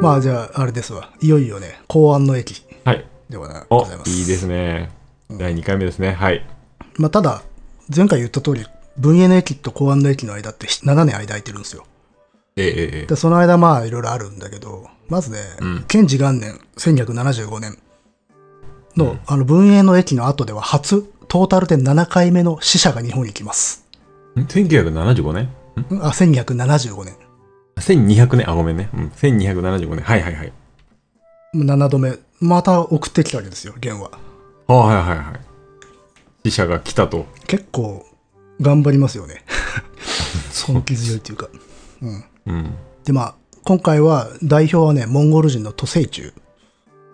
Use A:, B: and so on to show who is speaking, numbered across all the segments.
A: まあじゃあ、あれですわ。いよいよね、公安の駅
B: はい。
A: でござ
B: お
A: いま、す。
B: いいですね。第2回目ですね。はい。
A: まあ、ただ、前回言った通り、文英の駅と公安の駅の間って7年間空いてるんですよ。
B: ええええ
A: で、その間まあいろいろあるんだけど、まずね、
B: うん
A: 賢治元年、1175年の、
B: うん
A: あの文英の駅の後では初、トータルで7回目の死者が日本に来ます。
B: ええ。ん1975年ん
A: うんあ、1275年。
B: ?1200 年。あ、ごめんね。うん。1275年。はいはいはい。
A: 7度目。また送ってきたわけですよ、元は。
B: あはいはいはい。死者が来たと。
A: 結構、頑張りますよ ね。根気強いというか。うん。
B: うん。
A: でまあ今回は代表はねモンゴル人のトセイチュウ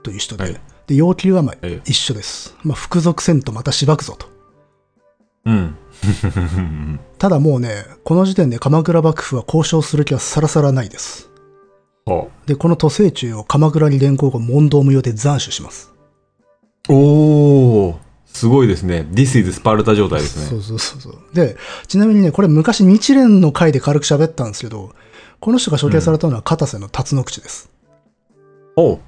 A: という人で,、
B: はい
A: で要求はまあ
B: ええ
A: 一緒です、まあ、服属せんとまたしばくぞと
B: うん。
A: ただもうねこの時点で鎌倉幕府は交渉する気はさらさらないです
B: は
A: でこのトセイチュウを鎌倉に連行後問答無用で斬首します
B: あ、おー。すごいですね。This is スパルタ状態です
A: そ
B: ね。
A: うそうそうそうでちなみにねこれ昔日蓮の会で軽く喋ったんですけどこの人が処刑されたのは片瀬の辰野口です、
B: おう。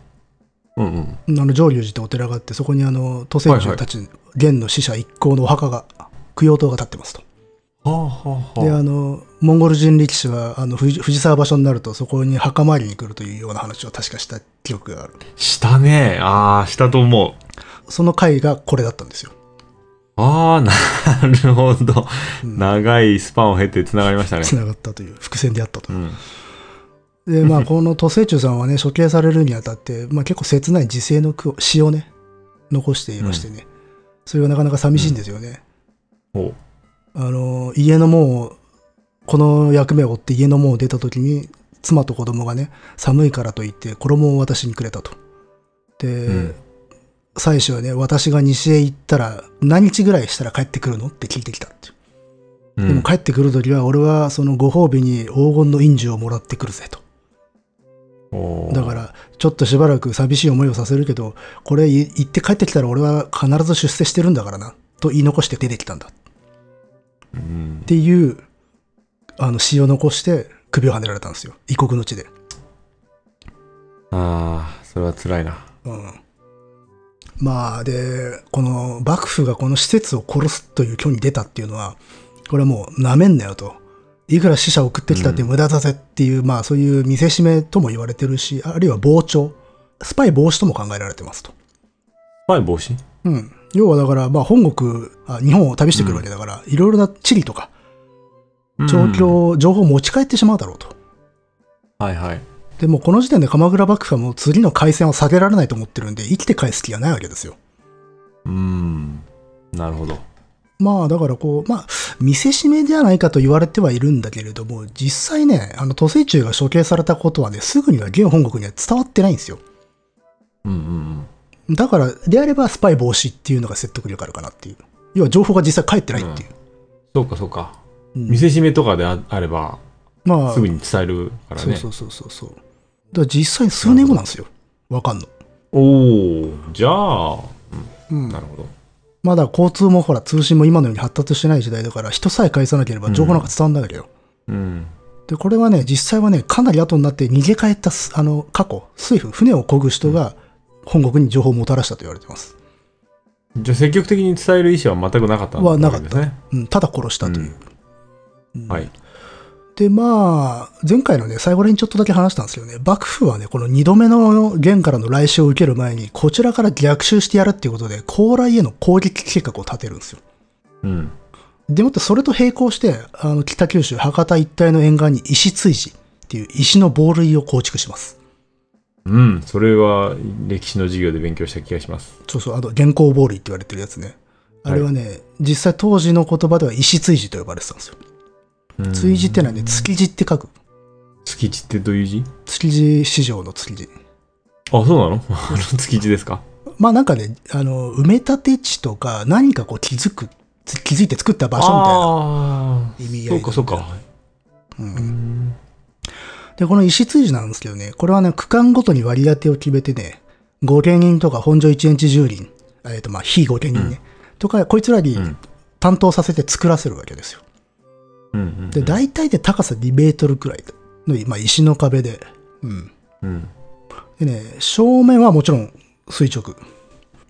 B: うんうん。
A: あの上流寺ってお寺があってそこにあの都政中たち、元の死者一行のお墓が供養塔が建ってますと
B: はあはあ
A: で
B: はあ。
A: あのモンゴル人力士はあの藤藤沢場所になるとそこに墓参りに来るというような話を確かした記憶がある
B: したね。ああ、したと思う。
A: その回がこれだったんですよ
B: ああ、なるほど。長いスパンを経て繋がりま したね。
A: つながったという伏線であったと
B: う、ん。
A: でまあこの都 政中さんはね処刑されるにあたって、まあ、結構切ない自制の句を詩をね残していましてね、それがなかなか寂しいんですよね、
B: おう
A: あの家の門をこの役目を負って家の門を出た時に妻と子供がね寒いからと言って衣を私にくれたとで、
B: うん
A: 妻子はね私が西へ行ったら何日ぐらいしたら帰ってくるのって聞いてきたっていう
B: う
A: でも
B: ん。
A: 帰ってくる時は俺はそのご褒美に黄金の印字をもらってくるぜと
B: おう
A: だからちょっとしばらく寂しい思いをさせるけどこれい行って帰ってきたら俺は必ず出世してるんだからなと言い残して出てきたんだ
B: うん
A: っ。ていうあの詩を残して首をはねられたんですよ異国の地で、
B: ああ、それは辛いな。
A: うん、まあでこの幕府がこの施設を殺すという虚に出たっていうのはこれはもうなめんなよといくら死者を送ってきたって無駄だぜっていう、まあそういう見せしめとも言われてるしあるいは傍聴スパイ防止とも考えられてますと、
B: スパイ防止
A: うん、要はだからまあ本国あ日本を旅してくるわけだから、いろいろな地理とか状況、情報を持ち帰ってしまうだろうと
B: はいはい。
A: でもうこの時点で鎌倉幕府はもう次の海戦を避けられないと思ってるんで生きて返す気がないわけですよ。
B: うん。なるほど。
A: まあだからこうまあ見せしめではないかと言われてはいるんだけれども実際ねあの都政中が処刑されたことはねすぐには現本国には伝わってないんですよ。
B: うんうん
A: だからであればスパイ防止っていうのが説得力あるかなっていう要は情報が実際返ってないっていう。
B: そうかそうか。
A: うん
B: 見せしめとかでああれば、
A: まあ
B: すぐに伝えるから
A: そう
B: ね。
A: そうそうそうそう。だから実際に数年後なんですよ。わかんの。
B: おおじゃあ、
A: うん
B: なるほど。
A: まだ交通もほら通信も今のように発達してない時代だから人さえ返さなければ情報なんか伝わんないわけよ。
B: うん。
A: でこれはね実際はねかなり後になって逃げ帰ったすあの過去水夫船を漕ぐ人が本国に情報をもたらしたと言われてます、
B: じゃあ積極的に伝える意思は全くなかった
A: はなかっ
B: わけ
A: た
B: ですね。
A: うん、ただ殺したという、うん
B: はい。
A: でまあ前回のね最後ら辺にちょっとだけ話したんですけどね幕府はねこの2度目の元からの来襲を受ける前にこちらから逆襲してやるっていうことで高麗への攻撃計画を立てるんですよ
B: うん。
A: でもってそれと並行してあの北九州博多一帯の沿岸に石追試っていう石の防塁を構築します
B: うん。それは歴史の授業で勉強した気がします。
A: そうそう、あと、現行ボールって言われてるやつね。あれはね、実際当時の言葉では石追事と呼ばれてたんですよ。
B: うん
A: 追事ってのはね、築地って書く。
B: 築地ってどういう字
A: 築地市場の築地。
B: あ、そうなの あの築地ですか
A: まあなんかね、あの、埋め立て地とか何かこう気づく、つ気づいて作った場所みたいな。
B: ああ
A: 意味合いで
B: ー、そうかそうか。うん
A: で、この石追事なんですけどね、これはね、区間ごとに割り当てを決めてね、御家人とか本所一円地住人、えっ、とまあ非御家人ね、とか、こいつらに
B: うん
A: 担当させて作らせるわけですよ。
B: うんうん
A: で大体で高さ2メートルくらいの、まあ、石の壁で、うん、
B: うん
A: でね、正面はもちろん垂直。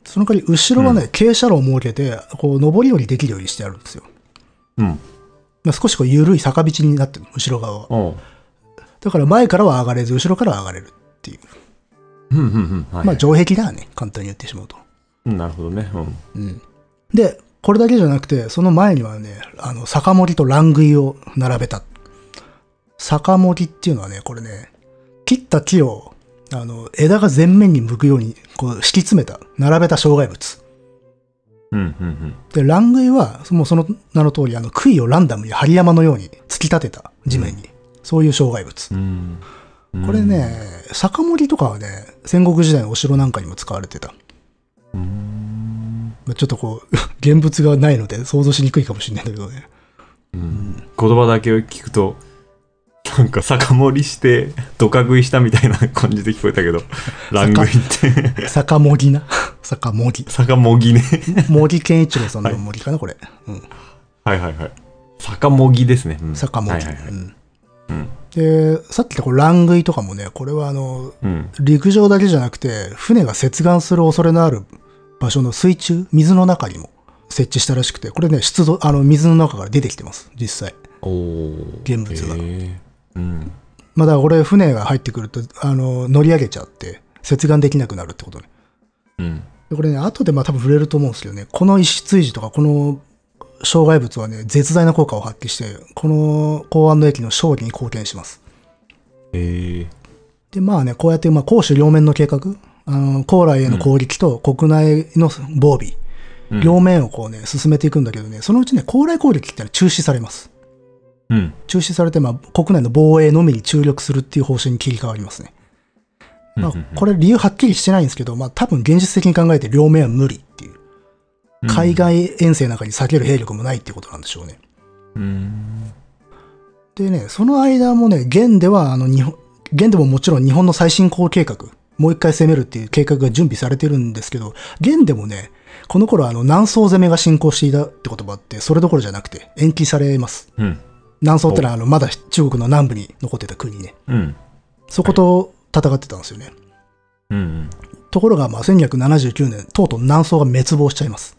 A: その代わり後ろはね、傾斜路を設けて、こう、上り下りできるようにしてあるんですよ。
B: うん。
A: まあ、少しこう、緩い坂道になってる、後ろ側は。
B: おう。
A: だから前からは上がれず、後ろからは上がれるっていう。
B: うんうんうん。はい、
A: まあ、城壁だね。簡単に言ってしまうと。
B: うんなるほどね。うん。
A: うん。で、これだけじゃなくて、その前にはね、あの、酒盛りと乱食いを並べた。酒盛りっていうのはね、これね、切った木を、あの、枝が前面に向くように、こう、敷き詰めた、並べた障害物。
B: うんうんうん。
A: で、乱食いは、もうその名の通り、あの、杭をランダムに針山のように突き立てた地面に。そういう障害物。
B: うん
A: これ。ね、酒盛りとかはね、戦国時代のお城なんかにも使われてた。
B: うん
A: まあちょっとこう、 現物がないので想像しにくいかもしれないんだけどね。
B: うん言葉だけを聞くと、なんか酒盛りして、どか食いしたみたいな感じで聞こえた けど、ラングイって、
A: 坂森な。 坂森。
B: 酒もぎね。
A: 森健一郎さんの森かな、これ。うん。
B: はいはいはい。酒もぎですね。うん
A: 坂森。
B: はいはいはい。
A: うん
B: うん
A: で、さっき言ったこう乱食いとかもね、これはあの、
B: うん。
A: 陸上だけじゃなくて、船が接岸する恐れのある場所の水中、水の中にも設置したらしくて、これね、出土、あの、水の中から出てきてます、実際。
B: おー
A: 現物が
B: へーうん。
A: まあだからこれ、船が入ってくると、あの、乗り上げちゃって、接岸できなくなるってことね。
B: うん。
A: でこれね、後でまあ多分触れると思うんですけどね、この石追事とか、この障害物はね、絶大な効果を発揮して、この港湾の駅の勝利に貢献します。
B: ええ。
A: で、まあね、こうやって、まあ、攻守両面の計画、あの、高麗への攻撃と国内の防備、
B: うん
A: 両面をこうね、進めていくんだけどね、そのうちね、高麗攻撃ってのは中止されます。
B: うん。
A: 中止されて、まあ、国内の防衛のみに注力するっていう方針に切り替わりますね。まあ
B: うんうんう、ん
A: これ理由はっきりしてないんですけど、まあ、多分現実的に考えて両面は無理っていう。海外遠征なんかに避ける兵力もないってことなんでしょうね。
B: うん。
A: でね、その間もね、現では、あの、日本、現でももちろん日本の最新興計画、もう一回攻めるっていう計画が準備されてるんですけど、現でもね、この頃あの、南宋攻めが進行していたってこともあって、それどころじゃなくて、延期されます。
B: うん。
A: 南宋ってのはあの、まだ中国の南部に残ってた国ね。
B: うん。
A: そこと戦ってたんですよね。
B: うん。
A: ところが、まあ、1279年、とうとう南宋が滅亡しちゃいます。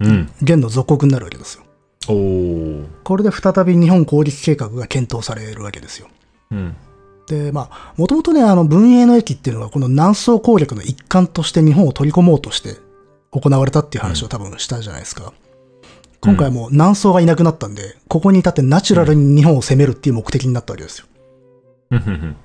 B: うん。
A: 元の属国になるわけですよ。
B: おー
A: これで再び日本攻撃計画が検討されるわけですよ。
B: うん。
A: で、まあ、もともとね、あの、文英の駅っていうのが、この南宋攻略の一環として日本を取り込もうとして行われたっていう話を多分したじゃないですか。今回はもう南宋がいなくなったんで、ここに至ってナチュラルに日本を攻めるっていう目的になったわけですよ。
B: うんうん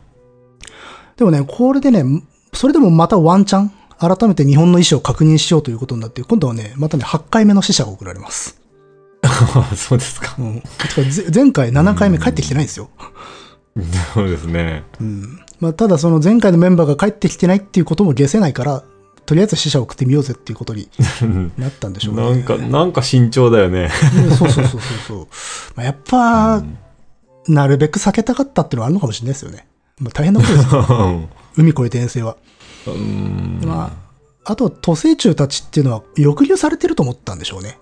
A: でもね、これでね、それでもまたワンチャン、改めて日本の意思を確認しようということになって、今度はね、またね、8回目の死者が送られます。
B: うんそうですか。
A: うん。てかぜ前回7回目帰ってきてないんですよ。
B: そうですね。
A: うんまあ、ただその前回のメンバーが帰ってきてないっていうことも消せないから、とりあえず死者を送ってみようぜっていうことに
B: うん
A: なったんでしょうね。
B: なんか、なんか慎重だよね。
A: うん そうそうそうそうそう。まあ、やっぱ、なるべく避けたかったっていうのはあるのかもしれないですよね。まあ、大変なことですよ。海越えて遠征は。
B: うん。
A: まあ、あと、都政中たちっていうのは抑留されてると思ったんでしょうね。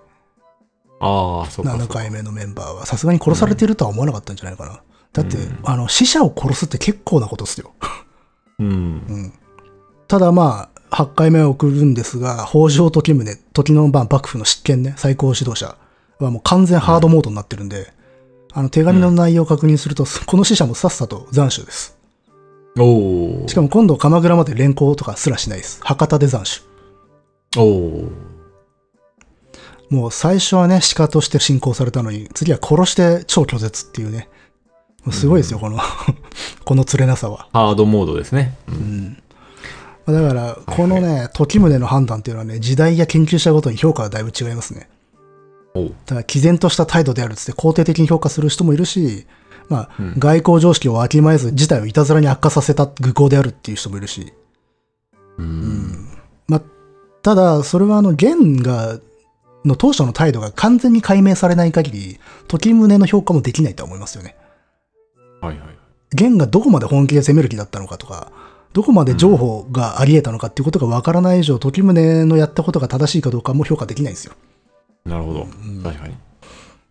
B: ああ、そっかそ
A: 7
B: っか。
A: 回目のメンバーは。さすがに殺されてるとは思わなかったんじゃないかな。だって、
B: うん
A: あの、死者を殺すって結構なことですよ。
B: うん。
A: うん、ただまあ、8回目を送るんですが、北条時宗、時の晩幕府の執権ね、最高指導者はもう完全ハードモードになってるんで、あの手紙の内容を確認すると、この死者もさっさと斬首です。
B: おお。
A: しかも今度鎌倉まで連行とかすらしないです。博多で斬首。
B: おお。
A: もう最初はね、鹿として信仰されたのに、次は殺して超拒絶っていうね。もうすごいですよ、この、 この連れなさは。
B: ハードモードですね。
A: うんまあだから、このね、時宗の判断っていうのはね、時代や研究者ごとに評価はだいぶ違いますね。
B: おう。
A: だから、毅然とした態度であるっつって肯定的に評価する人もいるし、まあ、
B: うん
A: 外交常識をわきまえず、事態をいたずらに悪化させた愚行であるっていう人もいるし、
B: うん。
A: まあ、ただ、それはあの、元が、の当初の態度が完全に解明されない限り、時宗の評価もできないとは思いますよね。
B: はいはい。
A: 元がどこまで本気で攻める気だったのかとか、どこまで情報があり得たのかっていうことがわからない以上、時宗のやったことが正しいかどうかも評価できないんですよ。
B: なるほど。確かに。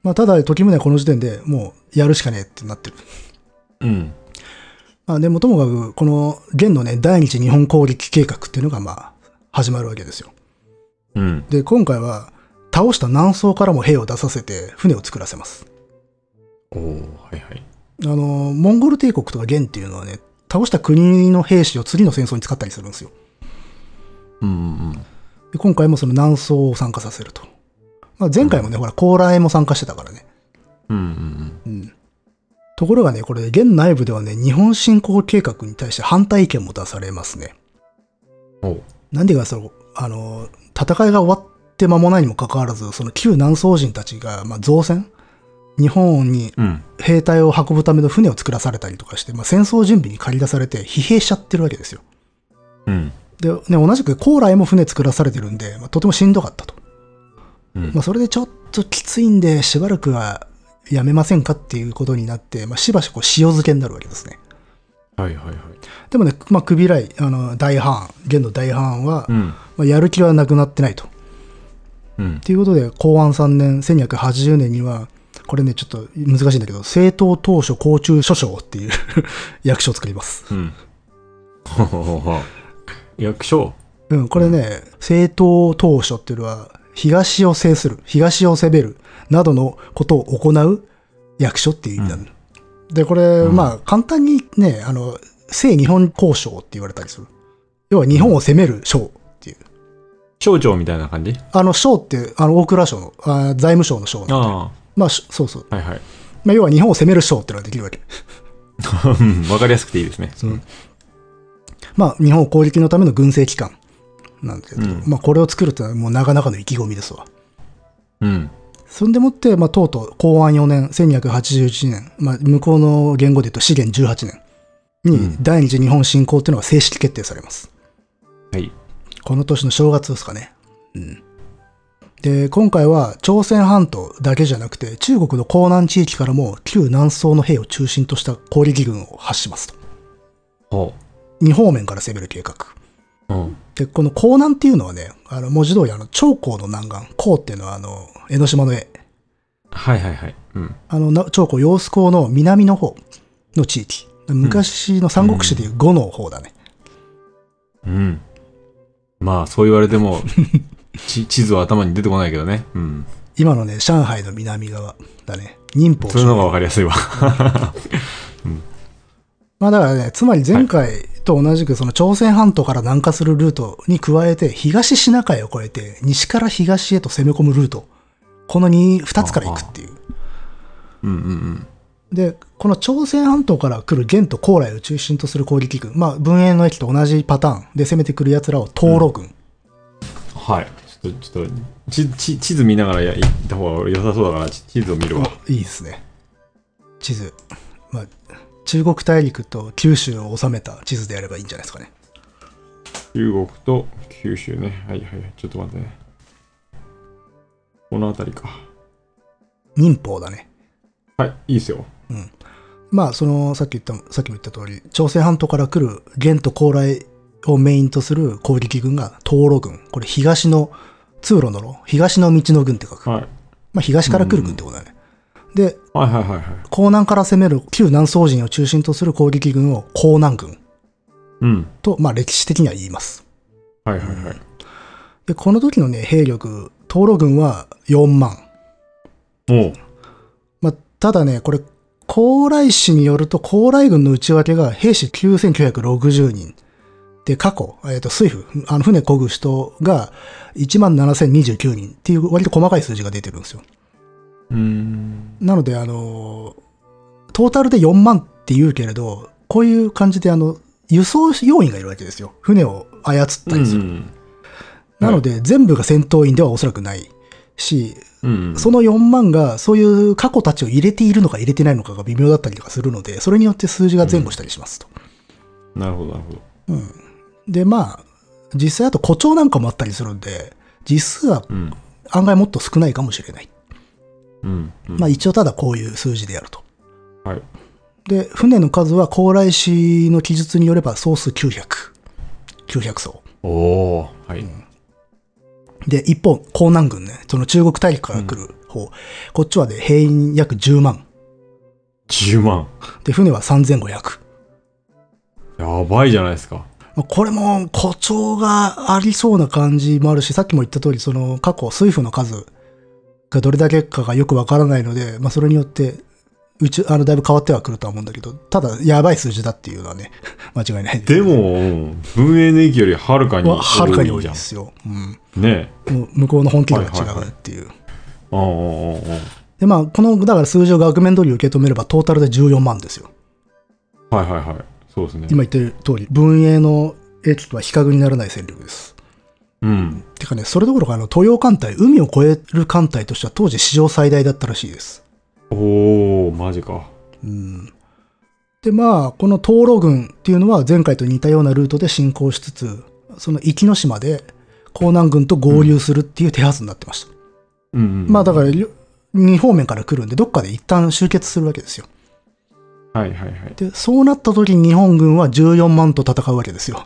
A: まあ、ただ、時宗はこの時点でもうやるしかねえってなってる。
B: うん。
A: まあ、でもともかく、この、元のね、第二次日本攻撃計画っていうのが、まあ、始まるわけですよ。
B: うん。
A: で、今回は、倒した南宋からも兵を出させて、船を作らせます。
B: おおはいはい。
A: あの、モンゴル帝国とか元っていうのはね、倒した国の兵士を次の戦争に使ったりするんですよ。
B: うんうんうん。
A: で今回もその南宋を参加させると。まあ、前回もね、ほら、高麗も参加してたからね。
B: うんうん
A: うん。ところがね、これ、現内部ではね、日本侵攻計画に対して反対意見も出されますね。
B: うん。おう
A: なんでか、その、あの、戦いが終わって間もないにもかかわらず、その旧南宋人たちが、まあ、造船日本に
B: うん。
A: 兵隊を運ぶための船を作らされたりとかして、まあ、戦争準備に駆り出されて疲弊しちゃってるわけですよ。
B: うん。
A: で、ね、同じく高麗も船作らされてるんで、まあ、とてもしんどかったと。
B: うん
A: まあ、それでちょっときついんで、しばらくはやめませんかっていうことになって、まあ、しばしこう塩漬けになるわけですね。
B: はいはいはい。
A: でもね、まあ、クビライ、あの、大藩、元の大藩は、
B: うん。
A: まあ、やる気はなくなってないと。
B: うん
A: っ。ていうことで、公安3年、1280年には、これね、ちょっと難しいんだけど、政党当初公中諸将っていう 役所を作ります。
B: うん。ほほほほ。役所
A: うん、これね、政党当初っていうのは、東を制する、東を攻める、などのことを行う役所っていう意味なんだ。で、これ、
B: ん
A: まあ、簡単にね、あの、正日本交渉って言われたりする。要は日本を攻める省っていう。
B: 省庁みたいな感じ
A: あの、省って、あの、大蔵省の、あ財務省の省の。
B: あ
A: まあ、しそうそう。
B: あ。はいはい。
A: まあ、要は日本を攻める省ってのができるわけ。
B: うんわかりやすくていいですね。
A: そうまあ、日本攻撃のための軍政機関なんだけど、
B: うん
A: まあ、これを作るってのはもうなかなかの意気込みですわ。
B: うん。
A: そんでもって、まあ、とうとう公安4年、1281年、まあ、向こうの言語で言うと資源18年
B: う
A: に
B: ん
A: 第二次日本侵攻っていうのが正式決定されます。
B: はい。
A: この年の正月ですかね。うん。で、今回は朝鮮半島だけじゃなくて、中国の江南地域からも旧南宋の兵を中心とした攻撃軍を発しますと。
B: ほ
A: 二方面から攻める計画。
B: う。うん。
A: で、この江南っていうのはね、あの文字通りあの長江の南岸、江っていうのはあの江ノ島の江、
B: はいはいはい。うん。
A: あのな長江揚子江の南の方の地域、昔の三国志でいう五の方だね。
B: うん。まあ、そう言われて も、ち地図は頭に出てこないけどね。うん。
A: 今のね、上海の南側だね。寧波
B: そういうのがわかりやすいわ。
A: まあだからね、つまり前回と同じくその朝鮮半島から南下するルートに加えて、東シナ海を越えて、西から東へと攻め込むルート。この2、二つから行くっていう。
B: うんうんうん。
A: で、この朝鮮半島から来る元と高麗を中心とする攻撃軍、まあ、文英の駅と同じパターンで攻めてくる奴らを灯籠軍、
B: はい。ちょっと、ちょっと、ちち地図見ながらや行った方が良さそうだから、ち地図を見るわ。
A: おいいですね。地図。まあ、中国大陸と九州を収めた地図でやればいいんじゃないですかね。
B: 中国と九州ね。はいはいはい。ちょっと待ってね。この辺りか。
A: 民法だね。
B: はい、いいっすよ。
A: まあ、その、さっき言った、さっきも言った通り、朝鮮半島から来る元と高麗をメインとする攻撃軍が灯籠軍。これ東の通路の路、東の道の軍って書く。
B: はい。
A: まあ、東から来る軍ってことだね。で、
B: はいはいはいはい。
A: 江南から攻める旧南宋人を中心とする攻撃軍を江南軍
B: うん。
A: と、まあ歴史的には言います。
B: はいはいはい。
A: で、この時のね、兵力、灯籠軍は4万。
B: もう。
A: まあ、ただね、これ、高麗市によると高麗軍の内訳が兵士9960人。で、過去、えっ、と、水夫、あの、船漕ぐ人が17,029人っていう割と細かい数字が出てるんですよ。
B: うーん。
A: なので、あのートータルで4万って言うけれど、こういう感じで、あの、輸送要員がいるわけですよ。船を操ったりする。
B: ん。
A: なので、全部が戦闘員ではおそらくないし、
B: うん。
A: その4万が、そういう過去たちを入れているのか入れてないのかが微妙だったりとかするので、それによって数字が前後したりしますと。
B: なるほどなるほど。
A: で、まあ、実際あと誇張なんかもあったりするんで、実数は
B: うん。
A: 案外もっと少ないかもしれない。
B: うん。うん
A: まあ一応ただこういう数字でやると。
B: はい。
A: で、船の数は高麗市の記述によれば総数900。900艘。
B: おおはい。
A: で、一方、江南軍ね、その中国大陸から来る方、こっちはね、兵員約10万。
B: 10万。
A: で、船は3500。
B: やばいじゃないですか。
A: まあこれも誇張がありそうな感じもあるし、さっきも言った通り、その過去、水夫の数がどれだけかがよくわからないので、まあ、それによって、うち、あの、だいぶ変わってはくるとは思うんだけど、ただ、やばい数字だっていうのはね、 間違いない
B: でも、うん文英年期よりはるかに
A: は、はるかに多
B: 多
A: い
B: いじゃ
A: で
B: ん。
A: すよ。うん。
B: ね
A: もう向こうの本気度が違
B: はいはいうはい
A: っていう。
B: え。うんうんうんうん
A: で、まあ、この、だから数字を額面通り受け止めれば、トータルで14万ですよ。
B: はいはいはい。そうですね。
A: 今言ってる通り、文英の駅とは比較にならない戦力です。
B: うん。
A: てかね、それどころか、あの、東洋艦隊、海を越える艦隊としては当時史上最大だったらしいです。
B: おー、マジか。
A: うん。で、まあ、この灯籠軍っていうのは前回と似たようなルートで進行しつつ、その壱岐島で江南軍と合流するっていう手はずになってました。
B: うんうん、
A: まあ、だから、2方面から来るんで、どっかで一旦集結するわけですよ。
B: ら。はいはいはい。
A: で、そうなった時に日本軍は14万と戦うわけですよ。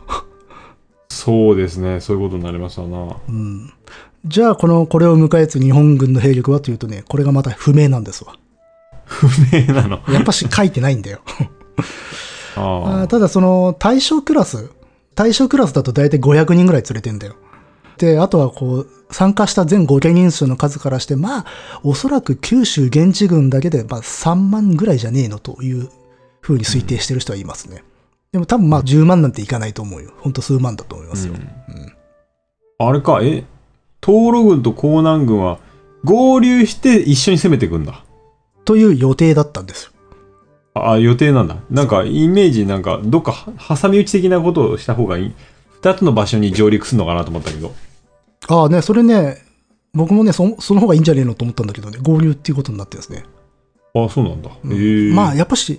B: そうですね。そういうことになりましたな。
A: うん。じゃあ、この、これを迎えつ日本軍の兵力はというとね、これがまた不明なんですわ。
B: 不明なの。
A: やっぱし書いてないんだよ。あ
B: あ
A: ーただその対象クラス対象クラスだと大体500人ぐらい連れてんだよであとはこう参加した全合計人数の数からしてまあおそらく九州現地軍だけで、まあ、3万ぐらいじゃねえのというふうに推定してる人はいますね、でも多分まあ10万なんていかないと思うよほんと数万だと思いま
B: あ。
A: すよ、
B: あれか、え、東路軍と江南軍は合流して一緒に攻めていくんだ。
A: という予定だったんですよ
B: あ、予定なんだ。なんか、イメージ、なんか、どっかは、挟み撃ち的なことをした方がいい。二つの場所に上陸するのかなと思ったけど。
A: ああねそれね僕もねそその方がいいんじゃねえのと思ったんだけどね合流っていうことになってですね
B: あ、そうなんだ。へえ
A: まあ、やっぱし、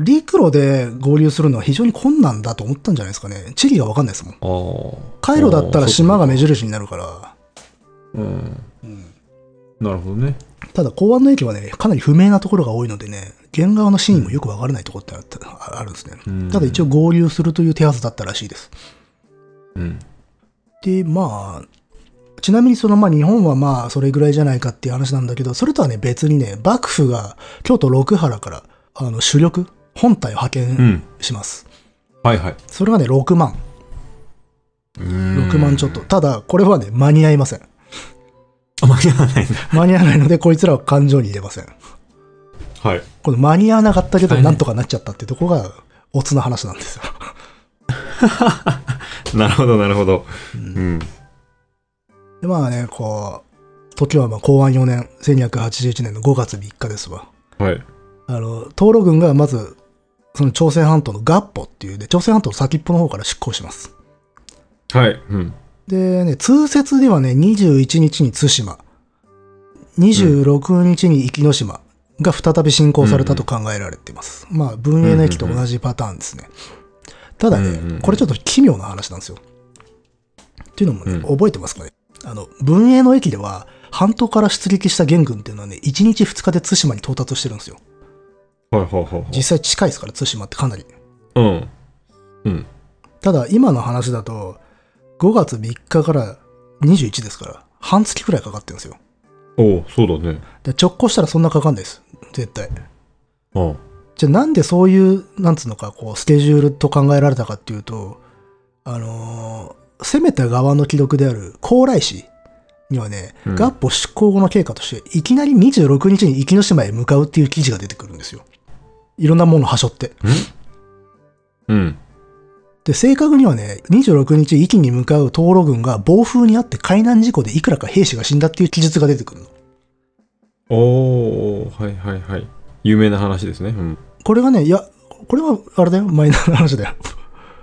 A: 陸路で合流するのは非常に困難だと思ったんじゃないですかね。地理がわかんないですもん。
B: あー
A: カイロだったら島が目
B: あー
A: 印になるから、
B: そうかうん。なるほどね。
A: ただ港湾の駅はね、かなり不明なところが多いのでね、原側の真意もよくわからないところってあったああるんですね
B: うん。
A: ただ一応合流するという手はずだったらしいです。
B: うん。
A: で、まあ、ちなみにその、まあ日本はまあそれぐらいじゃないかっていう話なんだけど、それとはね別にね、幕府が京都六原から、あの、主力、本体を派
B: う
A: 遣
B: ん。
A: します。
B: はいはい。
A: それがね、6万。
B: 6
A: 6万ちょっと。。ただ、これはね、間に合いません。
B: あ、間に合わないんだ。
A: 間に合わないので、こいつらは感情に入れません。
B: はい。
A: この間に合わなかったけど、
B: はいね
A: なんとかなっちゃったってとこが、オツな話なんですよ。
B: なるほど、なるほど。うん。
A: で、まあね、こう、時はまあ、公安4年、1281年の5月3日ですわ。
B: はい。
A: あの、東路軍がまず、その朝鮮半島のガッポっていうね、朝鮮半島の先っぽの方から出航します。
B: はい。うん。
A: でね、通説ではね、21日に対馬、26日に壱岐島が再び侵攻されたと考えられています。まあ、文英の駅と同じパターンですね。ただね、
B: うんうんうん
A: これちょっと奇妙な話なんですよ。っていうのもね、
B: うん
A: 覚えてますかねあの、文英の駅では、半島から出撃した元軍っていうのはね、1日2日で対馬に到達してるんですよ。
B: はいはいはいはい。
A: 実際近いですから、対馬ってかなり。
B: うん。うん。
A: ただ、今の話だと、5月3日から21ですから、半月くらいかかってるんですよ。
B: おうそうだね。
A: で直行したらそんなかかんないです。絶対。
B: うん。
A: じゃあなんでそういう、なんつうのか、こう、スケジュールと考えられたかっていうと、あのー攻めた側の記録である高麗市にはね、
B: うん
A: 合歩出航後の経過として、いきなり26日に壱岐島へ向かうっていう記事が出てくるんですよ。いろんなものはしょって。
B: うん。
A: で、正確にはね、26日壱岐に向かう東路軍が暴風にあって海難事故でいくらか兵士が死んだっていう記述が出てくるの。
B: おー、はいはいはい。有名な話ですね。うん。
A: これがね、いや、これはあれだよ、マイナーな話だよ。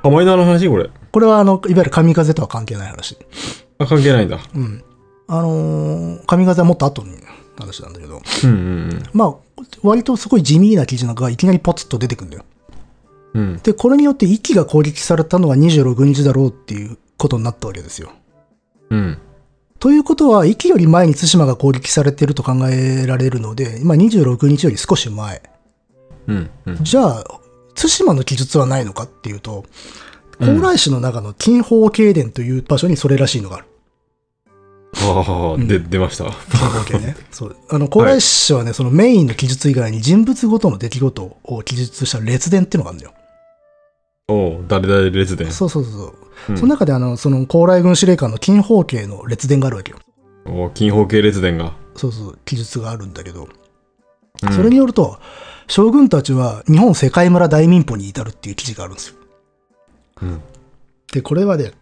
B: あ、マイナーの話これ。
A: これはあの、いわゆる神風とは関係ない話。
B: あ、関係ないんだ。
A: うん。あのー、神風はもっと後に話なんだけど、
B: うんうん
A: まあ、割とすごい地味な記事なんかがいきなりポツッと出てくるんだよ。
B: うん。うん。
A: で、これによって息が攻撃されたのが26日だろうっていうことになったわけですよ。
B: うん。
A: ということは、息より前に対馬が攻撃されてると考えられるので、今26日より少し前。
B: うん。うん。
A: じゃあ、対馬の記述はないのかっていうと、高麗市の中の金宝経殿という場所にそれらしいのがある。
B: ああ、で、出ました。
A: 関係ね。 そう。あの、高麗氏はね、そのメインの記述以外に人物ごとの出来事を記述した列伝っていうのがあるんだよ。
B: おう、誰々列伝。
A: そうそうそうそう。
B: うん
A: その中であの、その高麗軍司令官の金宝慶の列伝があるわけよ。
B: おう金宝系列伝が。
A: そうそう、記述があるんだけど、
B: うん
A: それによると、将軍たちは日本世界村大民法に至るっていう記事があるんですよ。
B: うん
A: で、これはね、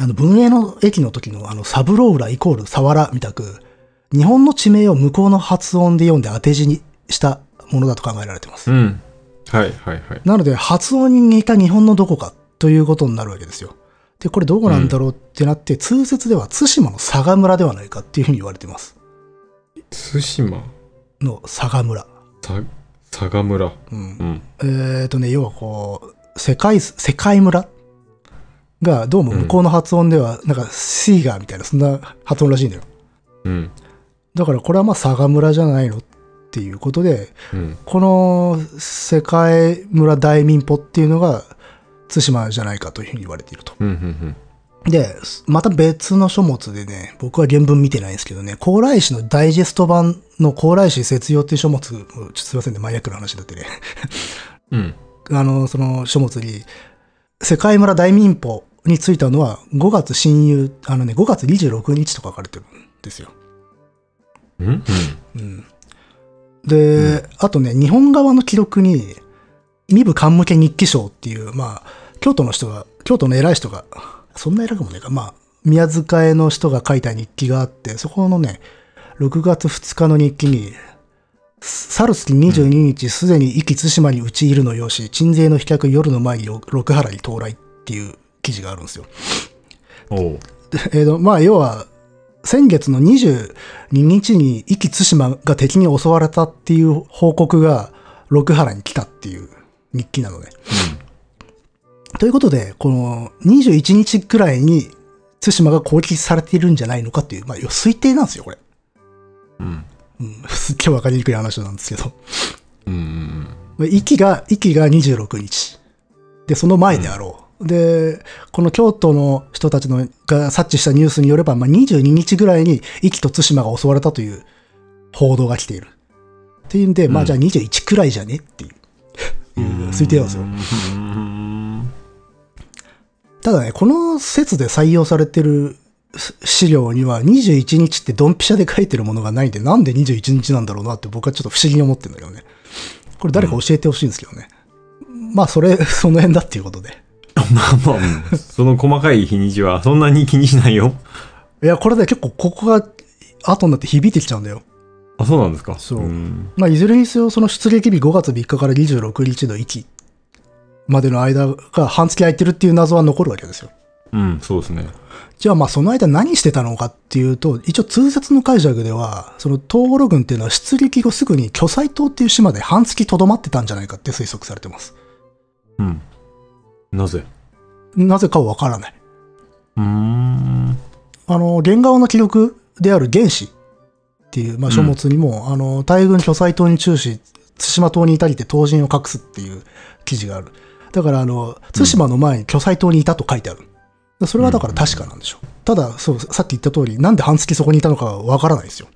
A: あの文英の駅の時のあのサブローライコールサワラみたく、日本の地名を向こうの発音で読んで当て字にしたものだと考えられてます。
B: うん。はいはいはい。
A: なので、発音に似た日本のどこかということになるわけですよ。で、これどこなんだろうってなって、通説では対馬の佐賀村ではないかっていうふうに言われてます。
B: 対馬、
A: の佐賀村。
B: さ佐賀村。
A: うん
B: う。ん。
A: えーとね、要はこう、世界、世界村が、どうも向こうの発音では、なんか、シーガーみたいな、そんな発音らしいんだよ。
B: うん。
A: だからこれはまあ、佐賀村じゃないのっていうことで、
B: うん。
A: この世界村大民法っていうのが、対馬じゃないかというふうに言われていると。
B: うん。うん。
A: で、また別の書物でね、僕は原文見てないんですけどね、高麗史のダイジェスト版の高麗史説用っていう書物、ちょっとすいませんね、マイナックな話だってね。
B: うん。
A: あの、その書物に、世界村大民法についたのは5月親友、あのね、5月26日とか書かれてるんですよ。
B: うん。うん。
A: うん。で、あとね、日本側の記録に、身部官向け日記賞っていう、まあ、京都の人が、京都の偉い人が、そんな偉くもねえか、まあ、宮遣いの人が書いた日記があって、そこのね、6月2日の日記に、サルスキ22日、すでに壱岐対馬に討ち入るのよし、鎮西の飛脚夜の前に六原に到来っていう記事があるんですよ。
B: おう。
A: えーとまあ、要は、先月の22日に壱岐対馬が敵に襲われたっていう報告が六原に来たっていう日記なのね。ということで、この21日くらいに対馬が攻撃されているんじゃないのかっていう、まあ、要は推定なんですよ、これ。
B: うん。
A: うん、すっげえわかりにくい話なんですけど。
B: うん。うん。
A: 息が、息が26日。で、その前であろう。で、この京都の人たちのが察知したニュースによれば、まあ、22日ぐらいに息と対馬が襲われたという報道が来ている。っていうんで、まあ
B: うん
A: じゃあ21くらいじゃねっていう、いう推定なんですよ。
B: うん。
A: ただね、この説で採用されてるす資料には21日ってドンピシャで書いてるものがないんで、なんで21日なんだろうなって僕はちょっと不思議に思ってるんだけどね。これ誰か教えてほしいんですけどね。まあそれ、 その辺だっていうことで。
B: まあまあ、その細かい日にちはそんなに気にしないよ。
A: いや、これで結構ここが後になって響いてきちゃうんだよ。
B: あ、そうなんですか。
A: そうんまあ、いずれにせよ、その出撃日5月3日から26日の域までの間が半月空いてるっていう謎は残るわけですよ。
B: うん、そうですね。
A: じゃあまあその間何してたのかっていうと、一応通説の解釈では、その東五郎軍っていうのは出撃後すぐに巨彩島っていう島で半月とどまってたんじゃないかって推測されてます。
B: うん。なぜ
A: なぜかはわからない。
B: うーん。
A: あの、原顔の記録である原始っていう、まあ、書物にも、あの、大軍巨災島に注視、対馬島にいたりて島人を隠すっていう記事がある。だから、あの、対馬の前に巨災島にいたと書いてある。それはだから確かなんでしょう。ただ、そう、さっき言った通り、なんで半月そこにいたのかはわからないですよ。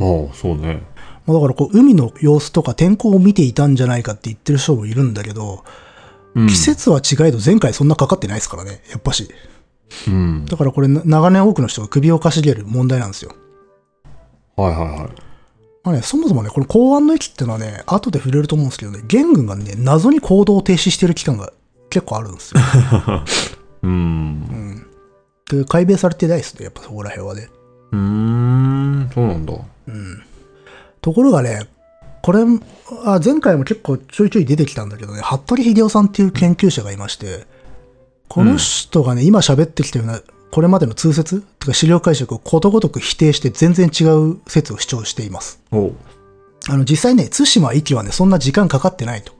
B: ああ、そうね。
A: まあ、だから、こう、海の様子とか天候を見ていたんじゃないかって言ってる人もいるんだけど、
B: うん
A: 季節は違えど前回そんなかかってないですからね、やっぱし。
B: うん。
A: だからこれ、な長年多くの人が首をかしげる問題なんですよ。
B: はいはいはい。
A: まあね、そもそもね、この港湾の駅っていうのはね、後で触れると思うんですけどね、元軍がね、謎に行動を停止してる期間が結構あるんですよ。
B: うー。
A: うんん。で、解明されてないですね、やっぱそこら辺はね。
B: うーん、そうなんだ。
A: うん。ところがね、これ、あ前回も結構ちょいちょい出てきたんだけどね、服部秀夫さんっていう研究者がいまして、この人がね、今喋ってきたような、これまでの通説とか資料解釈をことごとく否定して全然違う説を主張しています。
B: おう。
A: あの、実際ね、対馬行きはね、そんな時間かかってないと。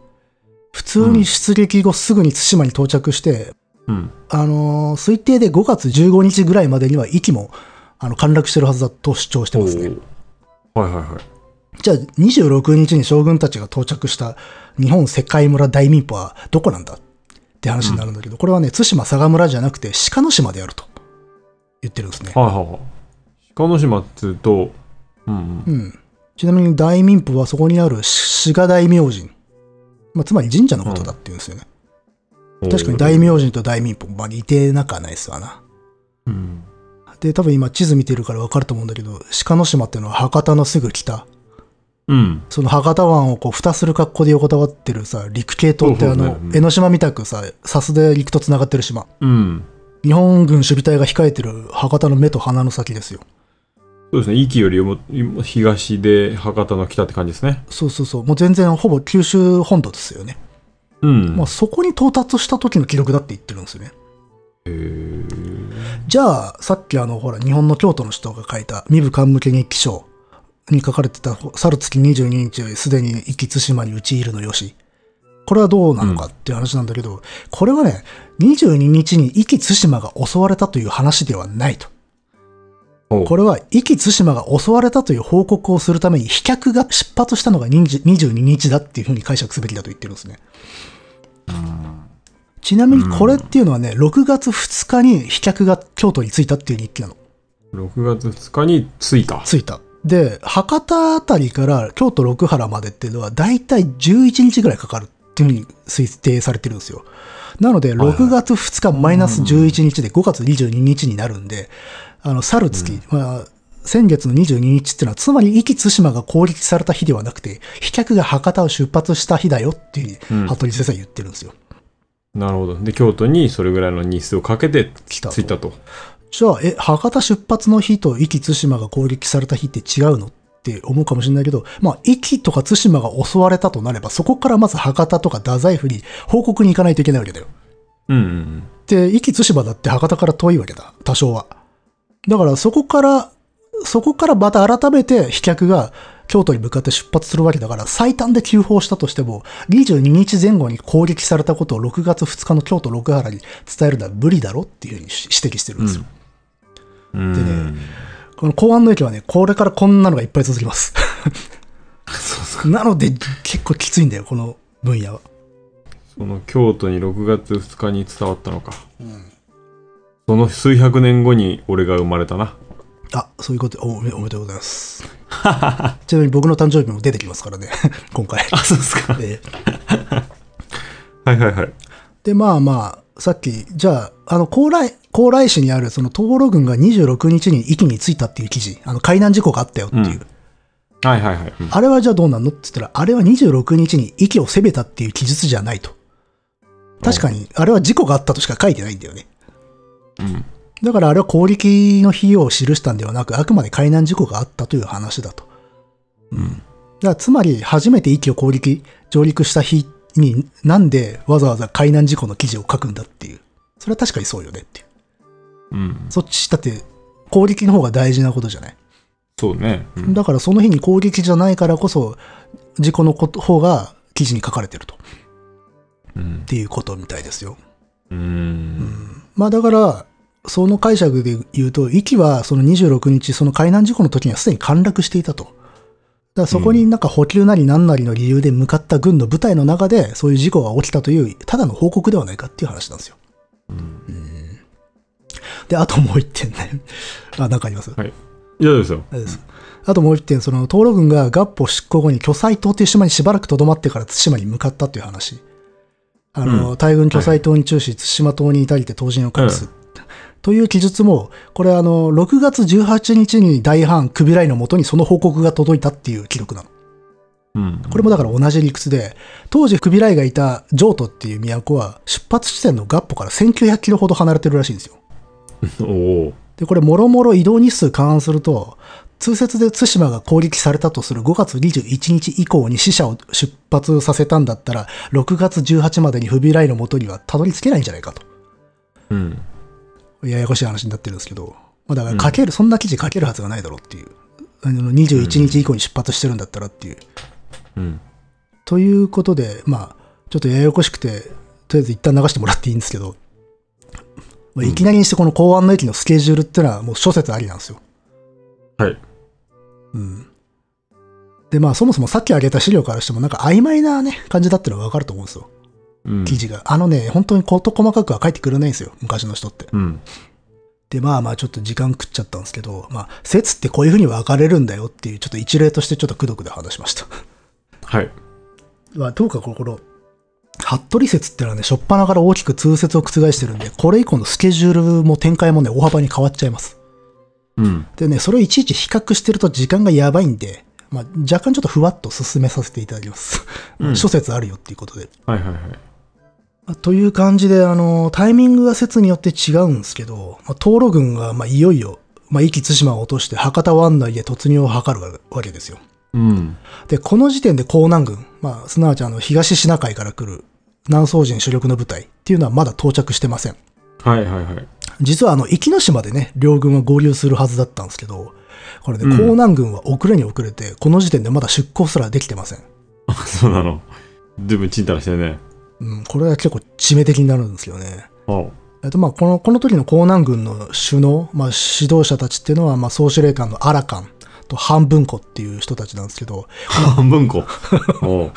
A: 普通に出撃後すぐに対馬に到着して、
B: うん。
A: あのー推定で5月15日ぐらいまでには行きも、あの、陥落してるはずだと主張してますね。
B: おうはいはいはい。
A: じゃあ、26日に将軍たちが到着した日本世界村大民法はどこなんだって話になるんだけど、これはね、対馬佐賀村じゃなくて鹿の島であると言ってるんですね。
B: はいはいはい。鹿の島っつうと、うん
A: うん。ちなみに大民府はそこにあるし志賀大明神。まあ、つまり神社のことだっていうんですよね。確かに大名人と大民法、まあ、似てなくはないですわな。
B: うん。
A: で、多分今地図見てるからわかると思うんだけど、鹿の島ってのは博多のすぐ北。
B: うん。
A: その博多湾をこう蓋する格好で横たわってるさ、陸系島ってあ
B: そう
A: の
B: そうねう、ん
A: 江ノ島みたくさ、サスで陸と繋がってる島。
B: うん。
A: 日本軍守備隊が控えてる博多の目と鼻の先ですよ。
B: そうですね。壱岐よりも今東で博多の北って感じですね。
A: そうそうそう。もう全然ほぼ九州本土ですよね。
B: うん。
A: まあそこに到達した時の記録だって言ってるんですよね。
B: へー
A: じゃあ、さっきあの、ほら、日本の京都の人が書いた、身部官向け日記書に書かれてた、猿月22日よりすでに壱岐対馬に討ち入るのよし。これはどうなのかっていう話なんだけど、これはね、22日に壱岐対馬が襲われたという話ではないと。
B: おう
A: これは、壱岐対馬が襲われたという報告をするために、飛脚が出発したのが20 22日だっていうふうに解釈すべきだと言ってるんですね。ちなみにこれっていうのはね、6月2日に飛脚が京都に着いたっていう日記なの。
B: 6月2日に着いた。
A: 着いた。で、博多あたりから京都六原までっていうのは、だいたい11日ぐらいかかるっていうふうに推定されてるんですよ。なので、
B: はい
A: 6月2日マイナス11日で5月22日になるんで、あの、去る月、まあ、先月の22日っていうのは、つまり、壱岐対馬が攻撃された日ではなくて、飛脚が博多を出発した日だよっていうふう
B: うん
A: に、服部先生は言ってるんですよ。
B: なるほど。で、京都にそれぐらいの日数をかけて
A: 来た
B: 着いたと。
A: じゃあ、え、博多出発の日と壱岐対馬が攻撃された日って違うのって思うかもしれないけど、まあ、壱岐とか対馬が襲われたとなれば、そこからまず博多とか太宰府に報告に行かないといけないわけだよ。
B: うんうん
A: で、壱岐対馬だって博多から遠いわけだ、多少は。だから、そこから、そこからまた改めて飛脚が京都に向かって出発するわけだから、最短で急報したとしても、22日前後に攻撃されたことを6月2日の京都六原に伝えるのは無理だろっていうふうに指摘してるんですよ。
B: うん。
A: でね
B: うん
A: この公安の駅はね、これからこんなのがいっぱい続き ます。なので、結構きついんだよ、この分野は。
B: その京都に6月2日に伝わったのか。その数百年後に俺が生まれたな。
A: あ、そういうことお、おめおめでとうございます。 ちなみに僕の誕生日も出てきますからね、 今回。
B: あ、そうですか。
A: えー
B: はいはいはい。
A: で、まあまあ、さっき、じゃあ、あの、高麗、高麗市にある、その、東路軍が26日に駅に着いたっていう記事、あの、海難事故があったよっていう。
B: うんはいはいはい。うん
A: あれはじゃあどうなんのって言ったら、あれは26日に駅を攻めたっていう記述じゃないと。確かに、あれは事故があったとしか書いてないんだよね。
B: うん
A: だからあれは攻撃の費用を記したんではなく、あくまで海難事故があったという話だと。だからつまり、初めて息を攻撃、上陸した日に、なんでわざわざ海難事故の記事を書くんだっていう。それは確かにそうよねっていう。
B: うん。
A: そっち、だって、攻撃の方が大事なことじゃない。
B: そうね。うん
A: だからその日に攻撃じゃないからこそ、事故のこと方が記事に書かれてると。っ
B: うん。
A: ていうことみたいですよ。
B: うん。
A: まあだから、その解釈で言うと、息はその26日、その海難事故の時にはすでに陥落していたと。だからそこになんか補給なり何なりの理由で向かった軍の部隊の中で、そういう事故が起きたという、ただの報告ではないかっていう話なんですよ。うんで、あともう一点ね。 あ、なんかあります
B: はい。以上ですよ。
A: あれですあともう一点、その、東路軍が合歩執行後に巨彩島という島にしばらく留まってから対馬に向かったという話。あの、
B: うん
A: 大軍巨彩島に注視、対馬島に至りて島人を隠す。という記述も、これあの、6月18日に大藩、クビライのもとにその報告が届いたっていう記録なの。
B: うん。
A: これもだから同じ理屈で、当時クビライがいた上都っていう都は、出発地点の合歩から1900キロほど離れてるらしいんですよ。
B: おおー。
A: で、これ、もろもろ移動日数勘案すると、通説で対馬が攻撃されたとする5月21日以降に死者を出発させたんだったら、6月18までにフビライの元にはたどり着けないんじゃないかと。
B: うん。
A: ややこしい話になってるんですけど、まあ、だから書ける、そんな記事書けるはずがないだろうっていう。あの21日以降に出発してるんだったらっていう。
B: うん。
A: ということで、まあ、ちょっとややこしくて、とりあえず一旦流してもらっていいんですけど、まあ、いきなりにしてこの港湾の駅のスケジュールってのはもう諸説ありなんですよ。
B: はい。
A: うん。で、まあ、そもそもさっき挙げた資料からしても、なんか曖昧なね、感じだってのはわかると思うんですよ。
B: うん。
A: 記事が。あのね、本当に事細かくは書いてくれないんですよ。昔の人って。
B: うん。
A: で、まあまあ、ちょっと時間食っちゃったんですけど、まあ、説ってこういう風に分かれるんだよっていう、ちょっと一例としてちょっとくどくで話しました。
B: はい。
A: まあ、どうかこの、服部説ってのはね、初っ端から大きく通説を覆してるんで、これ以降のスケジュールも展開もね、大幅に変わっちゃいます。
B: うん。
A: でね、それをいちいち比較してると時間がやばいんで、まあ、若干ちょっとふわっと進めさせていただきます。
B: う ん
A: 諸説あるよっていうことで。
B: はいはいはい。
A: まあという感じで、あの、タイミングが説によって違うんですけど、まあ、東路軍が、まあ、いよいよ、まあ、壱岐対馬を落として博多湾内へ突入を図るわけですよ。
B: うん。
A: で、この時点で江南軍、まあ、すなわちあの、東シナ海から来る南宋人主力の部隊っていうのはまだ到着してません。
B: はいはいはい。
A: 実はあの、壱岐の島でね、両軍は合流するはずだったんですけど、これね、
B: うん
A: 江南軍は遅れに遅れて、この時点でまだ出港すらできてません。
B: あ、そうなの。随分ちんたらしてるね。
A: うん、これが結構致命的になるんですよね。
B: あ
A: えっと、まあ、この、この時の江南軍の首脳、まあ、指導者たちっていうのは、まあ、総司令官のアラカンと半文庫っていう人たちなんですけ ど、
B: 半 分こ。おう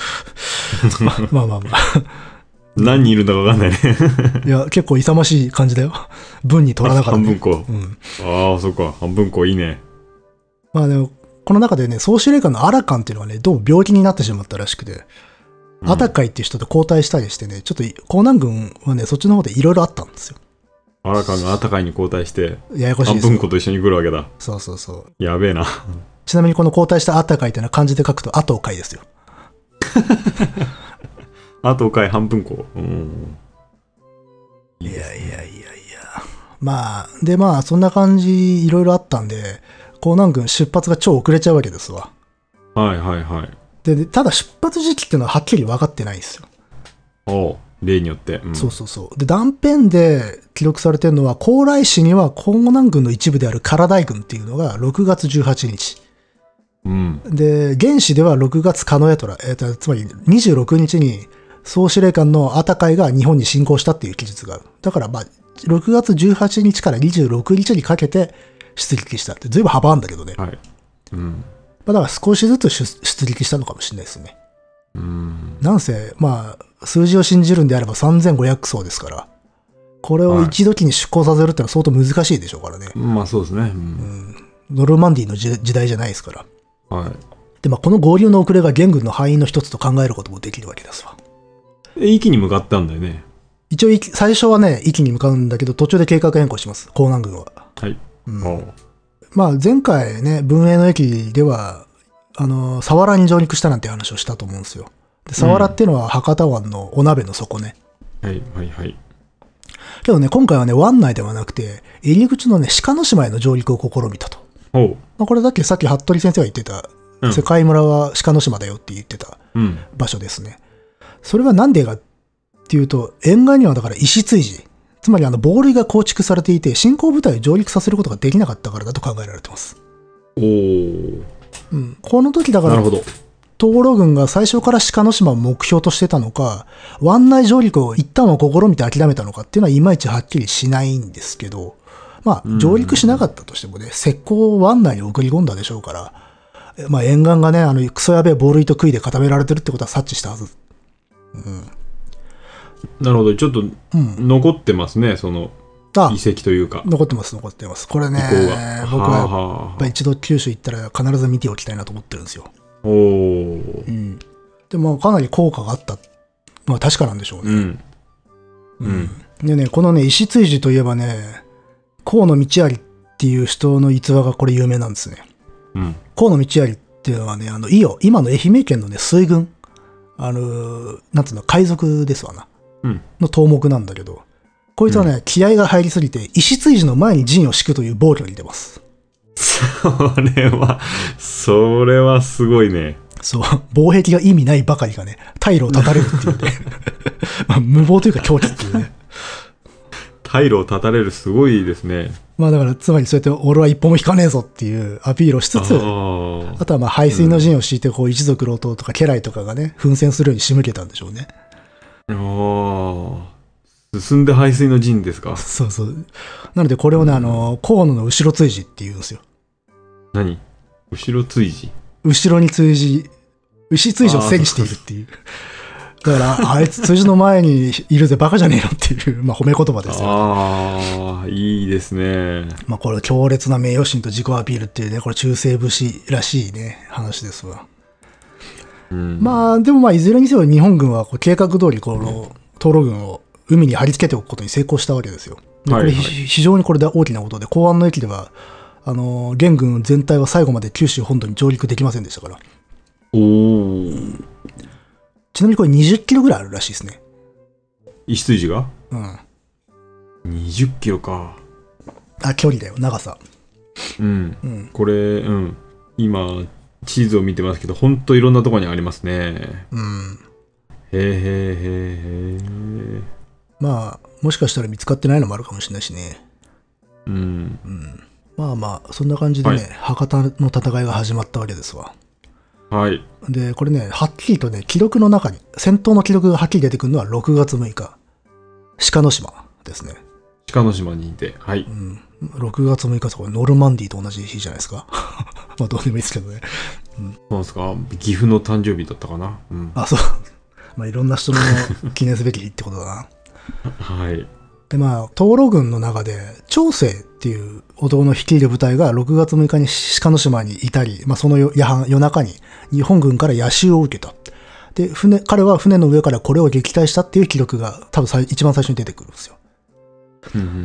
A: まあまあまあ、
B: 何人いるんだかわかんないね。
A: いや、結構勇ましい感じだよ。 文に取らなかった、
B: 半
A: ね
B: 分。こ。
A: うん。
B: ああ、そっか。半分こいいね。
A: まあでも、この中でね、総司令官のアラカンっていうのがね、どうも病気になってしまったらしくて、
B: うん
A: アタカイっていう人と交代したりしてね、ちょっとい江南軍はね、そっちの方でいろいろあったんですよ。
B: アラカンがアタカイに交代して、
A: ややこしい
B: 半
A: です
B: 分
A: よ。
B: こと一緒に来るわけだ。
A: そうそうそう。
B: やべえな。
A: ちなみにこの交代したアタカイっていうのは漢字で書くと、アトカイですよ。
B: あとかい半分こ。うん。
A: いやいやいやいや。まあ、でまあ、そんな感じ、いろいろあったんで、江南軍出発が超遅れちゃうわけですわ。
B: はいはいはい。
A: で、でただ出発時期っていうのははっきり分かってないんですよ。
B: おう例によって。うん
A: そうそうそう。で、断片で記録されてるのは、高麗市には江南軍の一部である唐大軍っていうのが6月18日。
B: うん。
A: で、原始では6月カノエトラ、えーとつまり26日に総司令官のアタカイが日本に侵攻したっていう記述がある。だから、まあ、6月18日から26日にかけて出撃したって、ずいぶん幅あるんだけどね。ま
B: はい。うん。
A: あ、だから少しずつ出出撃したのかもしれないですね。
B: うん。
A: なんせ、まあ、数字を信じるんであれば3500層ですから、これを一時に出航させるってのは相当難しいでしょうからね。
B: まあそうですね。うん。
A: ノルマンディーの時時代じゃないですから。
B: はい。
A: で、まあ、この合流の遅れが元軍の敗因の一つと考えることもできるわけですわ。
B: え一気に向かったんだよね。
A: 一応、息最初はね、域に向かうんだけど、途中で計画変更します、江南軍は。
B: はい。おう
A: まあ、前回ね、文英の駅では、あの、サワラに上陸したなんて話をしたと思うんですよ。で、サワラっていうのは博多湾のお鍋の底ね。
B: はいはいはい。
A: けどね、今回はね、湾内ではなくて、入り口のね、鹿の島への上陸を試みたと。
B: おう。
A: まあ、これだっけさっき服部先生が言ってた、
B: うん
A: 世界村は鹿の島だよって言ってた
B: うん。
A: 場所ですね。それはなんでかっていうと、沿岸にはだから石追事つまりあの、防塁が構築されていて、進行部隊を上陸させることができなかったからだと考えられてます。
B: おー
A: うん。この時だか
B: な
A: ら
B: る、ほど。
A: 東路軍が最初から鹿の島を目標としてたのか、湾内上陸を一旦は試みて諦めたのかっていうのはいまいちはっきりしないんですけど、まあ、上陸しなかったとしてもね、石膏を湾内に送り込んだでしょうから、えまあ、沿岸がね、あの、クソやべえ防類と杭で固められてるってことは察知したはず。
B: なるほど。ちょっと
A: うん。
B: 残ってますね。その
A: あ
B: 遺、跡というか、
A: 残ってます、残ってます。これね
B: 遺構が。、
A: 僕はやっ
B: はあ
A: ぱ
B: はあ
A: 一度九州行ったら必ず見ておきたいなと思ってるんですよ。
B: おー
A: うん。でも、かなり効果があった。まあ、確かなんでしょうね。
B: うん。うん。
A: でね、このね、石追寺といえばね、河野道有っていう人の逸話がこれ有名なんですね。
B: うん。
A: 河野道有っていうのはね、あの、伊予、今の愛媛県のね、水軍、あのー、なんつうの、海賊ですわな、
B: うん
A: の頭目なんだけど、こいつはね、気合が入りすぎて、石追寺の前に陣を敷くという暴挙に出ます。
B: それは、それはすごいね。
A: そう、防壁が意味ないばかりがね、退路を断たれるって いうね、まあ、無謀というか狂気っていうね。
B: 退路を断たれるすごいですね。
A: まあだから、つまりそうやって、俺は一歩も引かねえぞっていうアピールをしつつ、
B: ああ。
A: あとはまあ排水の陣を敷いてこう一族老頭とか家来とかがね、奮戦するように仕向けたんでしょうね。
B: ああ。進んで排水の陣ですか
A: そうそう。なのでこれをね、あの、河野の後ろ追事っていうんですよ。
B: 何後ろ追事
A: 後ろに追事、牛追事を背にしているっていう。だから、あいつ追事の前にいるぜ、バカじゃねえのっていう、まあ褒め言葉ですよ。
B: ああ、いいですね。
A: まあこれ強烈な名誉心と自己アピールっていうね、これ中世武士らしいね、話ですわ。
B: うん
A: まあ、でもまあ、いずれにせよ日本軍はこう計画通り、この、東路軍を海に貼り付けておくことに成功したわけですよ。でこ
B: はい
A: れ、
B: はい
A: ひ非常にこれで大きなことで、港湾の駅では、あの、元軍全体は最後まで九州本土に上陸できませんでしたから。
B: おお
A: ちなみにこれ20キロぐらいあるらしいですね。
B: 石筋が
A: うん。
B: 20キロか
A: あ、距離だよ、長さ。
B: うん
A: うん。
B: これうん今地図を見てますけどほんといろんなとこにありますね
A: うん。
B: へーへーへーへー
A: まあ、もしかしたら見つかってないのもあるかもしれないしね。
B: うん
A: まあまあ、そんな感じでね、
B: はい
A: 博多の戦いが始まったわけですわ。
B: はい
A: で、これね、はっきりとね、記録の中に、戦闘の記録がはっきり出てくるのは6月6日。鹿の島ですね。
B: 鹿の島にいてはい
A: うん。6月6日とこれノルマンディーと同じ日じゃないですか。 まあ、どうでもいいですけどね。
B: そうですか岐阜の誕生日だったかなうん
A: あ、そう。まあ、いろんな人の記念すべき日ってことだな。
B: はい
A: で、まあ、東路軍の中で、長生っていう男の率いる部隊が6月6日に鹿の島にいたり、まあ、その夜夜半夜中に日本軍から野襲を受けた。で、船、彼は船の上からこれを撃退したっていう記録が多分最一番最初に出てくるんですよ。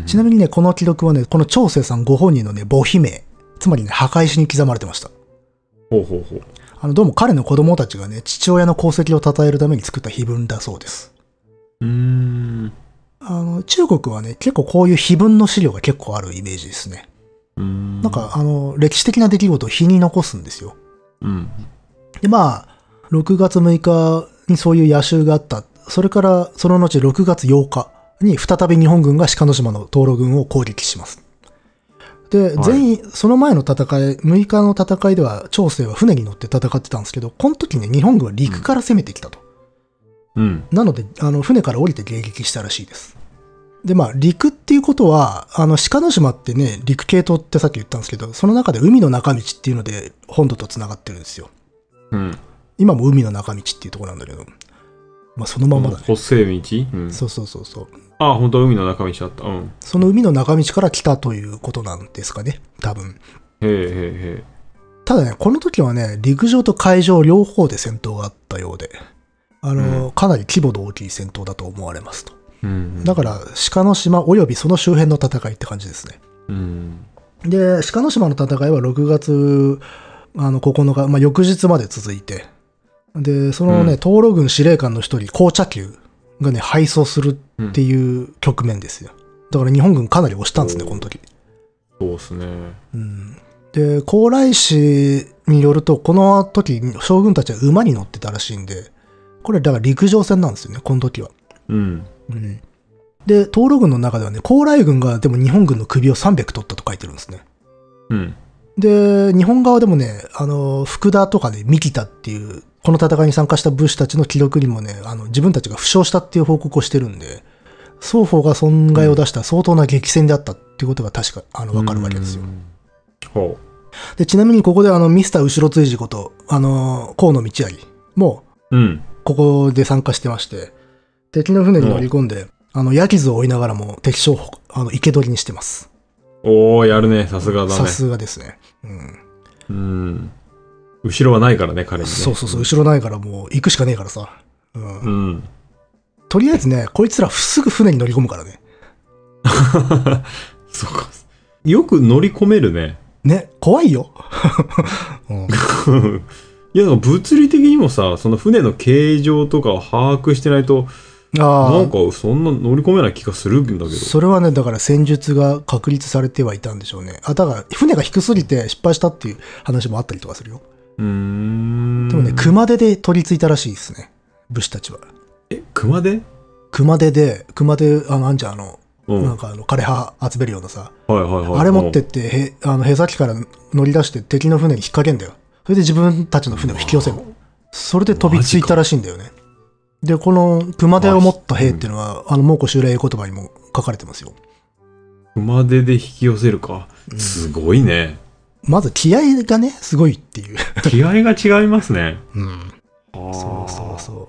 A: ちな
B: み
A: みにね、この記録はね、この長生さんご本人のね、母姫つまりね、破壊しに刻まれてました。
B: ほうほうほう
A: あの、どうも彼の子供たちがね、父親の功績を称えるために作った碑文だそうです。
B: うーん
A: あの、中国はね、結構こういう碑文の資料が結構あるイメージですね。
B: な
A: なんか、あの、歴史的な出来事を碑に残すんですよ。
B: うん
A: で、まあ、6月6日にそういう野襲があった。それから、その後6月8日に再び日本軍が鹿の島の東路軍を攻撃します。で、
B: はい
A: 全員、その前の戦い、6日の戦いでは、長生は船に乗って戦ってたんですけど、この時ね、日本軍は陸から攻めてきたと。
B: うん
A: なので、あの、船から降りて迎撃したらしいです。で、まあ、陸っていうことは、あの、鹿の島ってね、陸系統ってさっき言ったんですけど、その中で海の中道っていうので、本土と繋がってるんですよ。
B: うん
A: 今も海の中道っていうところなんだけど、まあ、そのままだね。
B: 細い道、うん、
A: そうそうそうそう。
B: あ本当海の中道だったうん
A: その海の中道から来たということなんですかね、多分。
B: へえへえ
A: ただね、この時はね、陸上と海上両方で戦闘があったようで、あの、かなり規模の大きい戦闘だと思われますと。
B: へえうん
A: だから、鹿の島及びその周辺の戦いって感じですね。
B: うん
A: で、鹿の島の戦いは6月あの9日、まあ、翌日まで続いて、で、そのね、
B: うん
A: 東路軍司令官の一人、紅茶球がね、敗走するっていう局面ですよ。だから日本軍かなり押したんですね、
B: おー
A: この時。
B: そうっすね
A: うん、で、高麗氏によると、この時、将軍たちは馬に乗ってたらしいんで、これ、だから陸上戦なんですよね、この時は。
B: うん
A: うん、で、東路軍の中ではね、高麗軍がでも日本軍の首を300取ったと書いてるんですね。
B: うん
A: で、日本側でもね、あの、福田とかね、三木田っていう、この戦いに参加した武士たちの記録にもね、あの、自分たちが負傷したっていう報告をしてるんで、双方が損害を出した相当な激戦であったっていうことが確か、あの、わかるわけですよ
B: う。んほ
A: で、ちなみにここであの、ミスター後ろ追事こと、あの、河野道明も、
B: ううん
A: ここで参加してまして、敵の船に乗り込んで、あの、矢傷を追いながらも敵将を、あの、生け捕りにしてます。
B: おおやるねさすがだ
A: さ
B: ね
A: すがですね。うん。
B: うん後ろはないからね彼にね
A: そうそうそう、後ろないからもう行くしかねえからさ。うん
B: う。ん
A: とりあえずね、こいつらすぐ船に乗り込むからね。
B: そうかよく乗り込めるね
A: ね、怖いよ。うん
B: いやでも物理的にもさその船の形状とかを把握してないとな
A: あ
B: んかそんな乗り込めない気がするんだけど
A: あ、それはね、だから戦術が確立されてはいたんでしょうね。あ、だから船が低すぎて失敗したっていう話もあったりとかするよ。
B: うーん
A: でもね、熊手で取り付いたらしいですね。武士たちは。
B: え熊手
A: 熊手で、熊手、あの、あんじゃん、あの、
B: うん
A: な
B: は
A: ん
B: い
A: かあの、枯葉集めるようなさ、
B: はいはい
A: あれ持ってって、へ、あの、へさきから乗り出して敵の船に引っ掛けんだよ。それで自分たちの船を引き寄せる。それで飛びついたらしいんだよね。で、この熊手を持った兵っていうのは、あの、猛虎襲来言葉にも書かれてますよ。
B: 熊手で引き寄せるか
A: うん
B: すごいね
A: まず気合がね、すごいっていう。
B: 気合が違いますね
A: うん。
B: そ
A: そうそうそう。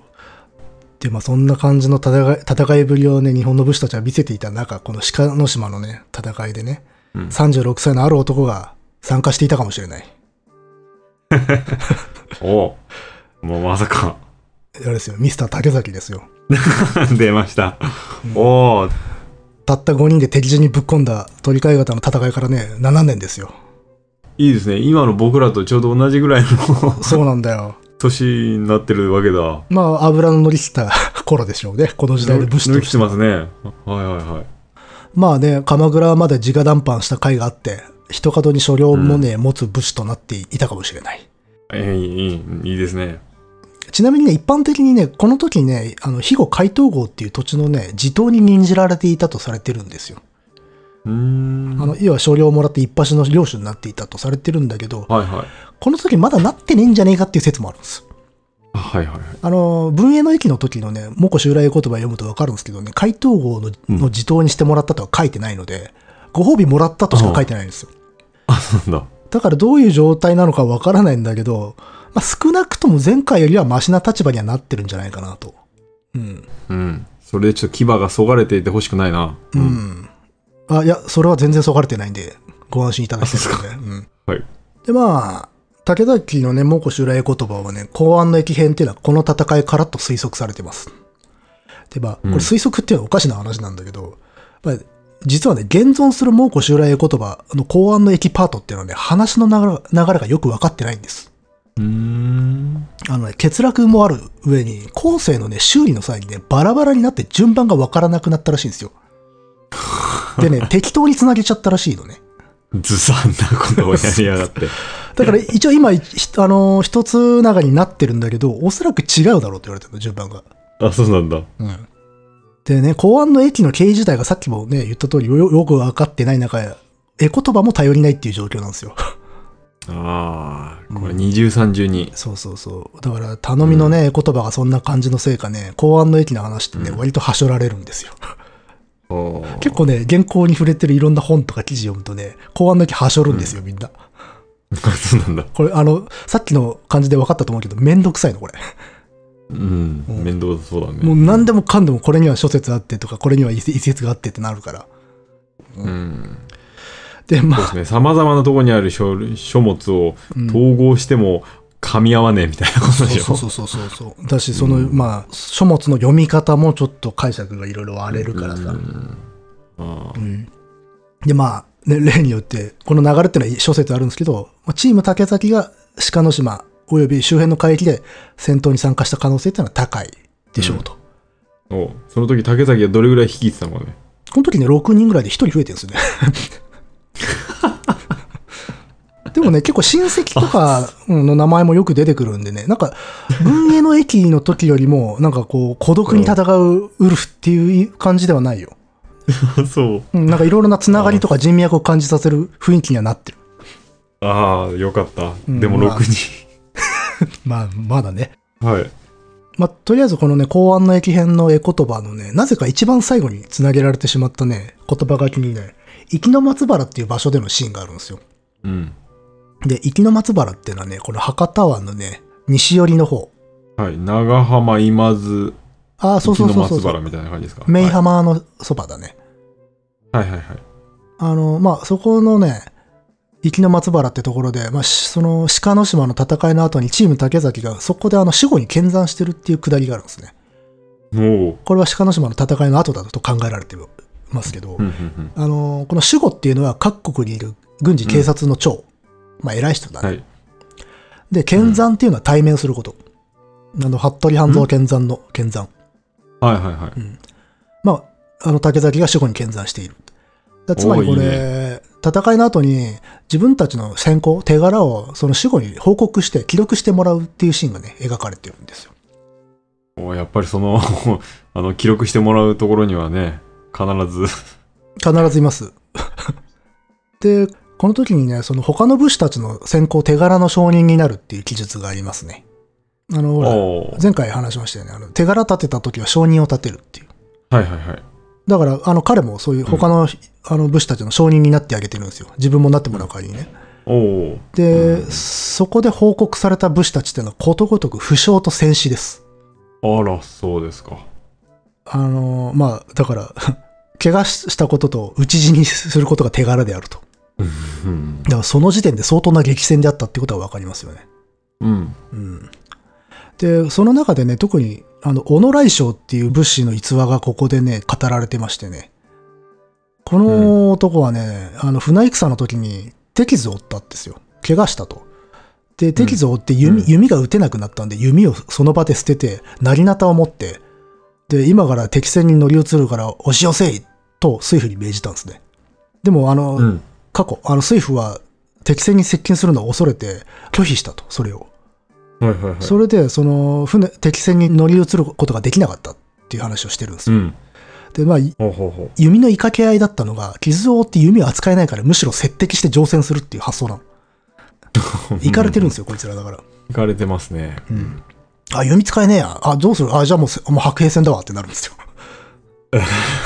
A: で、まあそんな感じの戦い、戦いぶりをね、日本の武士たちは見せていた中、この鹿の島のね、戦いでね、
B: う、ん、
A: 36歳のある男が参加していたかもしれない。
B: おうもうまさか
A: あれですよ、ミスター竹崎ですよ。
B: 出ました。おお、
A: たった5人で敵陣にぶっ込んだ鳥飼方の戦いからね、7年ですよ。
B: いいですね。今の僕らとちょうど同じぐらいの
A: そうなんだよ。
B: 年になってるわけだ。
A: まあ、油の乗りした頃でしょうね。この時代で武士
B: 抜
A: と
B: き
A: し
B: して
A: て。
B: ますね。はいはいはい。
A: まあね、鎌倉まで直談判した甲斐があって、一角に所領もね、持つ武士となっていたかもしれない。
B: えー、いい、いいいいですね。
A: ちなみにね、一般的にね、この時ね、あの、肥後海東郷っていう土地のね、地頭に任じられていたとされてるんですよ。
B: うーん。
A: あの、要は少量をもらって一発の領主になっていたとされてるんだけど、
B: はいはい。
A: この時まだなってねえんじゃねえかっていう説もあるんです。
B: あはいはいはい。
A: あの、文英の駅の時のね、もこ襲来言葉読むとわかるんですけどね、海東郷の
B: うん
A: の地頭にしてもらったとは書いてないので、ご褒美もらったとしか書いてないんですよ。
B: あ、そうなんだ。
A: だからどういう状態なのかわからないんだけど、まあ、少なくとも前回よりはマシな立場にはなってるんじゃないかなと。うん。
B: うん。それでちょっと牙がそがれていてほしくないな。
A: う。ん。あ、いや、それは全然そがれてないんで、ご安心いただきたいですね。うん。
B: はい。
A: で、まあ、武田家のね、猛虎襲来言葉はね、公安の駅編っていうのはこの戦いからと推測されてます。で、まあ、これ
B: うん
A: 推測っていうのはおかしな話なんだけど、まあ実はね、現存する猛虎襲来言葉の公安の駅パートっていうのはね、話の流れ流れがよく分かってないんです。
B: うーん。
A: あのね、欠落もある上に、後世のね、修理の際にね、バラバラになって順番がわからなくなったらしいんですよ。で ね、適当に繋げちゃったらしいのね。
B: ずさんなことをやりや がって。
A: だから一応今、ひあのー一つ長になってるんだけど、おそらく違うだろうって言われてるの、順番が。
B: あ、そうなんだ。
A: うん。でね、公安の駅の経営自体がさっきもね、言った通りよ、よくわかってない中、絵言葉も頼りないっていう状況なん ですよ。
B: ああ、これ二重三重に。
A: そうそうそう。だから、頼みのね、言葉がそんな感じのせいかね、公安の駅の話ってね、割とはしょられるんですよ。
B: おー
A: 結構ね、原稿に触れてるいろんな本とか記事読むとね、公安の時はしょるんですよ、みんな。
B: そうなんだ。
A: これ、あの、さっきの感じで分かったと思うけど、めんどくさいの、これ。
B: うん。
A: うん
B: 面倒そうだね。
A: もう何でもかんでもこれには諸説あってとか、これには一説一説があってってなるから。
B: うん。
A: で、ま
B: そうで
A: あ、
B: すね。様々なとこにある書書物を
A: うん
B: 統合しても噛み合わねえみたいなことでしょ。
A: そうそうそうそうそう。だし、その、まあ、書物の読み方もちょっと解釈がいろいろ割れるからさ。
B: うんあ
A: う
B: ー
A: んで、まあ、ね、例によって、この流れってのは諸説あるんですけど、まあチーム竹崎が鹿の島及び周辺の海域で戦闘に参加した可能性っていうのは高いでしょうと。
B: おその時竹崎はどれぐらい引きってたのか ね。
A: この時ね、6人ぐらいで1人増えてるんです よね。でもね、結構親戚とかうんの名前もよく出てくるんでね、なんか、文英の駅の時よりも、なんかこう、孤独に戦うウルフっていう感じではないよ。
B: そう。
A: うん、なんかいろいろなつながりとか人脈を感じさせる雰囲気にはなってる。
B: ああ、よかった。
A: うん
B: でも
A: まあ
B: 6人。
A: まあ、まだね。
B: はい。
A: まあ、とりあえずこのね、公安の駅編の絵言葉のね、なぜか一番最後につなげられてしまったね、言葉書きにね、生きの松原っていう場所でのシーンがあるんですよ。
B: うん。
A: で、行きの松原っていうのはね、この博多湾のね、西寄りの方。
B: はい。長浜今津、
A: ああ、そうそう
B: 沖
A: そう
B: の
A: そう
B: 松
A: そ
B: 原
A: う。
B: みたいな感じですか。
A: メイハマーのそばだね。
B: はいはいはいはい。
A: あの、まあ、そこのね、行きの松原ってところで、まあ、しその鹿の島の戦いの後にチーム竹崎がそこであの死後に見参してるっていうくだりがあるんですね。
B: おお。
A: これは鹿の島の戦いの後だと考えられてますけど、
B: うんうん
A: あの、この死後っていうのは各国にいる軍事警察の長。まあ、偉い人だ
B: う
A: ね
B: ん。。はい。
A: で、見参っていうのは対面すること。あの、服部半蔵見参の見参。
B: はいはいはい。
A: まあ、あの竹崎が死後に見参している。だつまりこれ、
B: おーいい
A: 戦いの後に自分たちの先行、手柄をその死後に報告して、記録してもらうっていうシーンがね、描かれてるんですよ。
B: おやっぱりその あの記録してもらうところにはね必ず
A: 必ずいます。 で、この時にね、その他の武士たちの先行、手柄の承認になるっていう記述がありますね。あの、ほら、
B: おー
A: 前回話しましたよね。あの手柄立てた時は承認を立てるっていう。
B: はいはいはい
A: だから、あの、彼もそういう他の,、あの武士たちの承認になってあげてるんですよ。自分もなってもらう代わりにね。
B: おお
A: で、
B: うん
A: そこで報告された武士たちっていうのはことごとく負傷と戦死です。
B: あらそうですか
A: あのーまあ、だから、 怪我したことと討ち死にすることが手柄であると。
B: うん
A: だからその時点で相当な激戦であったってことはわかりますよね。
B: うん
A: うん。で、その中でね、特に、あの、小野来将っていう武士の逸話がここでね、語られてましてね。この男はね、あの、船戦の時に手傷を負ったんですよ。怪我したと。で、手傷を負って弓,、
B: うん
A: 弓が撃てなくなったんで、弓をその場で捨てて、成刀を持って、で、今から敵戦に乗り移るから押し寄せいと、水夫に命じたんですね。でも、あの、
B: うん。
A: 過去、あの、水夫は敵戦に接近するのを恐れて、拒否したと、それを。
B: はいはいはい。
A: それで、その、船、敵戦に乗り移ることができなかったっていう話をしてるんです
B: う
A: よ。
B: ん。
A: で、まあ、
B: ほうほうほ
A: 弓のいかけ合いだったのが、傷を負って弓を扱えないから、むしろ接敵して乗船するっていう発 想なの。
B: う。。
A: いかれてるんですすよ、こいつらだから。
B: いかれてますね。
A: うん。あ、弓使えねえや。あ、どうするあ、じゃあもうせ、もう白兵戦だわってなるんです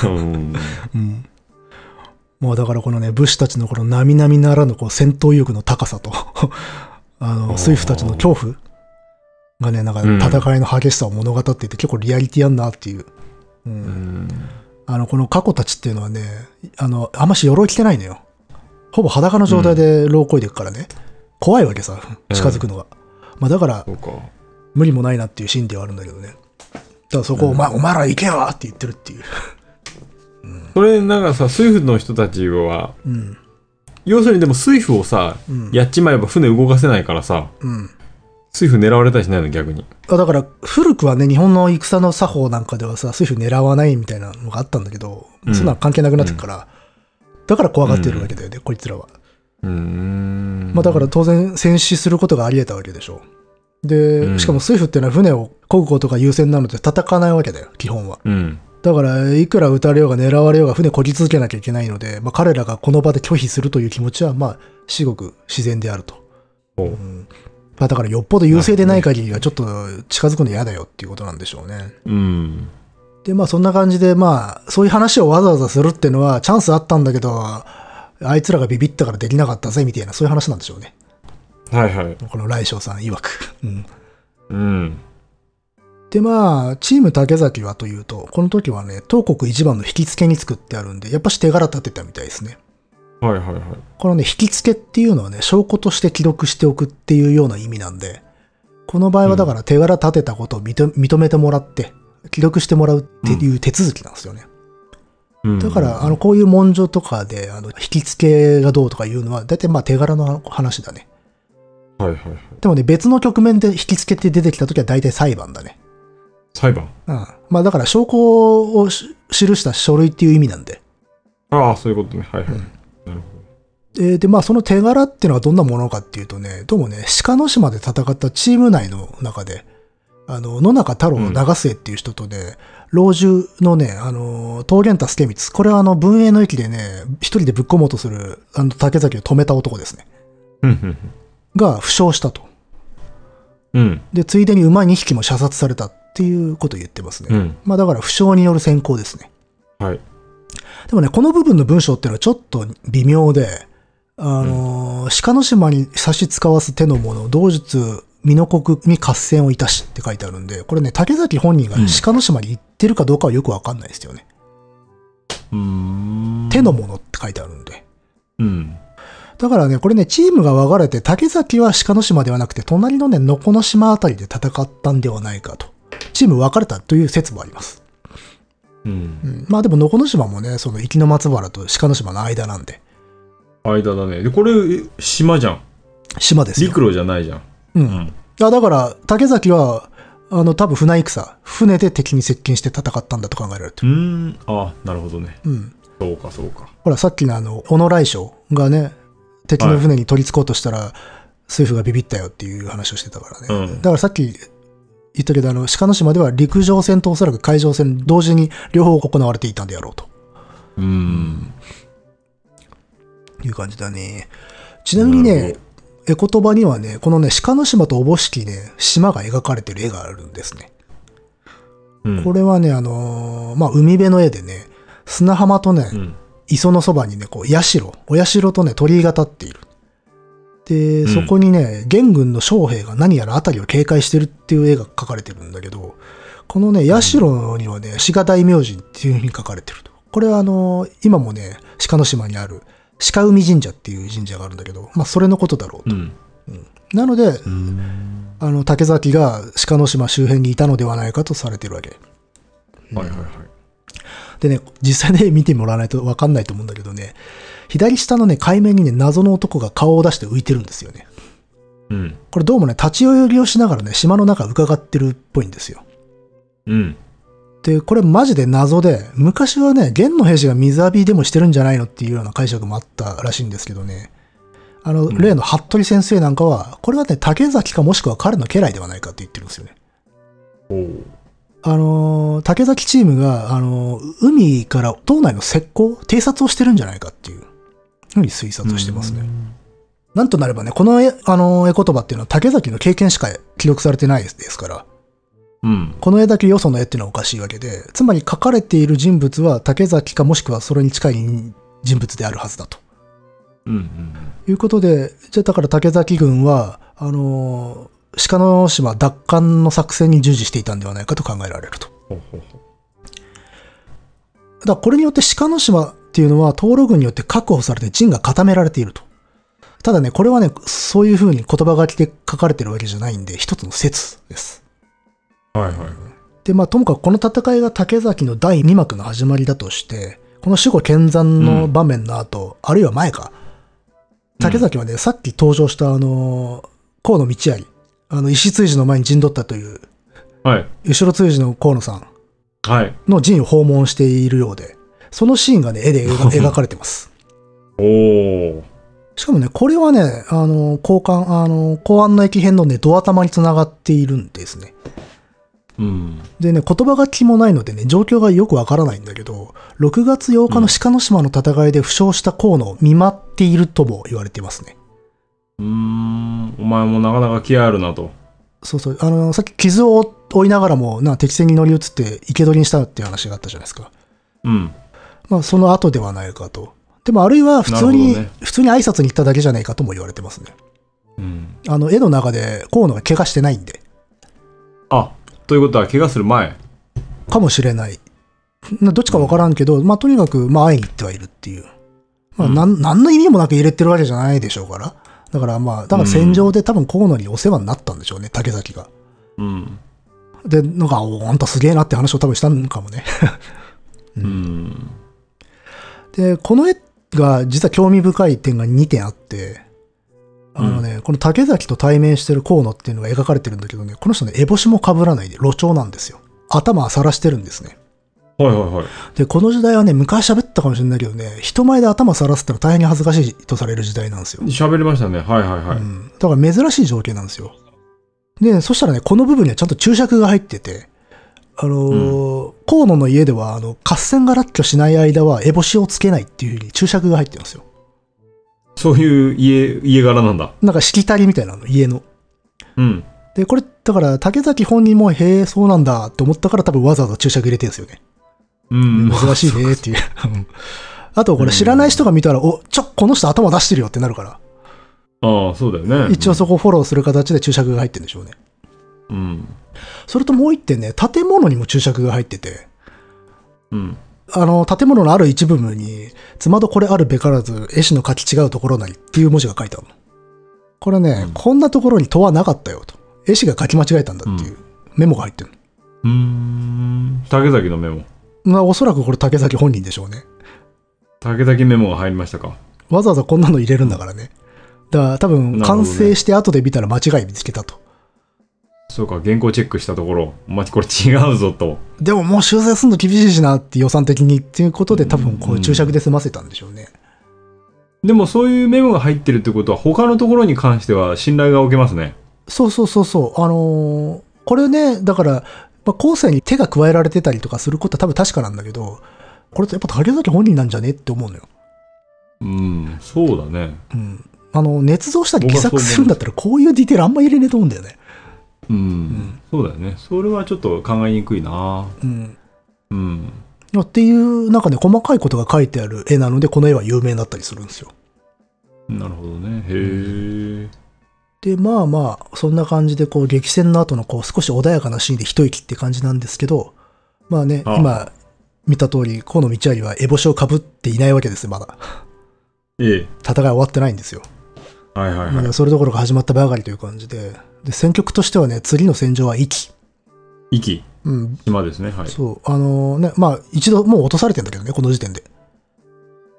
A: よ。
B: うん。
A: うん。もうだからこのね、武士たちのこの並々ならぬこう戦闘意欲の高さと、 あ
B: あー
A: の、水夫たちの恐怖がね、なんか
B: うん
A: 戦いの激しさを物語っていて、結構リアリティあんなっていう。う。
B: うんん。
A: あの、この過去たちっていうのはね、あの、あんまし鎧着てないのよ。ほぼ裸の状態で牢こいでいくからね、怖いわけさ、近づくのが。まあだから
B: そ、うか。
A: 無理もないなっていうシーンではあるんだけどね。ただそこを、お前、お前ら行けよって言ってるっていう。
B: それ、なんかさ、水夫の人たちは、
A: うん。
B: 要するにでも水夫をさ、
A: うん
B: やっちまえば船動かせないからさ、
A: うん。
B: 水夫狙われたりしないの逆に。
A: あだから、古くはね、日本の戦の作法なんかではさ、水夫狙わないみたいなのがあったんだけど、
B: うん
A: そんなの関係なくなってくから、だから怖がってるわけだよね、こいつらは。
B: うーん。
A: まあだから当然戦死することがあり得たわけでしょう。
B: う
A: で、
B: ん
A: しかも水夫っていうのは船を漕ぐことが優先なので戦わないわけだよ、基本は。
B: うん。
A: だから、いくら撃たれようが狙われようが船漕ぎ続けなきゃいけないので、まあ彼らがこの場で拒否するという気持ちは、まあ、至極自然であると。
B: ほう
A: まあだからよっぽど優勢でない限りはちょっと近づくの嫌だよっていうことなんでしょうね。
B: うん。
A: で、まあそんな感じで、まあそういう話をわざわざするっていうのはチャンスあったんだけど、あいつらがビビったからできなかったぜみたいなそういう話なんでしょうね。
B: はいはい。
A: この来翔さん曰く。うん。
B: うん。
A: でまあ、チーム竹崎はというと、この時はね、東国一番の引き付けに作ってあるんで、やっぱし手柄立てたみたいですね。
B: はいはいはい。
A: このね、引き付けっていうのはね、証拠として記録しておくっていうような意味なんで、この場合はだから手柄立てたことを認認めてもらって、記録してもらうっていう手続きなんですよね。
B: うん
A: だから、あの、、こういう文書とかで、あの、引き付けがどうとかいうのは、だいたいまあ手柄の話だね。
B: はいはいはい。
A: でもね、別の局面で引き付けって出てきた時は大体裁判だね。
B: 裁判。
A: うん。まあだから証拠をし記した書類っていう意味なんで。
B: ああ、そういうことね。はいはい。
A: うん
B: なるほ
A: で、で、まあその手柄っていうのはどんなものかっていうとね、どうもね、鹿の島で戦ったチーム内の中で、あの、野中太郎の長瀬っていう人とね、老中のね、あの、桃源太助光、これはあの、文英の駅でね、一人でぶっ込もうとする、あの、竹崎を止めた男ですね。
B: ど。うん
A: が負傷したと。
B: うんうん。
A: で、ついでに馬2匹も射殺されたっていうことを言ってますね。
B: うん。
A: まあだから負傷による先行ですね。
B: うん。はい。
A: でもね、この部分の文章っていうのはちょっと微妙で、あのー鹿の島に差し使わす手の者、同日、美濃国に合戦をいたしって書いてあるんで、これね、竹崎本人が
B: うん
A: 鹿の島に行ってるかどうかはよくわかんないですよね。
B: うーん
A: 手の。者って書いてあるんで。
B: うん。
A: だからね、これね、チームが分かれて、竹崎は鹿の島ではなくて、隣のね、のこの島あたりで戦ったんではないかと。チーム分かれたという説もあります。
B: うん
A: う。ん、まあでも、のこの島もね、その、生の松原と鹿の島の間なんで、
B: 間だね。で、これ、え島じゃん。
A: 島ですよ。
B: 陸路じゃないじゃん。
A: う。
B: うんん。
A: あだから、竹崎は、あの、多分船戦、船で敵に接近して戦ったんだと考えられて
B: う
A: る。
B: ーん。ああ、なるほどね。
A: うん。
B: そうか、そうか。
A: ほら、さっきのあの、小野来将がね、敵の船に取り付こうとしたら、水夫がビビったよっていう話をしてたからね。
B: うん
A: だからさっき言ったけど、あの、鹿の島では陸上戦とおそらく海上戦、同時に両方行われていたんでやろうと
B: うーん。
A: いう感じだね。ちなみにね、え言葉にはね、このね、鹿の島とおぼしきね、島が描かれてる絵があるんですね。
B: うん。
A: これはね、あのーまあ、海辺の絵でね、砂浜とね、
B: うん。
A: 磯のそばにね、こう、社、お社とね、鳥居が立っている。で、
B: うん
A: そこにね、元軍の将兵が何やら辺りを警戒してるっていう絵が描かれてるんだけど、このね、社にはね、鹿大明神っていうふうに描かれてると。これはあのー今もね、鹿の島にある、鹿海神社っていう神社があるんだけど、まあ、それのことだろうと。
B: うん。
A: なので
B: うん
A: あの竹崎が鹿の島周辺にいたのではないかとされてるわけ
B: はいはいはい
A: でね実際ね見てもらわないと分かんないと思うんだけどね左下のね海面にね謎の男が顔を出して浮いてるんですよね
B: うん
A: これどうもね立ち泳ぎをしながらね島の中伺ってるっぽいんですよ
B: うん
A: でこれマジで謎で昔はね元の兵士が水浴びでもしてるんじゃないのっていうような解釈もあったらしいんですけどねあの、
B: ん
A: 例の服部先生なんかはこれはね竹崎かもしくは彼の家来ではないかって言ってるんですよね
B: おう
A: あのー竹崎チームが、あのー海から島内の石膏偵察をしてるんじゃないかっていうふうに推察してますね、なんとなればねこの絵、あのー絵言葉っていうのは竹崎の経験しか記録されてないですから
B: うん
A: この絵だけよその絵っていうのはおかしいわけで、つまり書かれている人物は竹崎かもしくはそれに近い人物であるはずだと。
B: うんうん
A: いうことで、じゃあだから竹崎軍は、あのー鹿の島奪還の作戦に従事していたんではないかと考えられると。
B: ほうほうほ
A: だからこれによって鹿の島っていうのは東路軍によって確保されて陣が固められていると。ただね、これはね、そういうふうに言葉書きで書かれてるわけじゃないんで、一つの説です。
B: うはいはいはい
A: で、まあ、ともかくこの戦いが竹崎の第2幕の始まりだとして、この守護剣山の場面の後、あるいは前か、竹崎はね、さっき登場した、あのー、河野道有、あの、石追寺の前に陣取ったという、
B: はい
A: 後ろ追寺の河野さん
B: はい
A: の陣を訪問しているようで、そのシーンがね、絵で描描かれてます。
B: おお
A: しかもね、これはね、あのー、交換、あのー、公安の駅編のね、ドア玉につながっているんですね。
B: うん
A: でね、言葉が気もないのでね、状況がよくわからないんだけど、6月8日の鹿の島の戦いで負傷した河野を見舞っているとも言われてますね。
B: うーんお前もなかなか気合あるなと
A: そうそう、あの、さっき傷を負いながらも、な、敵戦に乗り移って生け捕りにしたっていう話があったじゃないですか。
B: うん
A: まあ、その後ではないかと。でも、あるいは普通
B: なる
A: に、
B: ほどね
A: 普通に挨拶に行っただけじゃないかとも言われてますね。
B: うん
A: あの、絵の中で河野が怪我してないんで、
B: あということは怪我する前
A: かもしれない。などっちかわからんけど、まあ、とにかく、まあ、会いに行ってはいるっていう。まあ、なん、なんの意味もなく入れてるわけじゃないでしょうから。だからまあ、だから戦場で多分河野にお世話になったんでしょうね、竹崎が。
B: うん
A: で、なんか、おあんたすげえなって話を多分したんかも ね。
B: うん
A: で、この絵が実は興味深い点が2点あって、あのね、この竹崎と対面してる河野っていうのが描かれてるんだけどね、この人ね、烏帽子も被らないで路長なんですよ。頭はさらしてるんですね。
B: はいはいはい
A: で、この時代はね、昔喋ったかもしれないけどね、人前で頭さらすってのは大変に恥ずかしいとされる時代なんですよ。
B: 喋りましたねはいはいはい、
A: うん。だから珍しい情景なんですよ。で、そしたらね、この部分にはちゃんと注釈が入ってて、あのー河野の家では、あの、合戦が落挙しない間は、烏帽子をつけないっていうふうに注釈が入ってるんですよ。
B: そういう家家柄なんだ
A: なんか、しきたりみたいなの、家の。
B: うん
A: で、これ、だから、竹崎本人も、へえ、そうなんだと思ったから、多分わざわざ注釈入れてるんですよね。
B: うん
A: 珍しいねっていう。うんあと、これ、知らない人が見たら、お、ちょ、この人頭出してるよってなるから。
B: ああそうだよね
A: 一応そこをフォローする形で注釈が入ってるんでしょうね。
B: うん
A: それともう一点ね、建物にも注釈が入ってて、
B: うん
A: あの、建物のある一部分に、妻どこれあるべからず、絵師の書き違うところなりっていう文字が書いてあるの。これね、
B: うん
A: こんなところに戸はなかったよと。絵師が書き間違えたんだっていうメモが入ってる
B: うーん竹崎のメモ
A: の。まあおそらくこれ竹崎本人でしょうね。
B: 竹崎メモが入りましたか
A: わざわざこんなの入れるんだからね。だから多分
B: なるほどね
A: 完成して後で見たら間違い見つけたと。
B: そうか原稿チェックしたところお前これ違うぞと
A: でももう修正するの厳しいしなって予算的にっていうことで多分こういう注釈で済ませたんでしょうね。
B: でもそういうメモが入ってるってことは他のところに関しては信頼が置けますね
A: そうそうそうそう。あのーこれね、だから、まあ、後世に手が加えられてたりとかすることは多分確かなんだけど、これってやっぱ竹崎本人なんじゃねって思うのよ。
B: うんそうだね
A: うん。あの、捏造したり偽
B: 僕
A: 作
B: はそう思います
A: するんだったら、こういうディテールあんま入れねえと思うんだよね。
B: うん、そうだよねそれはちょっと考えにくいな
A: うん。
B: うん
A: っていう、なんかね、細かいことが書いてある絵なので、この絵は有名だったりするんですよ。
B: なるほどねへえ
A: で、まあまあ、そんな感じで、こう、激戦の後の、こう、少し穏やかなシーンで一息って感じなんですけど、まあね、
B: ああ
A: 今、見た通り、河野道有は烏帽子をかぶっていないわけですよ、まだ。
B: ええ
A: 戦いは終わってないんですよ。
B: はいはいはいはい
A: ま
B: は
A: だそれどころか始まったばかりという感じでで戦局としてはね次の戦場は壱岐、
B: い。息、
A: うん、
B: 島ですね。はい。そ
A: そうあのねまあ一度もう落とされてんだけどねこの時点で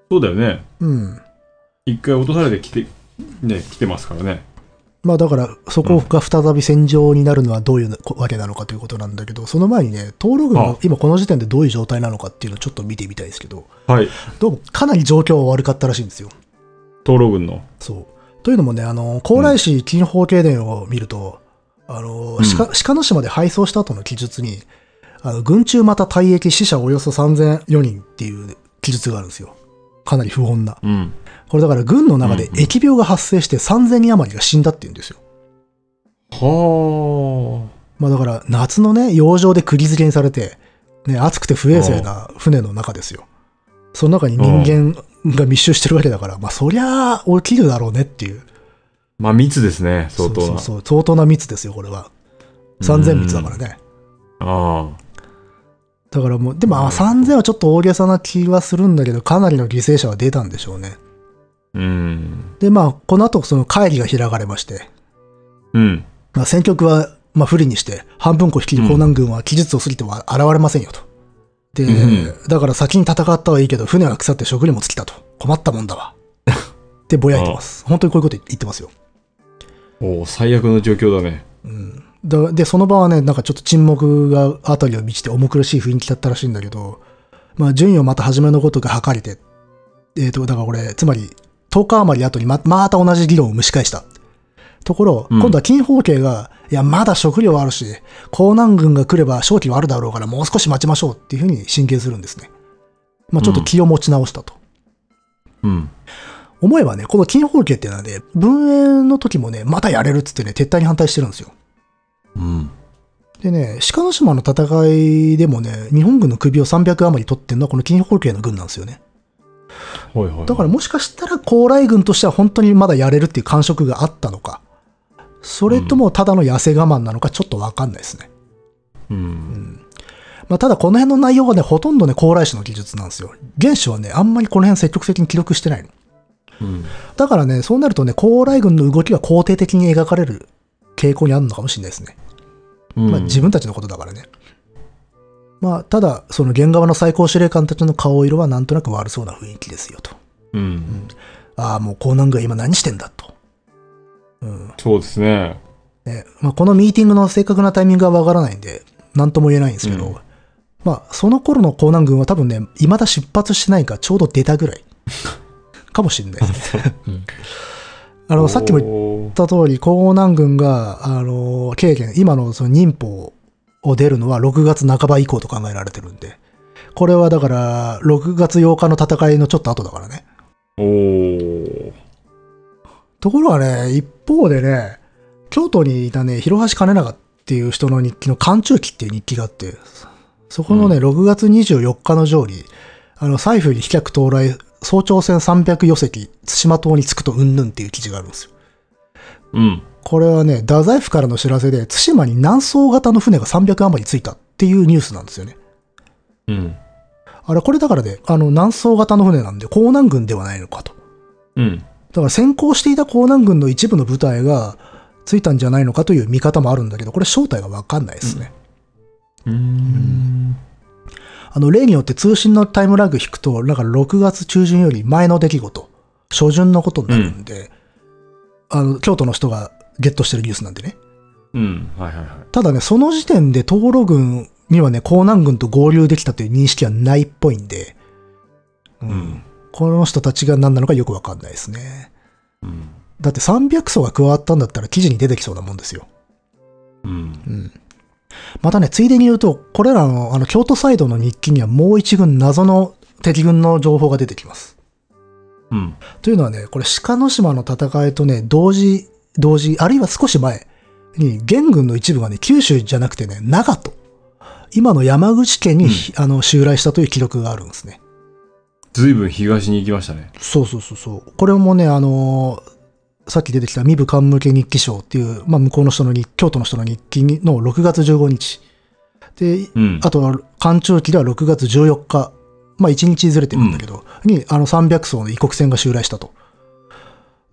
B: うだよね。
A: うん
B: 一回落とされてきて、ね、来てますからね。
A: まあだからそこが再び戦場になるのはどういうわけなのかということなんだけどその前にね東路軍
B: あ
A: が今この時点でどういう状態なのかっていうのをちょっと見てみたいですけど
B: はい。
A: どうもかなり状況は悪かったらしいんですよ
B: 東路軍の。
A: そう。というのもね、あの、高麗市近方経伝を見ると、あの、
B: うん
A: 鹿鹿の島で敗走した後の記述に、あの、軍中また退役死者およそ3004人っていう記述があるんですよ。かなり不穏な。
B: うん。
A: これだから軍の中で
B: うんうん
A: 疫病が発生して3000人余りが死んだっていうんですよ。
B: は
A: まあだから夏のね、洋上で釘付けにされて、ね、暑くて不衛生な船の中ですよ。その中に人間が密集してるわけだから、まあそりゃあ起きるだろうねっていう。
B: あ。まあ、密ですね。相当な。
A: そうそうそう相当な密ですよこれは3000密だからね
B: ああ。
A: だからもうでもあ
B: うん
A: 3000はちょっと大げさな気はするんだけどかなりの犠牲者は出たんでしょうね
B: うん。
A: でまあこの後その会議が開かれまして、
B: うん。
A: まあ、戦局はまあ不利にして半分こ率いる江南軍は期日を過ぎては現れませんよと、で、
B: う
A: だから先に戦ったはいいけど船は腐って食にも尽きたと困ったもんだ わってぼやいてます本当にこういうこと言ってますよ
B: おお、最悪の状況だね。
A: うんだで、その場はね、なんかちょっと沈黙が辺りを満ちて重苦しい雰囲気だったらしいんだけど、まあ、順位をまた初めのごとく測れて、えっ、と、だからこれ、つまり、10日余り後にままた同じ議論を蒸し返した。ところ、
B: うん
A: 今度は金方形が、いや、まだ食料はあるし、江南軍が来れば勝機はあるだろうから、もう少し待ちましょうっていうふうに進言するんですね。まあ、ちょっと気を持ち直したと。
B: うん。
A: 思えばね、この金方形っていうのはね、文営の時もね、またやれるっつってね、撤退に反対してるんですよ。
B: うん。
A: でね、鹿の島の戦いでもね、日本軍の首を300余り取ってるのはこの金宝系の軍なんですよね。
B: はいはいはい。
A: だからもしかしたら高麗軍としては本当にまだやれるっていう感触があったのか、それともただの痩せ我慢なのかちょっとわかんないですね。
B: うん。
A: まあ、ただこの辺の内容がね、ほとんどね、高麗市の技術なんですよ。原始はね、あんまりこの辺積極的に記録してないの。
B: うん。
A: だからね、そうなるとね、高麗軍の動きが肯定的に描かれる傾向にあるのかもしれないですね。
B: うん
A: まあ、自分たちのことだからね。まあ、ただ、その現側の最高司令官たちの顔色はなんとなく悪そうな雰囲気ですよと。
B: うん。
A: ああ、もう江南軍は今何してんだと。うん。
B: そうですね。
A: ねまあ、このミーティングの正確なタイミングはわからないんで、なんとも言えないんですけど、
B: うん
A: まあ、その頃の江南軍は多分ね、未だ出発してないか、ちょうど出たぐらい。 かもしれないですね。あ
B: あ
A: の、さっきも言っ
B: も。
A: 言った通り、江南軍が、あの、経験、今のその忍法を出るのは6月半ば以降と考えられてるんで、これはだから、6月8日の戦いのちょっと後だからね。
B: おお。
A: ところがね、一方でね、京都にいたね、広橋兼長っていう人の日記の寒中記っていう日記があって、そこのね、
B: う
A: 6月24日の上に、あの、財布に飛脚到来、早朝戦300余隻、対馬島に着くとうんぬんっていう記事があるんですよ。
B: うん。
A: これはね、太宰府からの知らせで、対馬に南宋型の船が300余り着いたっていうニュースなんですよね。
B: うん。
A: あれ、これだからね、あの、南宋型の船なんで、江南軍ではないのかと。
B: うん。
A: だから先行していた江南軍の一部の部隊が着いたんじゃないのかという見方もあるんだけど、これ正体がわかんないですね。
B: うん。
A: あの、例によって通信のタイムラグ引くと、だから6月中旬より前の出来事、初旬のことになるんで、あの、京都の人がゲットしてるニュースなんでね。
B: うん。はいはいはい。
A: ただね、その時点で東路軍にはね、江南軍と合流できたという認識はないっぽいんで、うん
B: うん
A: この人たちが何なのかよくわかんないですね。
B: うん。
A: だって300層が加わったんだったら記事に出てきそうなもんですよ。
B: うん。
A: うん。またね、ついでに言うと、これらのあの京都サイドの日記にはもう一軍謎の敵軍の情報が出てきます。
B: うん。
A: というのはね、これ鹿の島の戦いとね、同時、同時、あるいは少し前に、元軍の一部がね、九州じゃなくてね、長門。今の山口県に、
B: うん
A: あの襲来したという記録があるんですね。
B: ずいぶん東に行きましたね。
A: そうそうそうそう。これもね、あのーさっき出てきた、身部官向け日記賞っていう、まあ、向こうの人の日、京都の人の日記にの6月15日。で、
B: うん。
A: あとは、寒中期では6月14日、まあ1日ずれてるんだけど、に、あの300層の異国船が襲来したと。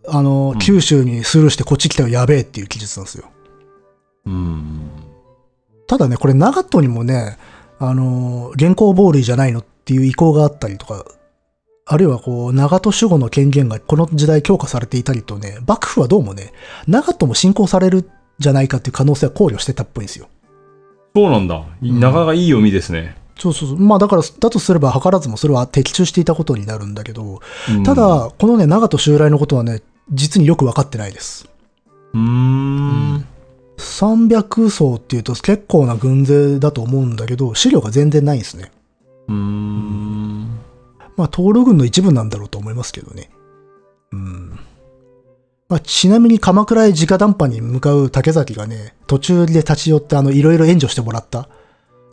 A: あの、九州にスルーしてこっち来たらやべえっていう記述なんですよ。
B: うん。
A: ただね、これ長門にもね、あの、現行暴類じゃないのっていう意向があったりとか、あるいはこう、長門守護の権限がこの時代強化されていたりとね、幕府はどうもね、長門も侵攻されるんじゃないかっていう可能性は考慮してたっぽいんですよ。
B: そうなんだ。
A: ん
B: なかなかいい読みですね。
A: そうそうそう。まあだから、だとすれば図らずもそれは的中していたことになるんだけど、
B: うん
A: た、だ、このね、長門襲来のことはね、実によく分かってないです。
B: うーん。
A: 300層っていうと結構な軍勢だと思うんだけど、資料が全然ないんですね。
B: うーん。
A: まあ、東路軍の一部なんだろうと思いますけどね。うん。まあ、ちなみに鎌倉へ直談判に向かう竹崎がね、途中で立ち寄って、あの、いろいろ援助してもらった、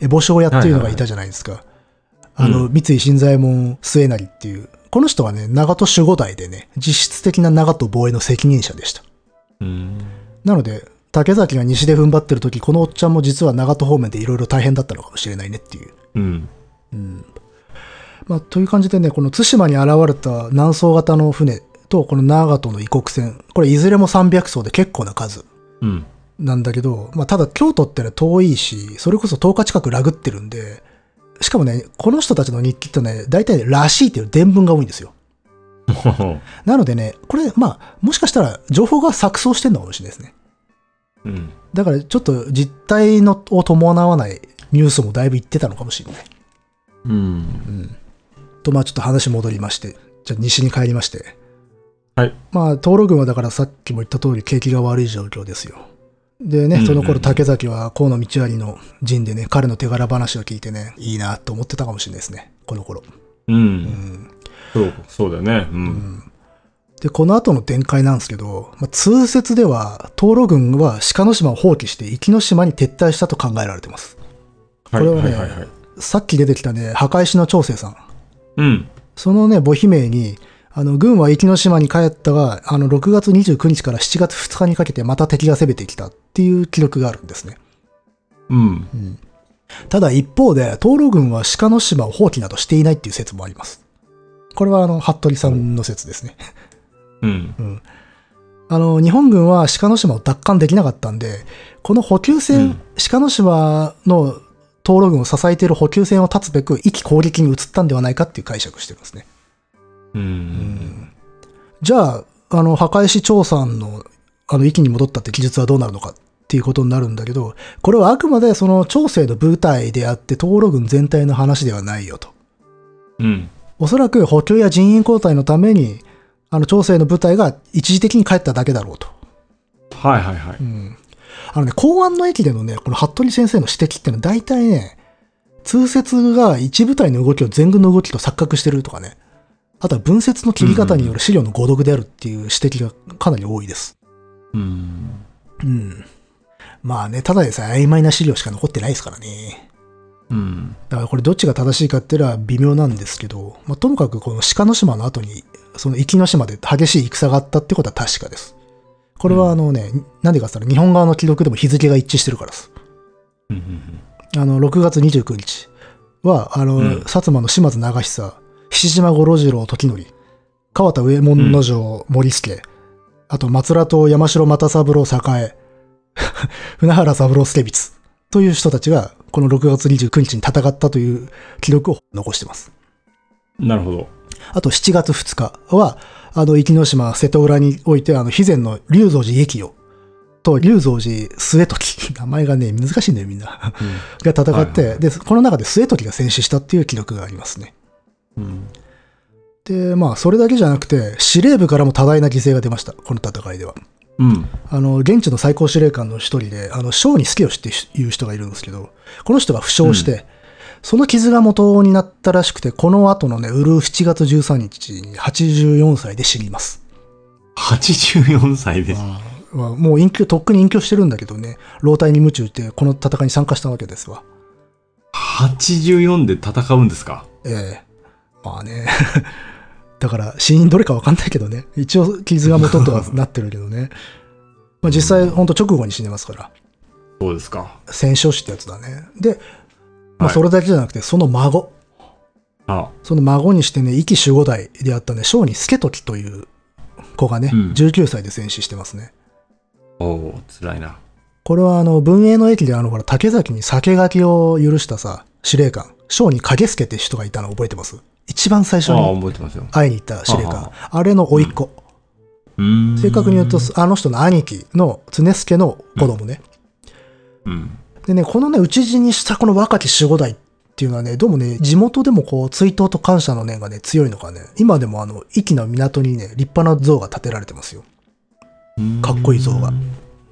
A: え、母親っていうのがいたじゃないですか。
B: はいはい
A: あの、三井新左衛門末成っていう、この人はね、長門守護代でね、実質的な長門防衛の責任者でした。
B: うん。
A: なので、竹崎が西で踏ん張ってる時、このおっちゃんも実は長門方面でいろいろ大変だったのかもしれないねっていう。
B: うん。
A: うんまあ、という感じでね、この対馬に現れた南宋型の船と、この長門の異国船、これいずれも300艘で結構な数
B: うん。
A: なんだけど、まあ、ただ京都ってのは遠いし、それこそ10日近くラグってるんで、しかもね、この人たちの日記ってね、大体ねらしいっていう伝聞が多いんですよ。なのでね、これ、まあ、もしかしたら情報が錯綜してるのかもしれないですね。
B: うん。
A: だからちょっと実態のを伴わないニュースもだいぶ言ってたのかもしれない。
B: うん。
A: と、まあちょっと話戻りまして、じゃあ西に帰りまして。
B: はい。
A: まあ、東路軍はだからさっきも言った通り景気が悪い状況ですよ。で
B: うんうんう
A: ね、
B: ん
A: その頃竹崎は河野道有の陣でね、彼の手柄話を聞いてね、いいなと思ってたかもしれないですね、この頃。
B: う。
A: うんん。
B: そう、そうだよね。う。
A: うんん。で、この後の展開なんですけど、まあ、通説では、東路軍は鹿の島を放棄して、壱岐の島に撤退したと考えられてます。
B: は
A: こ
B: い
A: れは
B: は
A: ね
B: いはいはい。
A: さっき出てきたね、墓石の長生さん。
B: うん。
A: そのね、母姫に、あの、軍は壱岐島に帰ったが、あの、6月29日から7月2日にかけてまた敵が攻めてきたっていう記録があるんですね。
B: うん。
A: ただ一方で、東路軍は鹿の島を放棄などしていないっていう説もあります。これはあの、服部さんの説ですね。
B: うん。
A: あの、日本軍は鹿の島を奪還できなかったんで、この補給船、
B: うん
A: 鹿の島の東路軍を支えている補給船を立つべく、壱岐攻撃に移ったんではないかっていう解釈をしてるんですね。
B: うん。
A: じゃあ、あの、墓石長さんの、あの、域に戻ったって記述はどうなるのかっていうことになるんだけど、これはあくまでその長生の部隊であって、東路軍全体の話ではないよと。
B: うん。
A: おそらく補給や人員交代のために、あの、長生の部隊が一時的に帰っただけだろうと。
B: はいはいはい。
A: うん。あのね、公安の駅でのね、この服部先生の指摘ってのは大体ね、通説が一部隊の動きを全軍の動きと錯覚してるとかね、あとは文節の切り方による資料の誤読であるっていう指摘がかなり多いです。
B: うん。
A: うん。まあね、ただでさえ曖昧な資料しか残ってないですからね。
B: うん。
A: だからこれどっちが正しいかっていうのは微妙なんですけど、まあ、ともかくこの鹿の島の後に、その壱岐の島で激しい戦があったってことは確かです。これはあのね、なんでかって言ったら日本側の記録でも日付が一致してるからです。
B: うん。
A: あの、6月29日は、あの、
B: うん
A: 薩摩の島津長久、菱島五郎次郎時則、川田上門之丞森助、あと松浦と山城又三郎栄、 船原三郎助光という人たちが、この6月29日に戦ったという記録を残してます。
B: なるほど。
A: あと7月2日は、あの、壱岐の島瀬戸浦において、あの、肥前の龍蔵寺駅を、と、龍蔵寺末時、名前がね、難しいんだよ、みんな。が戦って、
B: はいはい
A: で、この中で末時が戦死したっていう記録がありますね。
B: うん。
A: で、まあ、それだけじゃなくて、司令部からも多大な犠牲が出ました、この戦いでは。
B: うん。
A: あの、現地の最高司令官の一人で、あの、小に助をっていう人がいるんですけど、この人が負傷して、その傷が元になったらしくて、この後のね、うるう7月13日に84歳で死にます。
B: 84歳です。
A: まあもう隠居、とっくに隠居してるんだけどね、老体に夢中って、この戦いに参加したわけですわ。
B: 84で戦うんですか
A: ええまあね。 だから、死因どれかわかんないけどね。一応、傷が元とはなってるけどね。まあ実際、ほんと直後に死んでますから。
B: そうですか。
A: 戦傷死ってやつだね。で、まあ
B: はい
A: それだけじゃなくて、その孫。
B: あ、
A: その孫にしてね、壱岐守護代であったね、小児助時という子がね、
B: うん
A: 19歳で戦死してますね。
B: おお辛いな
A: これはあの、文英の駅であの、ほら、竹崎に酒書きを許したさ、司令官、小に影助って人がいたの覚えてます一番最初
B: ああ
A: に
B: 覚えてますよ
A: 会いに行った司令
B: あ
A: 官。あれの甥っ子。
B: うーん
A: 正確に言うと、あの人の兄貴の常助の子供ね。
B: うん
A: でね、このね、討ち死にしたこの若き守護代っていうのはね、どうもね、地元でもこう、追悼と感謝の念がね、強いのかね、今でもあの、壱岐の港にね、立派な像が建てられてますよ。かっこいい像が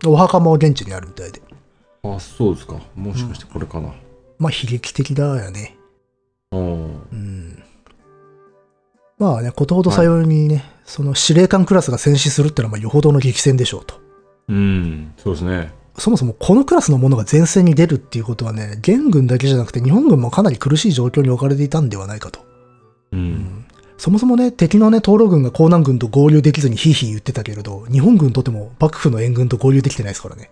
A: お墓も現地にあるみたいで。
B: あそうですかもしかしてこれかな、
A: まあ、悲劇的だよね。
B: うん、
A: うん。まあね、ことほどさようにね、その司令官クラスが戦死するってのは、まあ、よほどの激戦でしょうと。
B: うん、そうですね
A: そもそもこのクラスのものが前線に出るっていうことはね、元軍だけじゃなくて日本軍もかなり苦しい状況に置かれていたんではないかと。
B: うん
A: そもそもね、敵のね、東路軍が江南軍と合流できずにヒーヒー言ってたけれど、日本軍にとっても幕府の援軍と合流できてないですからね。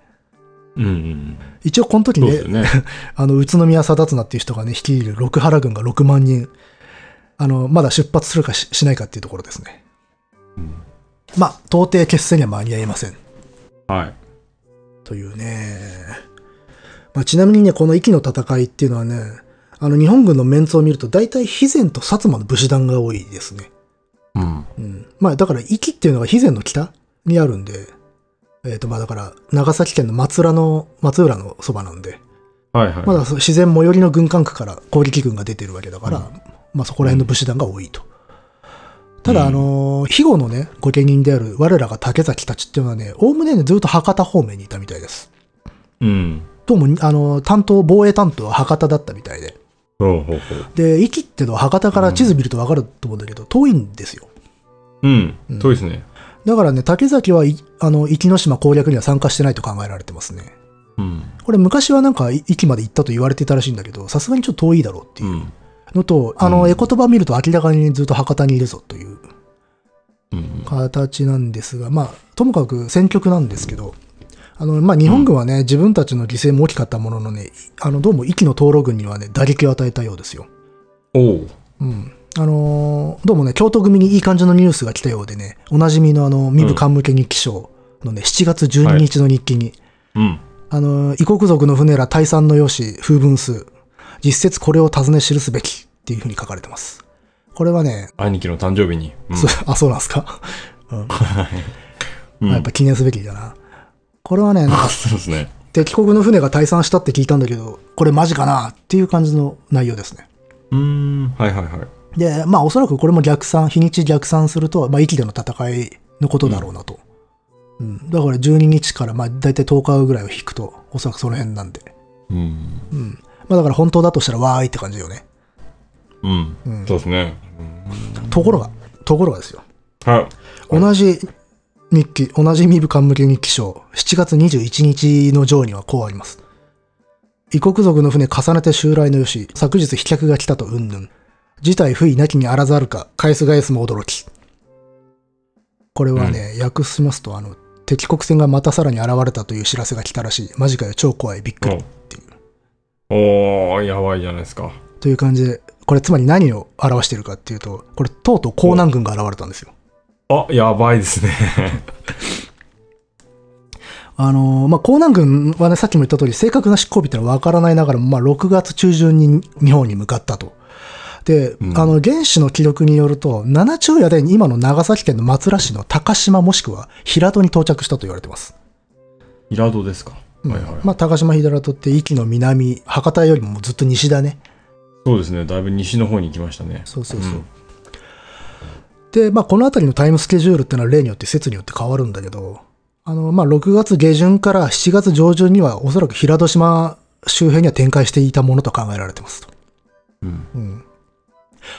B: うん、うん、
A: 一応この時
B: そう
A: ね、
B: ですよね
A: あの、宇都宮貞綱っていう人がね、率いる六原軍が6万人。あの、まだ出発するかししないかっていうところですね。
B: うん
A: まあ、到底決戦には間に合いません。
B: はい
A: というね。まあ、ちなみにね、この息の戦いっていうのはね、あの、日本軍のメンツを見ると、大体、肥前と薩摩の武士団が多いですね。
B: うん
A: うん。まあ、だから、息っていうのが肥前の北にあるんで、えっ、と、まあ、だから、長崎県の松浦の、松浦のそばなんで、
B: はいはい、
A: まだそ自然最寄りの軍管区から攻撃軍が出てるわけだから、
B: うん
A: まあそこら辺の武士団が多いと。ただ、
B: うん
A: あのー、肥後のね、御家人である我らが竹崎たちっていうのはね、おおむねねずっと博多方面にいたみたいです。
B: うん
A: どうも、あのー、担当、防衛担当は博多だったみたいで。
B: ほうほうほう
A: で、壱岐ってのは博多から地図見るとわかると思うんだけど、遠いんですよ。
B: うん
A: うん
B: 遠いですね
A: だからね、竹崎はい、あの、壱岐の島攻略には参加してないと考えられてますね。
B: うん
A: これ昔はなんか、い壱岐まで行ったと言われていたらしいんだけど、さすがにちょっと遠いだろうっていうう。
B: ん
A: のと、あの、
B: うん
A: 絵言葉見ると明らかにずっと博多にいるぞという
B: うん
A: 形なんですが、まあ、ともかく戦局なんですけど、あの、まあ、日本軍はね、自分たちの犠牲も大きかったもののね、いあの、どうも息の灯籠軍にはね、打撃を与えたようですよ。
B: おう
A: うん。あのーどうもね、京都組にいい感じのニュースが来たようでね、おなじみのあの、身部官向け日記賞のね、7月12日の日記に、
B: うん
A: あの、異国族の船ら大産のよし、風文数。実説これを尋ね記すべき。っていうふうに書かれてます。これはね、
B: 兄貴の誕生日に、うん
A: そうあ、そうなんですか。うん。
B: うん
A: まあやっぱ記念すべきだな。これはね、なんか
B: そうですね
A: 敵国の船が退散したって聞いたんだけど、これマジかなっていう感じの内容ですね。
B: うーんはいはいはい
A: で、まあおそらくこれも逆算、日にち逆算すると、まあ息での戦いのことだろうなと。うん。だから12日から、まあ大体10日ぐらいを引くと、おそらくその辺なんで。
B: うん
A: うん。まあだから本当だとしたらわーいって感じよね。
B: うん、
A: うん
B: そうですね
A: ところが、ところがですよ。
B: はい
A: 同じ日記、同じ身分冠日記賞、7月21日の上にはこうあります。異国族の船重ねて襲来のよし、昨日飛脚が来たとうんぬん。事態不意なきにあらざるか、返す返すも驚き。これはね、訳しますと、あの、敵国船がまたさらに現れたという知らせが来たらしい。マジかよ、超怖い、びっくり。っていう。
B: おおーやばいじゃないですか
A: という感じで、これつまり何を表しているかっていうと、これ、とうとう江南軍が現れたんですよ。
B: あやばいですね
A: あのーまあ、江南軍はね、さっきも言った通り、正確な執行日ってのは分からないながらも、まあ、6月中旬に日本に向かったと。で、
B: うん
A: あの、原始の記録によると、七昼夜で今の長崎県の松浦市の高島もしくは平戸に到着したと言われてます。
B: イラドですか、
A: うん
B: はいはい、
A: まあ、高島平戸って、壱岐の南、博多よりももうずっと西だね。
B: そうですねだいぶ西の方に行きましたね
A: そうそうそう。で、まあ、この辺りのタイムスケジュールってのは例によって説によって変わるんだけど、あの、まあ、6月下旬から7月上旬にはおそらく平戸島周辺には展開していたものと考えられてますと。
B: うん
A: うん。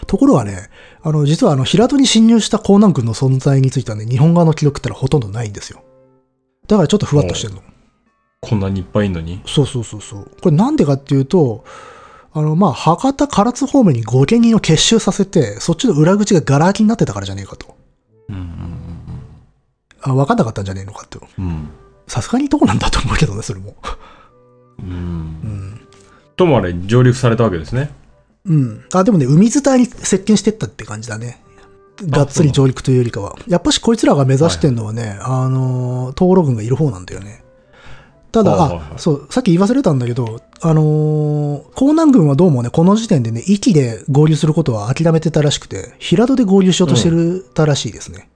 A: ところがね、あの、実はあの、平戸に侵入した江南軍の存在についてはね、日本側の記録ってのはほとんどないんですよ。だからちょっとふわっとしてるの。
B: こんなにいっぱいいんのに
A: そうそうそうそう。これなんでかっていうと、あの、まあ、博多唐津方面に御家人を結集させて、そっちの裏口がガラ空きになってたからじゃねえかと。
B: うん
A: あ、わかんなかったんじゃねえのかって。
B: うんうん
A: さすがにどうなんだと思うけどね、それも。
B: うん、
A: う
B: う、
A: んん。
B: ともあれ上陸されたわけですね
A: うん。あ、でもね、海伝いに接近してったって感じだね。がっつり上陸というよりかは、やっぱしこいつらが目指してるのはね、あのー、東路軍がいる方なんだよね。ただ、
B: はいはいは
A: あ
B: い
A: そう、さっき言い忘れたんだけど、あのー、江南軍はどうもね、この時点でね、息で合流することは諦めてたらしくて、平戸で合流しようとしてるたらしいですね。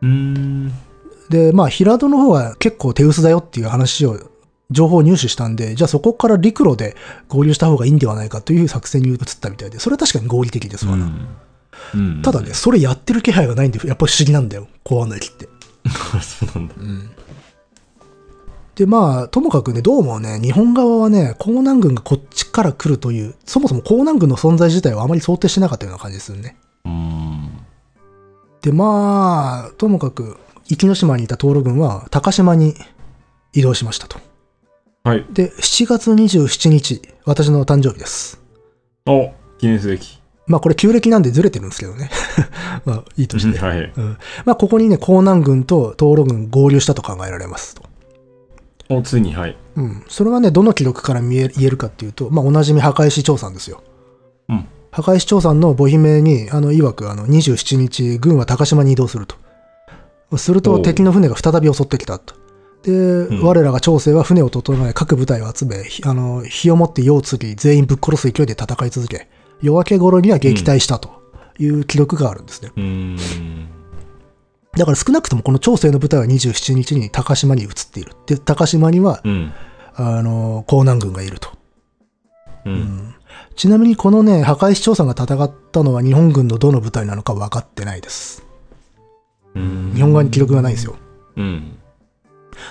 B: うーん。
A: で、まあ、平戸の方は結構手薄だよっていう話を、情報を入手したんで、じゃあそこから陸路で合流した方がいいんではないかという作戦に移ったみたいで、それは確かに合理的ですわな。
B: うん
A: ただね、。それやってる気配がないんで、やっぱり不思議なんだよ、公安の駅って。
B: そうなんだ。
A: で、まあ、ともかくね、どうもね、日本側はね、江南軍がこっちから来るという、そもそも江南軍の存在自体はあまり想定してなかったような感じですよね。
B: うーん。
A: で、まあ、ともかく、壱岐島にいた東路軍は高島に移動しましたと。
B: はい。
A: で、7月27日、私の誕生日です。
B: お記念すべき。
A: まあ、これ旧暦なんでずれてるんですけどね。 まあ、いいとして。
B: はい。
A: うん、まあ、ここにね、江南軍と東路軍合流したと考えられますと。
B: お、ついに、はい。
A: うん、それはね、どの記録から見え言えるかっていうと、まあ、おなじみ墓石長さんですよ。
B: うん
A: 墓石長さんの母姫に、あの、曰く、あの、27日、軍は高島に移動すると。する
B: お
A: と、
B: う
A: 敵の船が再び襲ってきたと。で、
B: ん
A: 我らが長生は船を整え、各部隊を集め、ひあの、火を持って世を釣り、全員ぶっ殺す勢いで戦い続け、夜明け頃には撃退したという記録があるんですね。
B: うーん。
A: だから少なくともこの長生の部隊は27日に高島に移っている。で、高島には、
B: うん。
A: あの、江南軍がいると。
B: うん。
A: ちなみにこのね、破壊市長さんが戦ったのは日本軍のどの部隊なのか分かってないです。
B: うん
A: 日本側に記録がないんですよ。
B: うん。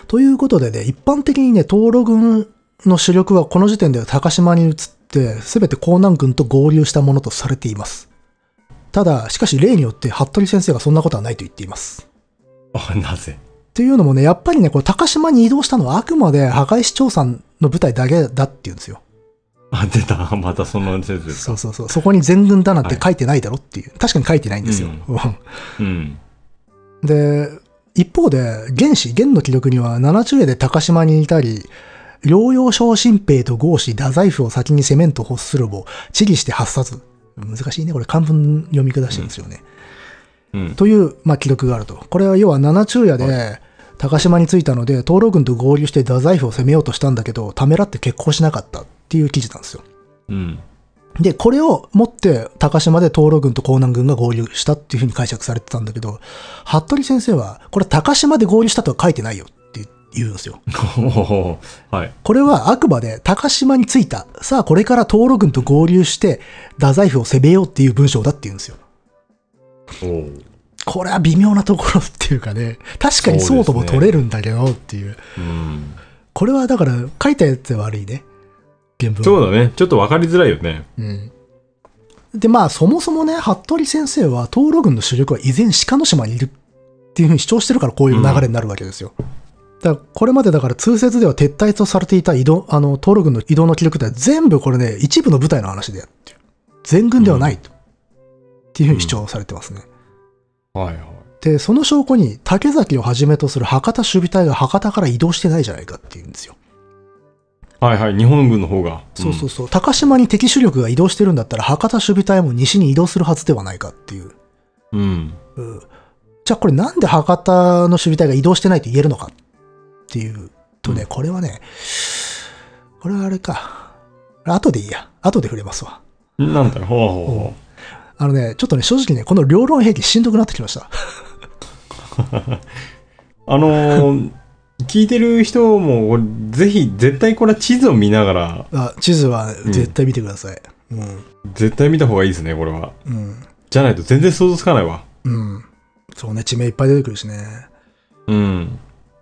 A: ということでね、一般的にね、東路軍の主力はこの時点で高島に移って、すべて江南軍と合流したものとされています。ただ、しかし例によって服部先生がそんなことはないと言っています。
B: あ、なぜ
A: っていうのもね、やっぱりね、こう高島に移動したのはあくまで破壊市長さんの部隊だけだっていうんですよ。
B: あ、出た。 またその先生です
A: そ
B: か
A: う。そうそう。そこに全軍だなんて書いてないだろっていう。確かに書いてないんですよ。
B: ううん。
A: で、一方で、原始、元の記録には、七中絵で高島にいたり、療養小新兵と合子、太宰府を先に攻めんと欲するを、治義して発殺。難しいね、これ漢文読み下してるんですよね。
B: うん。
A: という、まあ、記録があると。これは要は七中夜で、高島に着いたので、東路軍と合流して太宰府を攻めようとしたんだけど、ためらって決行しなかったっていう記事なんですよ。
B: うん。
A: で、これを持って、高島で東路軍と江南軍が合流したっていうふうに解釈されてたんだけど、服部先生は、これ高島で合流したとは書いてないよって言うんですよ。
B: おおはい。
A: これはあくまで高島に着いた。さあ、これから東路軍と合流して、太宰府を攻めようっていう文章だって言うんですよ。
B: おお。
A: これは微妙なところっていうかね、確かにそうとも取れるんだけどっていう。
B: うん。
A: これはだから、書いたやつは悪いね。原文は
B: そうだね。ちょっと分かりづらいよね。
A: うんでまあそもそもね服部先生は東路軍の主力は依然鹿の島にいるっていうふうに主張してるからこういう流れになるわけですよ。だからこれまでだから通説では撤退とされていた移動あの東路軍の移動の記録って全部これね一部の部隊の話でやってる全軍ではないと、っていうふうに主張されてますね。
B: はいはい。
A: でその証拠に竹崎をはじめとする博多守備隊が博多から移動してないじゃないかっていうんですよ。
B: はいはい。日本軍の方が。
A: そうそうそう、高島に敵主力が移動してるんだったら博多守備隊も西に移動するはずではないかっていう。
B: うん。うん。
A: うんじゃあこれなんで博多の守備隊が移動してないと言えるのかっていうとね、これはね、これはあれか。後でいいや。後で触れますわ。
B: なんだろう、ほうほうほ
A: あのね、ちょっとね、正直ね、この両論兵器しんどくなってきました。
B: う。あのー、聞いてる人も、ぜひ、絶対これは地図を見ながら、
A: あ地図は絶対見てください。うん。
B: 絶対見た方がいいですね、これは。
A: うん。
B: じゃないと全然想像つかないわ。
A: うん。そうね、地名いっぱい出てくるしね。
B: うん。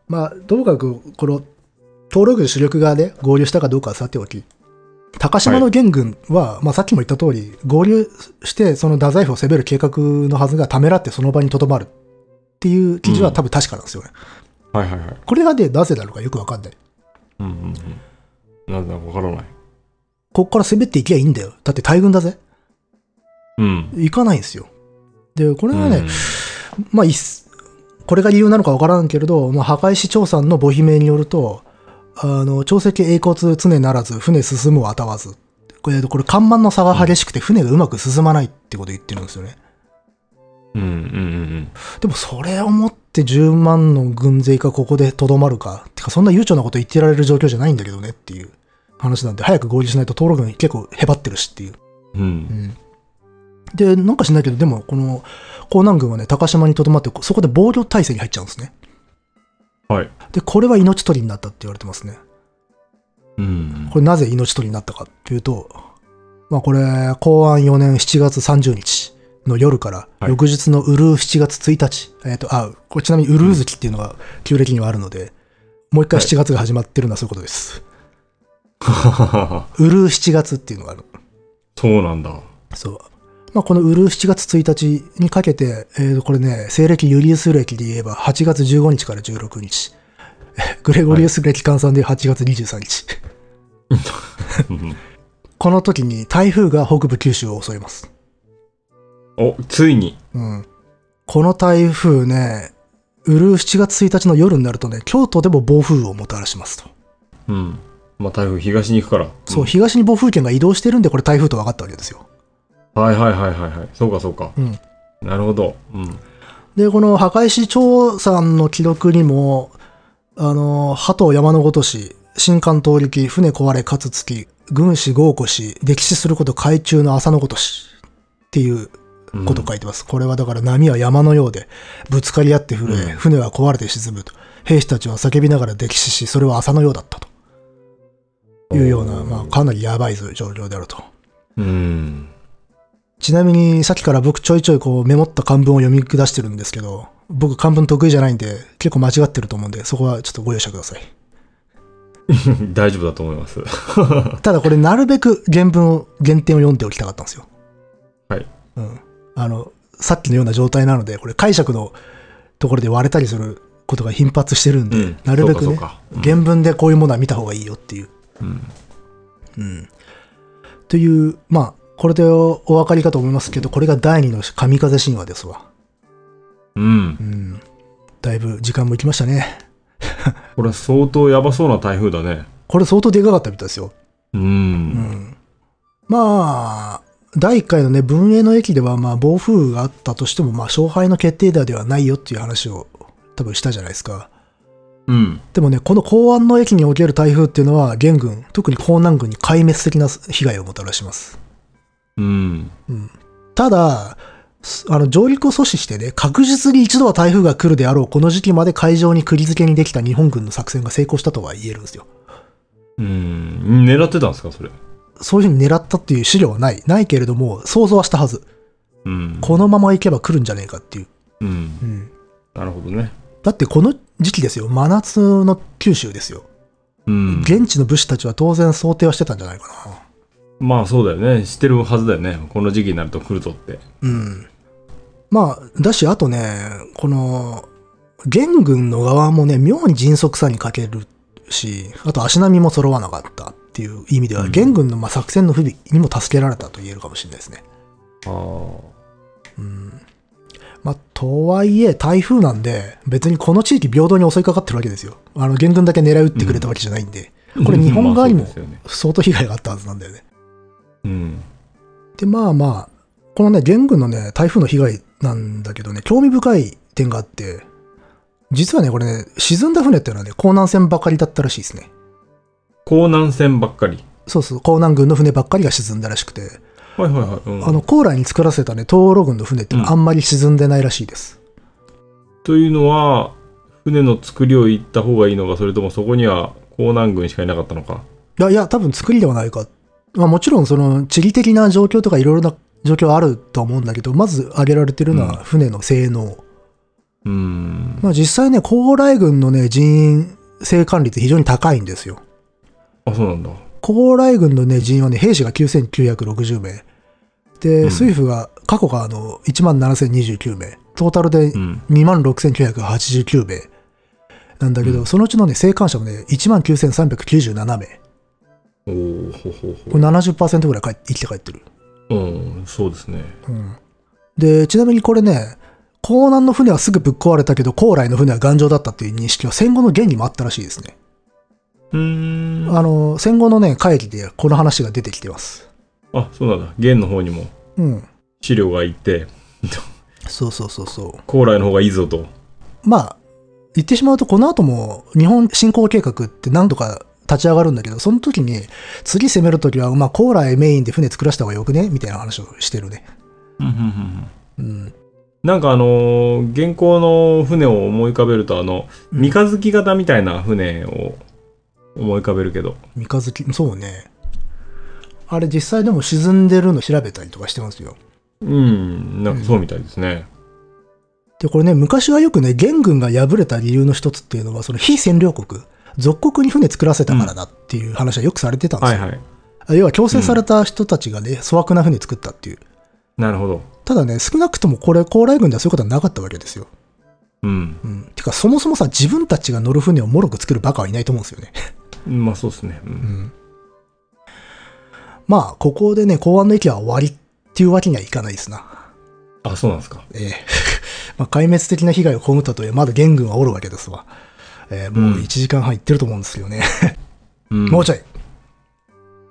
A: まあ、ともかく、この、登録主力がね、合流したかどうかはさておき、高島の元軍は、まあさっきも言った通り、合流して、その太宰府を攻める計画のはずがためらってその場にとどまるっていう記事は
B: うん
A: 多分確かなんですよね。
B: はいはいはい。
A: これがね、なぜなのかよくわかんない。
B: うんうんうん。なんだかわからない。
A: ここから攻めていけばいいんだよ。だって大軍だぜ。
B: うん。
A: 行かないんですよ。で、これはね、
B: うん
A: まあ、いっすこれが理由なのかわからんけれど、まあ、破壊市長さんの母姫によると、あの、朝石栄骨常ならず、船進むはたわず。これ、これ、看板の差が激しくて、船がうまく進まないってこと言ってるんですよね。
B: うんうん
A: でもそれをもって10万の軍勢がここでとどまるか、てかそんな悠長なこと言ってられる状況じゃないんだけどねっていう話なんで、早く合流しないと登録軍結構へばってるしっていう。
B: うんう
A: うんんで、なんかしないけど、でもこの江南軍はね、高島にとどまって、そこで防御体制に入っちゃうんですね。
B: はい
A: で、これは命取りになったって言われてますね。
B: うん
A: これなぜ命取りになったかっていうと、まあこれ、公安4年7月30日の夜から、
B: はい
A: 翌日のウルー7月1日、えっ、と、あ、これちなみにウルー月っていうのが旧暦にはあるので、もう一回
B: はい
A: 7月が始まってるのはそういうことです。
B: は
A: ウルー7月っていうのがある。
B: そうなんだ
A: そう。まあこのウルー7月1日にかけて、えーと、これね、西暦ユリウス暦で言えば8月15日から16日。 グレゴリウス暦換算で8月23日。
B: うん
A: この時に台風が北部九州を襲います。
B: おついに
A: うん。この台風ね、うるう7月1日の夜になるとね、京都でも暴風雨をもたらしますと。
B: うんまあ台風東に行くから
A: そう、東に暴風圏が移動してるんで、これ台風と分かったわけですよ。
B: はいはいはいはいはいそうかそうか
A: うん。
B: なるほどうん
A: で、この墓石長さんの記録にも、あの、鳩山のごとし、新艦東力、船壊れ、かつつき、軍師豪虎し、歴史すること海中の朝のごとし、っていう
B: うん
A: こと書いてます。これはだから波は山のようで、ぶつかり合って震え、
B: うん
A: 船は壊れて沈むと。兵士たちは叫びながら溺死し、それは朝のようだったと。いうような、まあ、かなりやばい状況であると。
B: うん
A: ちなみに、さっきから僕ちょいちょいこうメモった漢文を読み下してるんですけど、僕漢文得意じゃないんで、結構間違ってると思うんで、そこはちょっとご容赦く ださい。
B: 大丈夫だと思います。
A: ただこれ、なるべく原文を、原点を読んでおきたかったんですよ。
B: はい。
A: うん。あの、さっきのような状態なので、これ解釈のところで割れたりすることが頻発してるんで、
B: うん
A: なるべく
B: そう
A: ね
B: かそうかうん
A: 原文でこういうものは見た方がいいよっていう。
B: うん。
A: うん。という、まあ、これでお分かりかと思いますけど、これが第二の神風神話ですわ。
B: うん
A: う。ん。だいぶ時間もいきましたね。
B: これ相当やばそうな台風だね。
A: これ相当でかかったみたいですよ。
B: う。
A: うんんまあ、第1回のね、文英の駅では、まあ、暴風雨があったとしても、まあ、勝敗の決定打ではないよっていう話を多分したじゃないですか。
B: うん。
A: でもね、この港湾の駅における台風っていうのは、元軍、特に江南軍に壊滅的な被害をもたらします。
B: うん。
A: ただ、すあの上陸を阻止してね、確実に一度は台風が来るであろう、この時期まで海上に釘付けにできた日本軍の作戦が成功したとは言えるんですよ。
B: うん。狙ってたんですか、それ。
A: そういうふうに狙ったっていう資料はない。ないけれども、想像はしたはず。
B: うん。
A: このまま行けば来るんじゃねえかっていう。
B: うん。
A: うん、
B: なるほどね。
A: だってこの時期ですよ、真夏の九州ですよ、
B: うん。
A: 現地の武士たちは当然想定はしてたんじゃないかな。
B: まあそうだよね。してるはずだよね。この時期になると来るとって。
A: うん。まあ、だし、あとね、この、元軍の側もね、妙に迅速さに欠けるし、あと足並みも揃わなかったっていう意味では、
B: うん
A: 元軍のまあ作戦の不備にも助けられたと言えるかもしれないですね。
B: ああ。
A: うん。まあ、とはいえ、台風なんで、別にこの地域平等に襲いかかってるわけですよ。あの、元軍だけ狙い撃ってくれたわけじゃないんで、これ日本側にも
B: まあそうですよね
A: 相当被害があったはずなんだよね。
B: うん。
A: で、まあまあ、このね、元軍のね、台風の被害なんだけどね、興味深い点があって、実はね、これね、沈んだ船っていうのはね、江南船ばかりだったらしいですね。
B: 江南線ばっかり。
A: そうそう、江南軍の船ばっかりが沈んだらしくて、
B: はいはいはい。うん、
A: あの、高麗に作らせたね、東欧軍の船ってのはあんまり沈んでないらしいです。
B: というのは、船の作りを行った方がいいのか、それともそこには江南軍しかいなかったのか。
A: いや、いや、多分作りではないか。まあもちろん、その、地理的な状況とかいろいろな状況はあると思うんだけど、まず挙げられてるのは船の性能。
B: うん。
A: まあ実際ね、高麗軍のね、人員生還率非常に高いんですよ。
B: あ、そうなんだ。
A: 高麗軍のね、人員はね、兵士が9960名。で、
B: うん
A: 水夫が、過去があの、17029名。トータルで
B: うん。
A: 26989名。なんだけど、
B: うん
A: そのうちのね、生還者もね、19397名。
B: おおほほ
A: これ70%ぐらい帰っ生きて帰ってる。
B: ほ。うん、そうですね。
A: うん。で、ちなみにこれね、江南の船はすぐぶっ壊れたけど、高麗の船は頑丈だったっていう認識は戦後の現にもあったらしいですね。
B: うーん。
A: あの、戦後のね、会議でこの話が出てきてます。
B: あ、そうなんだ。元の方にも
A: うん。
B: 資料がいて、
A: そうそうそうそう。
B: 高麗の方がいいぞと。
A: まあ、言ってしまうと、この後も日本振興計画って何度か立ち上がるんだけど、その時に、次攻める時は、まあ、高麗メインで船作らせた方がよくねみたいな話をしてるね。うん。
B: なんかあのー現行の船を思い浮かべるとあの三日月型みたいな船を思い浮かべるけど、
A: 三日月、そうね。あれ実際でも沈んでるの調べたりとかしてますよ。
B: うん、なんかそうみたいですね。
A: で、これね、昔はよくね、元軍が敗れた理由の一つっていうのは、その非占領国、属国に船作らせたからだっていう話はよくされてたんです
B: はい
A: よ。
B: はい。
A: 要は強制された人たちがね、粗悪な船作ったっていう。
B: なるほど。
A: ただね、少なくともこれ、高麗軍ではそういうことはなかったわけですよ。
B: うん。
A: うん。てか、そもそもさ、自分たちが乗る船をもろく作るバカはいないと思うんですよね。
B: まあそうですね。うん
A: うん。まあ、ここでね、公安の域は終わりっていうわけにはいかないですな。
B: あ、そうなんですか。
A: ええ まあ、壊滅的な被害を被ったとえ、まだ元軍はおるわけですわ。ええもう1時間半いってると思うんですけどね。
B: うん、
A: もうちょい。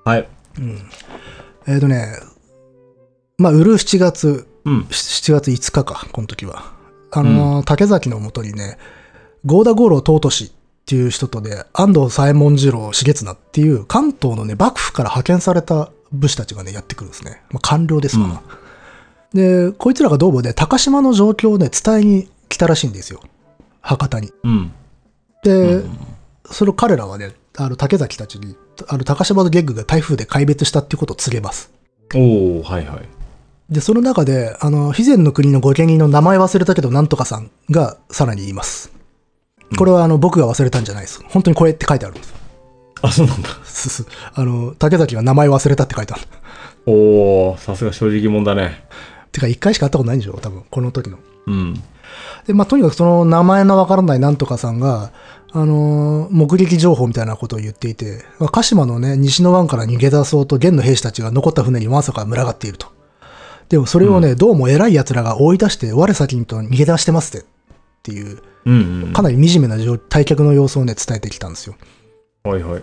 B: はい。
A: えっ、とね、まあ、売る7月、
B: うん。
A: 7月5日か、この時は。あのー竹崎のもとにね、合田五郎尊氏っていう人とね、安藤左衛門次郎重綱っていう関東のね、幕府から派遣された武士たちがね、やってくるんですね。まあ、官僚ですから、で、こいつらがどうもね、高島の状況をね、伝えに来たらしいんですよ。博多に。
B: うん。
A: で、それを彼らはね、あの、竹崎たちに、あの、高島のゲッグが台風で壊滅したっていうことを告げます。
B: おおはいはい。
A: で、その中で、あの、肥前の国の御家人の名前忘れたけど、なんとかさんがさらに言います。これは、あの、僕が忘れたんじゃないです。本当にこれって書いてあるんです
B: あ、そうなんだ。
A: すす。あの、竹崎は名前忘れたって書いてある。
B: おおさすが正直者だね。
A: てか、一回しか会ったことないんでしょ多分、この時の。
B: うん。
A: で、まあ、とにかくその名前のわからないなんとかさんが、あのー目撃情報みたいなことを言っていて、まあ鹿島のね、西の湾から逃げ出そうと、元の兵士たちが残った船にわんさか群がっていると。でもそれをね、どうも偉い奴らが追い出して、我先にと逃げ出してますって、っていう、
B: うん、うん。
A: かなり惨めな状退却の様子をね、伝えてきたんですよ。
B: はいはい。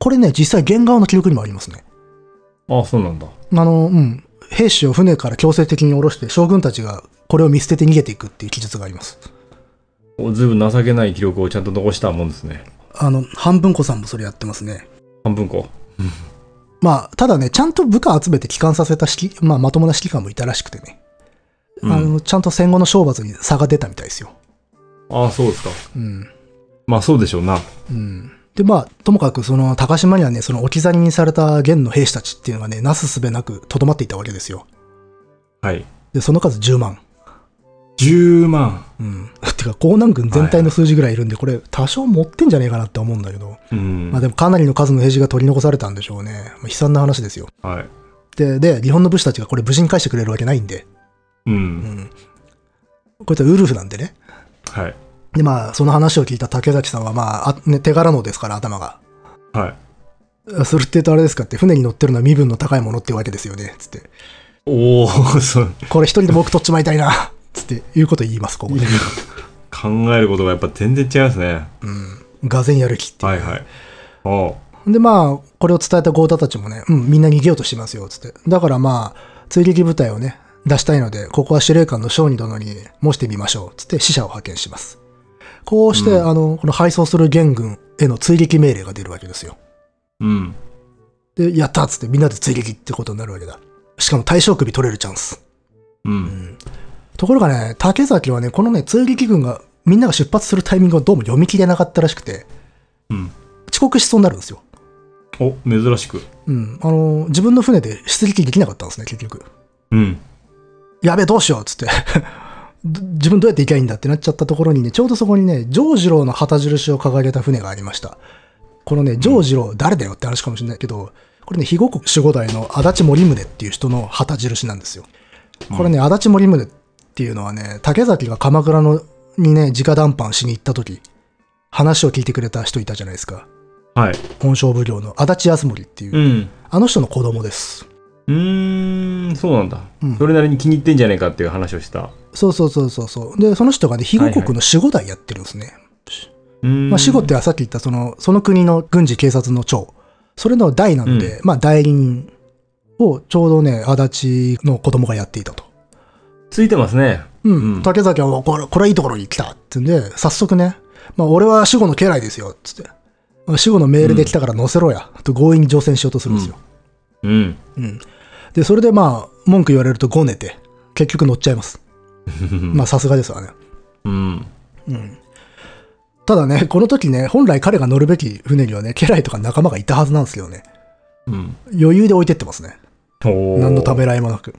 A: これね、実際原顔の記録にもありますね。
B: あ、そうなんだ。
A: あの、うん。兵士を船から強制的に降ろして、将軍たちがこれを見捨てて逃げていくっていう記述があります。
B: おずいぶん情けない記録をちゃんと残したもんですね。
A: あの、半分子さんもそれやってますね。
B: 半分こ。
A: まあ、ただね、ちゃんと部下集めて帰還させた指揮、まあ、まともな指揮官もいたらしくてね。
B: うん
A: あの、ちゃんと戦後の懲罰に差が出たみたいですよ。
B: ああ、そうですか。
A: うん。
B: まあそうでしょうな。
A: うん。で、まあ、ともかく、その、高島にはね、その置き去りにされた元の兵士たちっていうのがね、なすすべなくとどまっていたわけですよ。
B: はい。
A: で、その数10万。
B: 10万。
A: うん。 てか、江南軍全体の数字ぐらいいるんで、これ、多少持ってんじゃねえかなって思うんだけど、
B: うん。
A: まあでもかなりの数の兵士が取り残されたんでしょうね。まあ、悲惨な話ですよ。
B: はい。
A: で、で、日本の武士たちがこれ無事に返してくれるわけないんで、
B: うん。
A: こいつはウルフなんでね。
B: はい。
A: で、まあ、その話を聞いた竹崎さんは、まあ、あね、手柄のですから、頭が。
B: はい。
A: あそれって言うとあれですかって、船に乗ってるのは身分の高いものっていうわけですよね、つって。
B: おお そう。
A: これ一人で僕取っちまいたいな、 つって、いうこと言います、ここで。
B: 考えることがやっぱ全然違いますね。
A: がぜんやる気っていう。
B: はいはい。おう
A: でまあこれを伝えた強盗たちもね、うん、みんな逃げようとしてますよつってだからまあ追撃部隊をね出したいのでここは司令官の商人殿に模してみましょうつって死者を派遣しますこうして、あのこの配送する元軍への追撃命令が出るわけですよ
B: うん。
A: でやったっつってみんなで追撃ってことになるわけだしかも対象首取れるチャンス
B: うん。
A: ところがね竹崎はねこのね追撃軍がみんなが出発するタイミングをどうも読み切れなかったらしくて
B: うん。
A: 遅刻しそうになるんですよ
B: お、珍しく。
A: うんあの自分の船で出撃できなかったんですね結局
B: うん。
A: やべえ、どうしようっつって。 ど自分どうやって行きゃいいんだってなっちゃったところにね、ちょうどそこにね、ジョージローの旗印を掲げた船がありました。このね、ジョージロー、誰だよって話かもしれないけど、これね、肥後国守護代の足立森宗っていう人の旗印なんですよ。これね、足立森宗っていうのはね、竹崎が鎌倉のにね、直談判しに行った時、話を聞いてくれた人いたじゃないですか。
B: はい。
A: 本省奉行の足立康盛っていう、
B: うん。
A: あの人の子供です。
B: うーん、そうなんだ、
A: うん
B: それなりに気に入ってんじゃねえかっていう話をした。
A: そうそうそうそうそう。で、その人がね、肥後国の守護代やってるんですね。
B: うーん。
A: まあ、死後ってはさっき言ったその、その国の軍事警察の長。それの代なんで、まあ代理人をちょうどね、足立の子供がやっていたと。
B: ついてますね。
A: うん、
B: うん
A: 竹崎はおこれ、これはいいところに来たってんで、早速ね、まあ、俺は死後の家来ですよ、つって。死後のメールで来たから載せろや、と強引に乗船しようとするんですよ。
B: うん。
A: で、それでまあ、文句言われるとごねて、結局乗っちゃいます。まあ、さすがですわね。
B: うん。
A: ただね、この時ね、本来彼が乗るべき船にはね、家来とか仲間がいたはずなんですけどね、
B: うん。
A: 余裕で置いてってますね。
B: おー
A: 何のためらいもなく。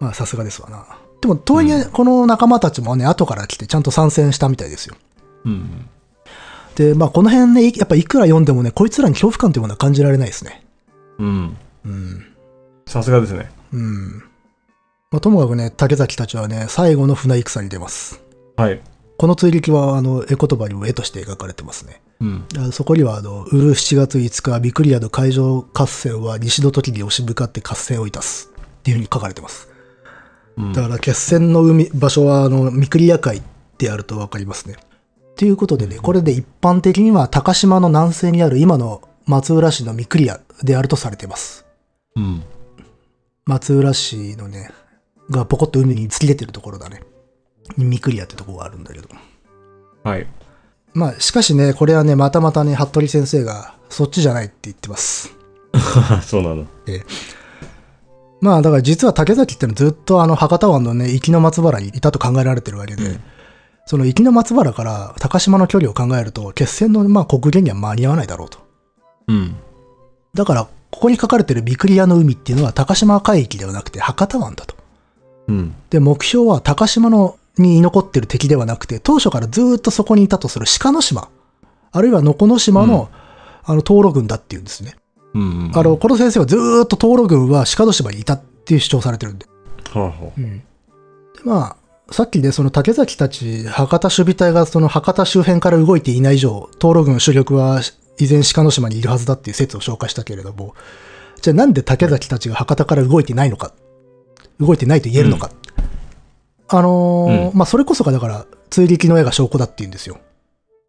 A: まあ、さすがですわな。でも、とはいえ、この仲間たちもね、後から来て、ちゃんと参戦したみたいですよ。
B: うん。
A: で、まあ、この辺ね、いやっぱいくら読んでもね、こいつらに恐怖感というものは感じられないですね。
B: うん。
A: うん。
B: さすがですね。
A: うん。まあ、ともかくね、竹崎たちはね、最後の船戦に出ます。
B: はい。
A: この追撃は、あの、絵言葉にも絵として描かれてますね。
B: うん。
A: あそこには、あの、ウルフ7月5日、ビクリアの海上合戦は西の時に押し向かって合戦をいたす。っていうふうに書かれてます。
B: うん
A: だから、決戦の海、場所は、あの、ミクリア海であるとわかりますね。ということでね、これで一般的には高島の南西にある今の松浦市のミクリアであるとされています。
B: うん。
A: 松浦市のね、がポコッと海に突き出てるところだね。ミクリアってとこがあるんだけど。
B: はい。
A: まあ、しかしね、これはね、またまたね、服部先生が、そっちじゃないって言ってます。
B: そうなの。
A: まあだから実は竹崎ってのはずっとあの博多湾のね、行きの松原にいたと考えられてるわけで、
B: うん
A: その行きの松原から高島の距離を考えると、決戦のまあ国限には間に合わないだろうと。
B: うん。
A: だから、ここに書かれてるビクリアの海っていうのは高島海域ではなくて博多湾だと。
B: うん。
A: で、目標は高島のに居残ってる敵ではなくて、当初からずっとそこにいたとする鹿の島、あるいはのこの島の、あの、灯籠軍だっていうんですね。
B: うん。
A: あの、この先生はずーっと灯籠軍は鹿の島にいたっていう主張されてるんで。
B: はあは
A: で
B: あ
A: まあさっきねその竹崎たち博多守備隊がその博多周辺から動いていない以上灯籠軍主力は依然鹿の島にいるはずだっていう説を紹介したけれどもじゃあなんで竹崎たちが博多から動いてないのか動いてないと言えるのか、あのー
B: う
A: まあそれこそがだから追撃の絵が証拠だっていうんですよ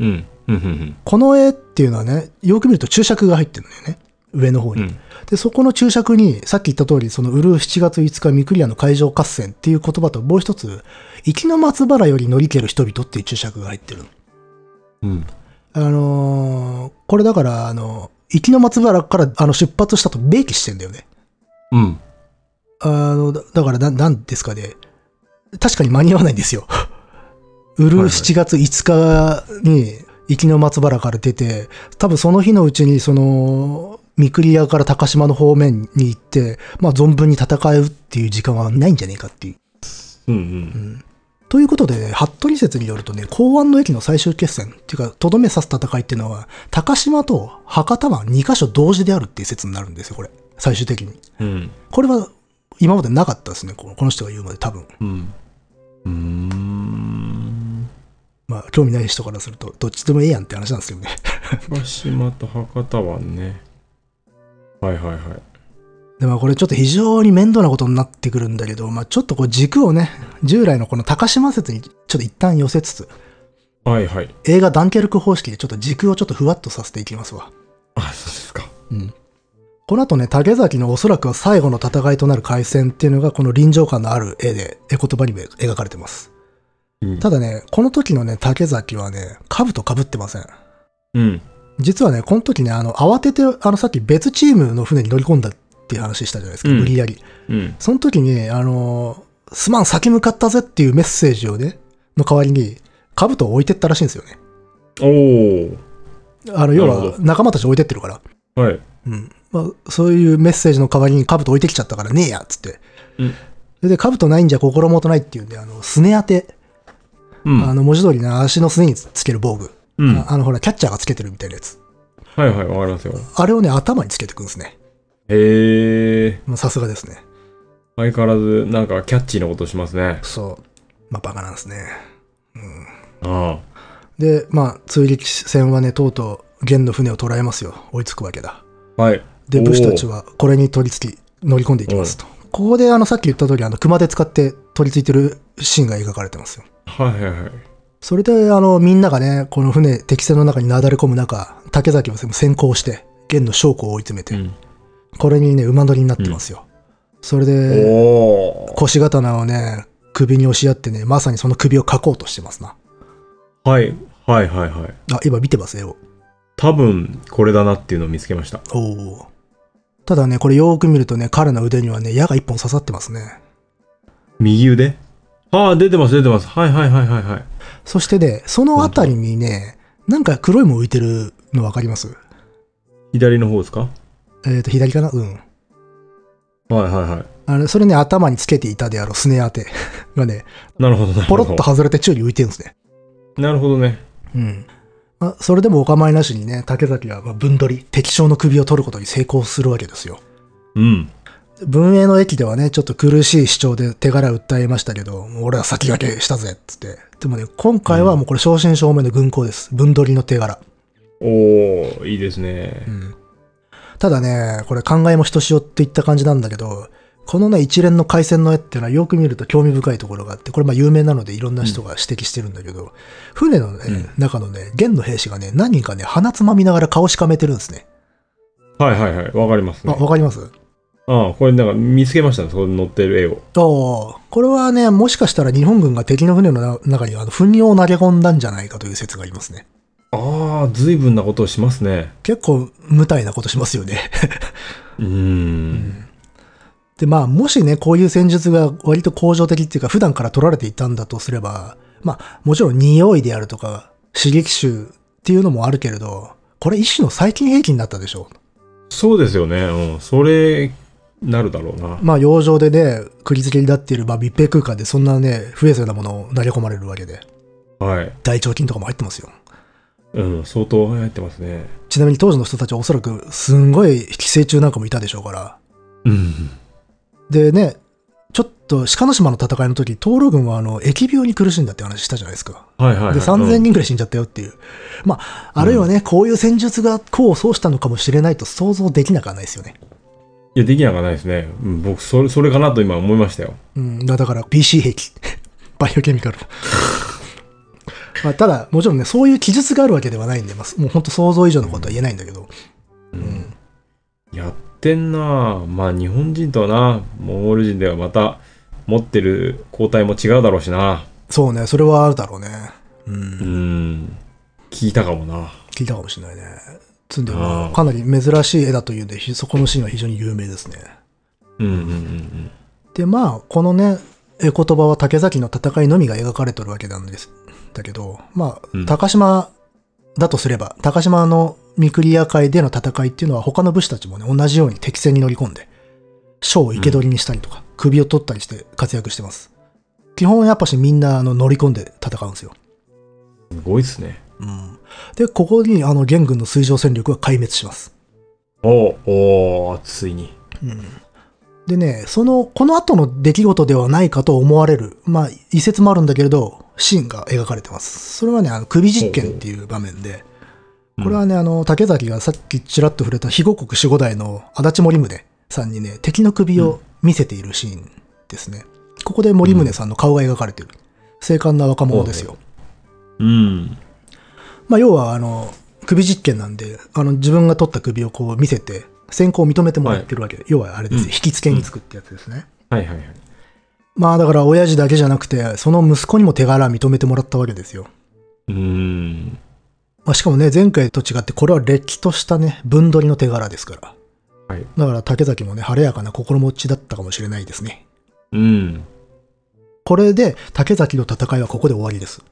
B: うん。うん。うん。
A: この絵っていうのはねよく見ると注釈が入ってるんだよね上の方
B: う
A: に、
B: ん。
A: で、そこの注釈に、さっき言った通り、そのウルー7月5日ミクリアの海上合戦っていう言葉ともう一つ、生きの松原より乗り切る人々っていう注釈が入ってるの。
B: うん。
A: あのーこれだから、あの、生きの松原からあの出発したと明記してんだよね。
B: うん。
A: あの、だだからな、なんですかね。確かに間に合わないんですよ。 ウルー7月5日に、生きの松原から出て、多分その日のうちに、その、三クリアから高島の方面に行って、まあ、存分に戦うっていう時間はないんじゃねえかっていう。
B: うん。うん。
A: ということでね、服部説によるとね、港湾の駅の最終決戦っていうか、とどめ刺す戦いっていうのは、高島と博多湾2カ所同時であるっていう説になるんですよ、これ。最終的に。
B: うん。
A: これは、今までなかったですね、このこの人が言うまで多分。
B: うん。うーん。
A: まあ、興味ない人からすると、どっちでもええやんって話なんですけどね。
B: 鹿島と博多湾ね。はいはいはい。
A: で、まあ、これちょっと非常に面倒なことになってくるんだけど、まあ、ちょっとこう軸をね、従来のこの高島説にちょっと一旦寄せつつ、
B: はいはい。
A: 映画ダンケルク方式でちょっと軸をちょっとふわっとさせていきますわ。
B: あ、そうですか。
A: うん。この後ね、竹崎のおそらくは最後の戦いとなる海戦っていうのが、この臨場感のある絵で、絵言葉にも描かれてます。
B: うん
A: ただね、この時のね、竹崎はね、兜被ってません。
B: うん。
A: 実はね、この時ね、あの、慌てて、あの、さっき別チームの船に乗り込んだっていう話したじゃないですか、
B: うん
A: 無理やり。
B: うん。
A: その時に、あのー、すまん、先向かったぜっていうメッセージをね、の代わりに、兜を置いてったらしいんですよね。
B: おー。
A: あの、要
B: なる
A: は
B: ほ、
A: 仲間たち置いてってるから。
B: はい。
A: うん。まあ、そういうメッセージの代わりに兜置いてきちゃったからねえや、っつって。
B: うん
A: それで、兜ないんじゃ心もとないっていうんで、あの、すね当て。
B: うん。
A: あの、文字通りな足のすねにつつける防具。
B: うん。
A: あ
B: は
A: あの、ほら、キャッチャーがつけてるみたいなやつ。
B: いはい、わかりますよ。
A: あれをね、頭につけてくんですね。
B: へえ。
A: もうさすがですね。
B: 相変わらず、なんかキャッチーなことしますね。
A: そう。まあ、バカなんですね。
B: ああ。
A: で、まあ、追撃戦はね、とうとう、元の船を捉えますよ。追いつくわけだ。
B: はい。
A: で、
B: おー
A: 武士たちはこれに取り付き、乗り込んでいきますと。ここで、あの、さっき言った通り、あの、熊で使って取り付いてるシーンが描かれてますよ。
B: はいはいはい。
A: それで、あの、みんながね、この船、敵船の中になだれ込む中、竹崎は先行して、元の将校を追い詰めて、
B: うん。
A: これにね、馬乗りになってますよ。それで、
B: おー。
A: 腰刀をね、首に押し合ってね、まさにその首をかこうとしてますな。
B: はい、はい、はい、はい。
A: あ、今見てます、絵を。
B: 多分、これだなっていうのを見つけました。
A: おお。ただね、これよーく見るとね、彼の腕にはね、矢が一本刺さってますね。
B: 右腕ああ、出てます、出てます。はい、はい、はい、はい、はい。
A: そしてね、そのあたりにね、なんか黒いもん浮いてるのわかります
B: 左の方ですかは
A: えっ、と、左かなうん。
B: い、はい、は
A: あの、それね、頭につけていたであろう、スネ当て がね、
B: い。なるほど、なる
A: ポ
B: ほ
A: ロッと
B: ど。
A: 外れて宙に浮いてるんですね。
B: なるほどね。
A: うん。あそれでもお構いなしにね、竹崎はまあ分取り、敵将の首を取ることに成功するわけですよ。
B: うん。
A: 文英の駅ではね、ちょっと苦しい主張で手柄を訴えましたけど、もう俺は先駆けしたぜっつって。でもね、今回はもうこれ正真正銘の軍港です。分取りの手柄。
B: おおいいですね
A: う。ん。ただね、これ考えもひとしおっていった感じなんだけど、このね、一連の海戦の絵っていうのはよく見ると興味深いところがあって、これまあ有名なのでいろんな人が指摘してるんだけど、船のね、
B: うん
A: 中のね、元の兵士がね、何人かね、鼻つまみながら顔しかめてるんですね。
B: はい、はい、はい。わかります
A: あ、
B: ね。
A: わかります
B: ああ、これなんか見つけましたね。そこに載ってる絵を。
A: と、これはね、もしかしたら日本軍が敵の船のな中にあの糞尿を投げ込んだんじゃないかという説がありますね。
B: ああ、随分なことをしますね。
A: 結構無体なことしますよね。
B: うーん。
A: で、まあ、もしね、こういう戦術が割と向上的っていうか、普段から取られていたんだとすれば、まあ、もちろん匂いであるとか、刺激臭っていうのもあるけれど、これ一種の細菌兵器になったでしょ
B: そうですよね。うん。それ、なるだろうな。
A: まあ、洋上でね、釘付けになっている、まあ、密閉空間でそんなね、不衛生なものを投げ込まれるわけで、
B: はい。
A: 大腸菌とかも入ってますよ。
B: うん、相当入ってますね。
A: ちなみに当時の人たちはおそらく、すんごい寄生虫なんかもいたでしょうから。
B: うん。
A: でね、ちょっと、鹿の島の戦いの時、東路軍はあの、疫病に苦しんだって話したじゃないですか。
B: はいはい、はい。
A: で、3000人ぐらい死んじゃったよっていう。まあ、あるいはね、こういう戦術が功を奏したのかもしれないと想像できなくはないですよね。
B: いや、できなくはないですね。うん、僕、それ、それかなと今思いましたよ。
A: うん、だだから BC 兵器。 バイオケミカル。まあ、ただ、もちろんね、そういう記述があるわけではないんで、まあ、もう本当想像以上のことは言えないんだけど。うん。
B: やってんなぁまあ、日本人とはな、モンゴル人ではまた、持ってる抗体も違うだろうしな。
A: そうね、それはあるだろうね。うん
B: う。ん。聞いたかもな。
A: 聞いたかもしれないね。つんで、
B: うん
A: まあかなり珍しい絵だというんで、ひそこのシーンは非常に有名ですね。
B: うんうんうん
A: で、まあ、このね、絵言葉は竹崎の戦いのみが描かれてるわけなんです。だけど、まあ、
B: うん
A: 高島だとすれば、高島の御厨会での戦いっていうのは他の武士たちもね、同じように敵戦に乗り込んで、将を生け捕りにしたりとか、首を取ったりして活躍してます。基本やっぱしみんなあの乗り込んで戦うんですよ。
B: うん。すごいっすね。
A: うん。で、ここにあの元軍の水上戦力は壊滅します。
B: おうおうついに。
A: うんでね、その、この後の出来事ではないかと思われる、まあ、一説もあるんだけれど、シーンが描かれてます。それはね、あの首実験っていう場面で、
B: うん
A: これはね、あの、竹崎がさっきちらっと触れた肥後国守護代の足立森宗さんにね、敵の首を見せているシーンですね。ここで森宗さんの顔が描かれてる。精悍な若者ですよ。
B: うん。
A: まあ、要は、あの、首実験なんで、あの、自分が取った首をこう見せて、先行を認めてもらってるわけで、要はあれですね、
B: うん
A: 引き付けにつくってやつですね。
B: はいはいはい。
A: まあだから親父だけじゃなくて、その息子にも手柄認めてもらったわけですよ。
B: うん。
A: まあ、しかもね、前回と違って、これはれっきとしたね、分取りの手柄ですから。
B: はい。
A: だから竹崎もね、晴れやかな心持ちだったかもしれないですね。
B: うん。
A: これで、竹崎の戦いはここで終わりです。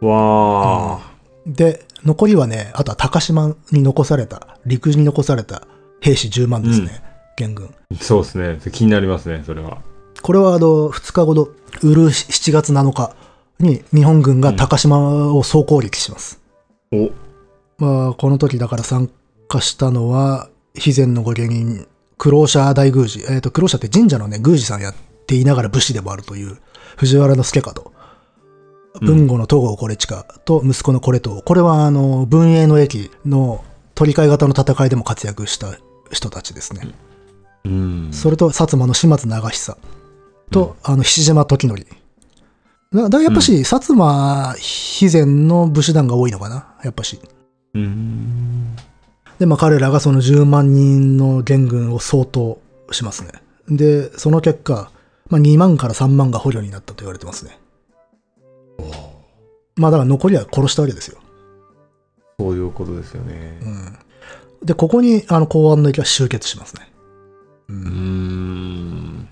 B: わあ、
A: で、残りはね、あとは高島に残された、陸に残された兵士10万ですね、元軍。
B: そうですね。気になりますね、それは。
A: これはあの、2日後の、うるう7月7日に日本軍が高島を総攻撃します。
B: お、
A: まあ、この時だから参加したのは、肥前の御家人、黒労者大宮司。えっ、と、黒労者って神社のね、宮司さんやっていながら武士でもあるという、藤原の助家と、文吾の東郷これ近と息子のこれと、これはあの、文英の駅の取り替え型の戦いでも活躍した人たちですね。
B: うん。
A: それと、薩摩の島津長久と、あの、菱島時則。だだやっぱし、薩摩肥前の武士団が多いのかなやっぱし。
B: うん。
A: で、まあ、彼らがその10万人の元軍を相当しますね。で、その結果、まあ、2万から3万が捕虜になったと言われてますね。まあ、だから残りは殺したわけですよ。
B: そういうことですよね。
A: うん。で、ここに、あの、公安の駅は集結しますね。う
B: うー
A: ん。
B: ん。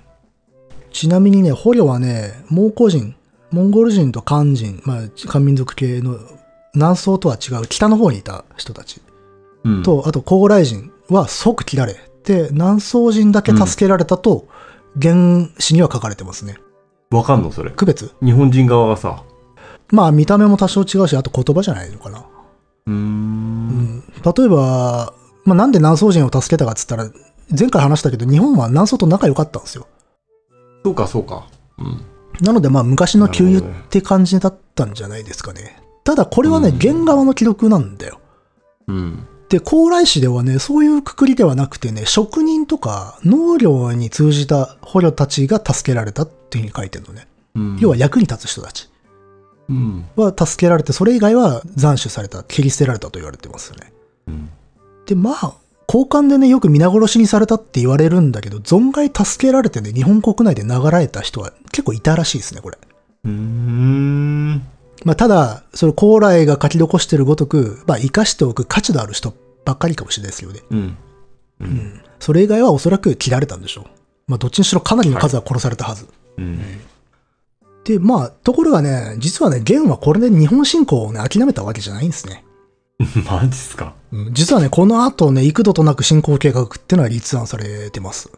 A: ちなみにね、捕虜はね、蒙古人、モンゴル人と漢人、まあ、漢民族系の南宋とは違う北の方にいた人たち
B: うん、
A: と、あと高麗人は即切られて、南宋人だけ助けられたと、原始には書かれてますね。
B: わかんのそれ。
A: 区別
B: 日本人側がさ。
A: まあ、見た目も多少違うし、あと言葉じゃないのかな。
B: うー。
A: うんん、例えば、まあ、なんで南宋人を助けたかっつったら、前回話したけど、日本は南宋と仲良かったんですよ。
B: そうか、そうか。うん。
A: なので、まあ、昔の旧友
B: な
A: っ
B: るほどね
A: て感じだったんじゃないですかね。ただ、これはね、
B: うん
A: 源側の記録なんだよ。
B: うん。
A: で、高麗市ではね、そういうくくりではなくてね、職人とか農業に通じた捕虜たちが助けられたっていうふうに書いてるのね。
B: うん、
A: 要は、役に立つ人たち
B: うん。
A: は助けられて、それ以外は斬首された、切り捨てられたと言われてますよね。
B: うん。
A: でまあ交換でねよく皆殺しにされたって言われるんだけど存外助けられてね日本国内で流られた人は結構いたらしいですねこれ、
B: うーん。
A: まあ、ただその高麗が書き残してるごとく、まあ、生かしておく価値のある人ばっかりかもしれないですけどね、
B: うん。
A: うん、それ以外はおそらく切られたんでしょう、まあ、どっちにしろかなりの数は殺されたはず、
B: うん。
A: でまあところがね実はね元はこれで日本侵攻をね諦めたわけじゃないんですね
B: マジっすか。
A: うん実はね、この後ね、幾度となく進行計画っていうのは立案されてます。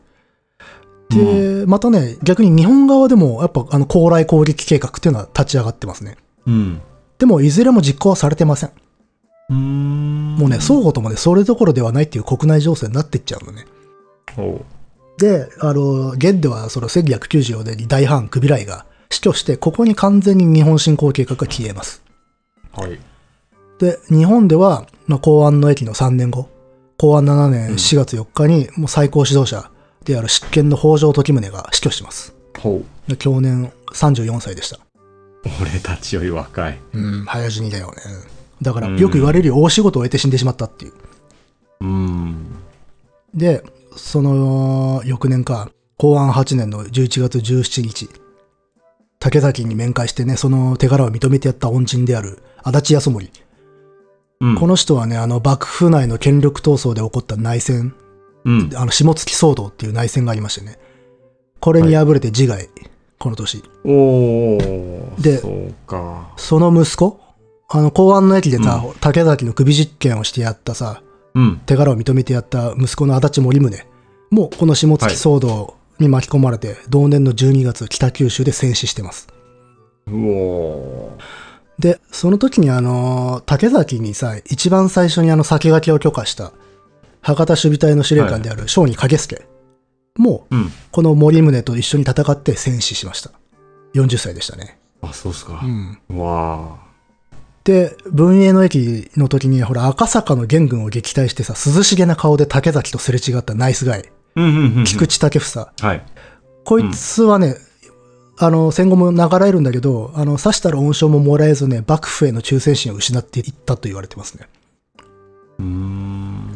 A: で、またね、逆に日本側でも、やっぱ、あの、高麗攻撃計画っていうのは立ち上がってますね。
B: うん。
A: でも、いずれも実行はされてません。
B: うーん。
A: もうね、双方ともね、それどころではないっていう国内情勢になってっちゃうのね。
B: おう。
A: で、あの、現では、その1994年に大藩クビライが死去して、ここに完全に日本侵攻計画が消えます。
B: はい。
A: で、日本では、まあ、公安の駅の3年後、公安7年4月4日に、もう最高指導者である執権の北条時宗が死去してます。
B: ほう。
A: で去年34歳でした。
B: 俺たちより若い。
A: うん、早死にだよね。だから、
B: うん
A: よく言われるよ大仕事を得て死んでしまったっていう。
B: うん。
A: で、その翌年か、公安8年の11月17日、竹崎に面会してね、その手柄を認めてやった恩人である足立康盛。
B: うん。
A: この人はね、あの、幕府内の権力闘争で起こった内戦
B: うん。
A: あの、下月騒動っていう内戦がありましてね。これに敗れて自害、この年。
B: おー。
A: で
B: そうか。
A: その息子、あの、公安の駅でさ、竹崎の首実験をしてやったさ、
B: うん。
A: 手柄を認めてやった息子の足立森宗も、この下月騒動に巻き込まれて、同年の12月、北九州で戦死してます。
B: うおー。
A: で、その時にあの、竹崎にさ、一番最初にあの、先駆けを許可した、博多守備隊の司令官である小児影助、もう、
B: うん。
A: この森宗と一緒に戦って戦死しました。40歳でしたね。
B: あ、そうっすか。わ
A: で、文英の駅の時に、ほら、赤坂の元軍を撃退してさ、涼しげな顔で竹崎とすれ違ったナイスガイ、
B: ー。うんうんうん。
A: 菊池武房。
B: はい。
A: こいつはね、あの、戦後も流れるんだけど、あの、刺したら恩賞ももらえずね、幕府への忠誠心を失っていったと言われてますね。
B: うーん。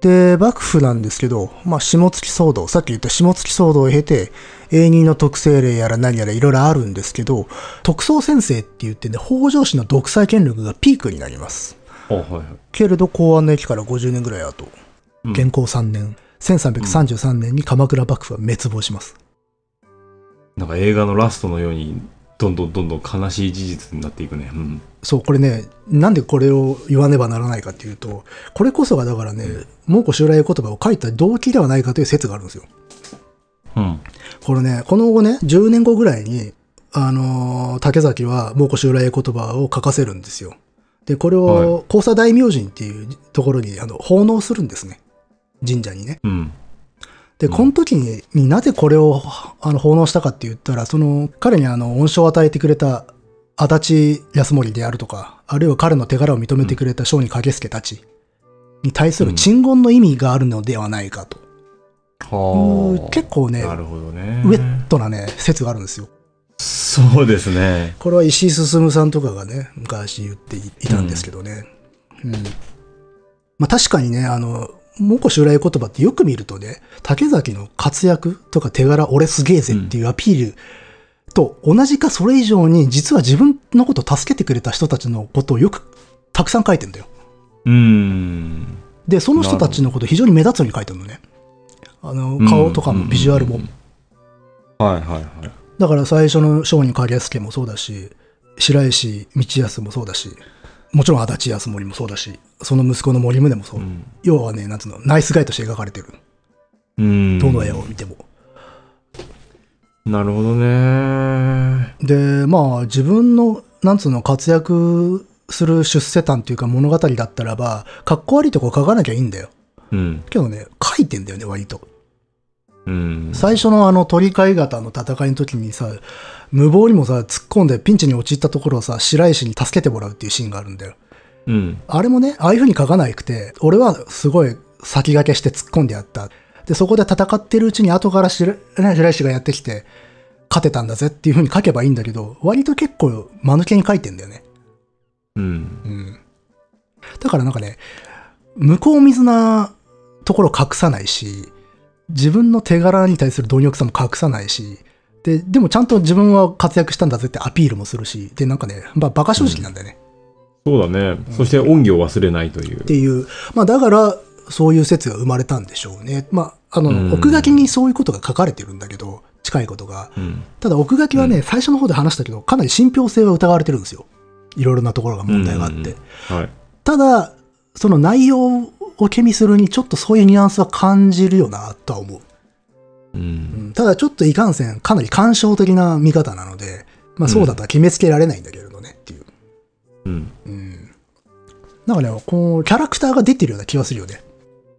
A: で、幕府なんですけど、まあ、下月騒動、さっき言った下月騒動を経て、永人の特政令やら何やらいろいろあるんですけど、特捜先生って言ってね、北条氏の独裁権力がピークになります。
B: あ、はいはい。
A: けれど、公安の駅から50年ぐらい後、
B: うん
A: 元寇3年、1333年に鎌倉幕府は滅亡します。
B: なんか映画のラストのように、どんどんどんどん悲しい事実になっていくね。うん。
A: そう、これね、なんでこれを言わねばならないかっていうと、これこそがだからね、蒙古襲来言葉を書いた動機ではないかという説があるんですよ。
B: うん。
A: これね、この後ね、10年後ぐらいに、あのー竹崎は蒙古襲来言葉を書かせるんですよ。で、これ
B: は
A: を、交差大明神っていうところに、あの、奉納するんですね。神社にね。
B: うん。
A: で、
B: うん
A: この時に、になぜこれを、あの、奉納したかって言ったら、その、彼にあの、恩賞を与えてくれた、足立康盛であるとか、あるいは彼の手柄を認めてくれた商人影助たちに対する鎮魂の意味があるのではないかと。
B: はあ。
A: 結構ね、
B: なるほどね。
A: ウェットなね、説があるんですよ。
B: そうですね。
A: これは石井進さんとかがね、昔言っていたんですけどね。うん。まあ確かにね、あの、蒙古襲来言葉ってよく見るとね、竹崎の活躍とか手柄俺すげえぜっていうアピールと同じかそれ以上に実は自分のことを助けてくれた人たちのことをよくたくさん書いてんだよ。
B: うん。
A: で、その人たちのこと非常に目立つように書いてるのね。あの、顔とかもビジュアルも。
B: うんうんうんはいはいはい。
A: だから最初の商人狩安家もそうだし、白石道康もそうだし、もちろん足立康森もそうだし、その息子の森宗もそう。
B: うん
A: 要はね、なんつうの、ナイスガイとして描かれてる。
B: うん。
A: どの絵を見ても。
B: なるほどね。
A: で、まあ自分の、なんつうの、活躍する出世譚っていうか物語だったらば、かっこ悪いとこ描かなきゃいいんだよ。
B: うん。
A: けどね、書いてんだよね、割と。
B: うん。
A: 最初のあの鳥飼い型の戦いの時にさ、無謀にもさ、突っ込んでピンチに陥ったところをさ、白石に助けてもらうっていうシーンがあるんだよ。
B: うん。
A: あれもね、ああいう風に書かないくて、俺はすごい先駆けして突っ込んでやった。で、そこで戦ってるうちに後から白,、ね、白石がやってきて、勝てたんだぜっていう風に書けばいいんだけど、割と結構間抜けに書いてんだよね。
B: うん。
A: うん。だからなんかね、向こう水なところを隠さないし、自分の手柄に対する貪欲さも隠さないし、で、でもちゃんと自分は活躍したんだぜってアピールもするし、で、なんかね、まあ、バカ正直なんだよね。
B: そうだね。そして恩義を忘れないという
A: っ。ていう、まあだから、そういう説が生まれたんでしょうね。まあ、あの、
B: うん
A: 奥書きにそういうことが書かれてるんだけど、近いことが。
B: うん。
A: ただ奥書きはね、最初の方で話したけど、かなり信憑性は疑われてるんですよ。いろいろなところが問題があって。
B: うんうんはい。
A: ただ、その内容を気にするに、ちょっとそういうニュアンスは感じるよな、とは思う。う
B: う。
A: んんただ、ちょっといかんせん、かなり感傷的な見方なので、まあそうだとは決めつけられないんだけれどね、っていう。
B: うん。
A: うん。なんかね、こう、キャラクターが出てるような気がするよね。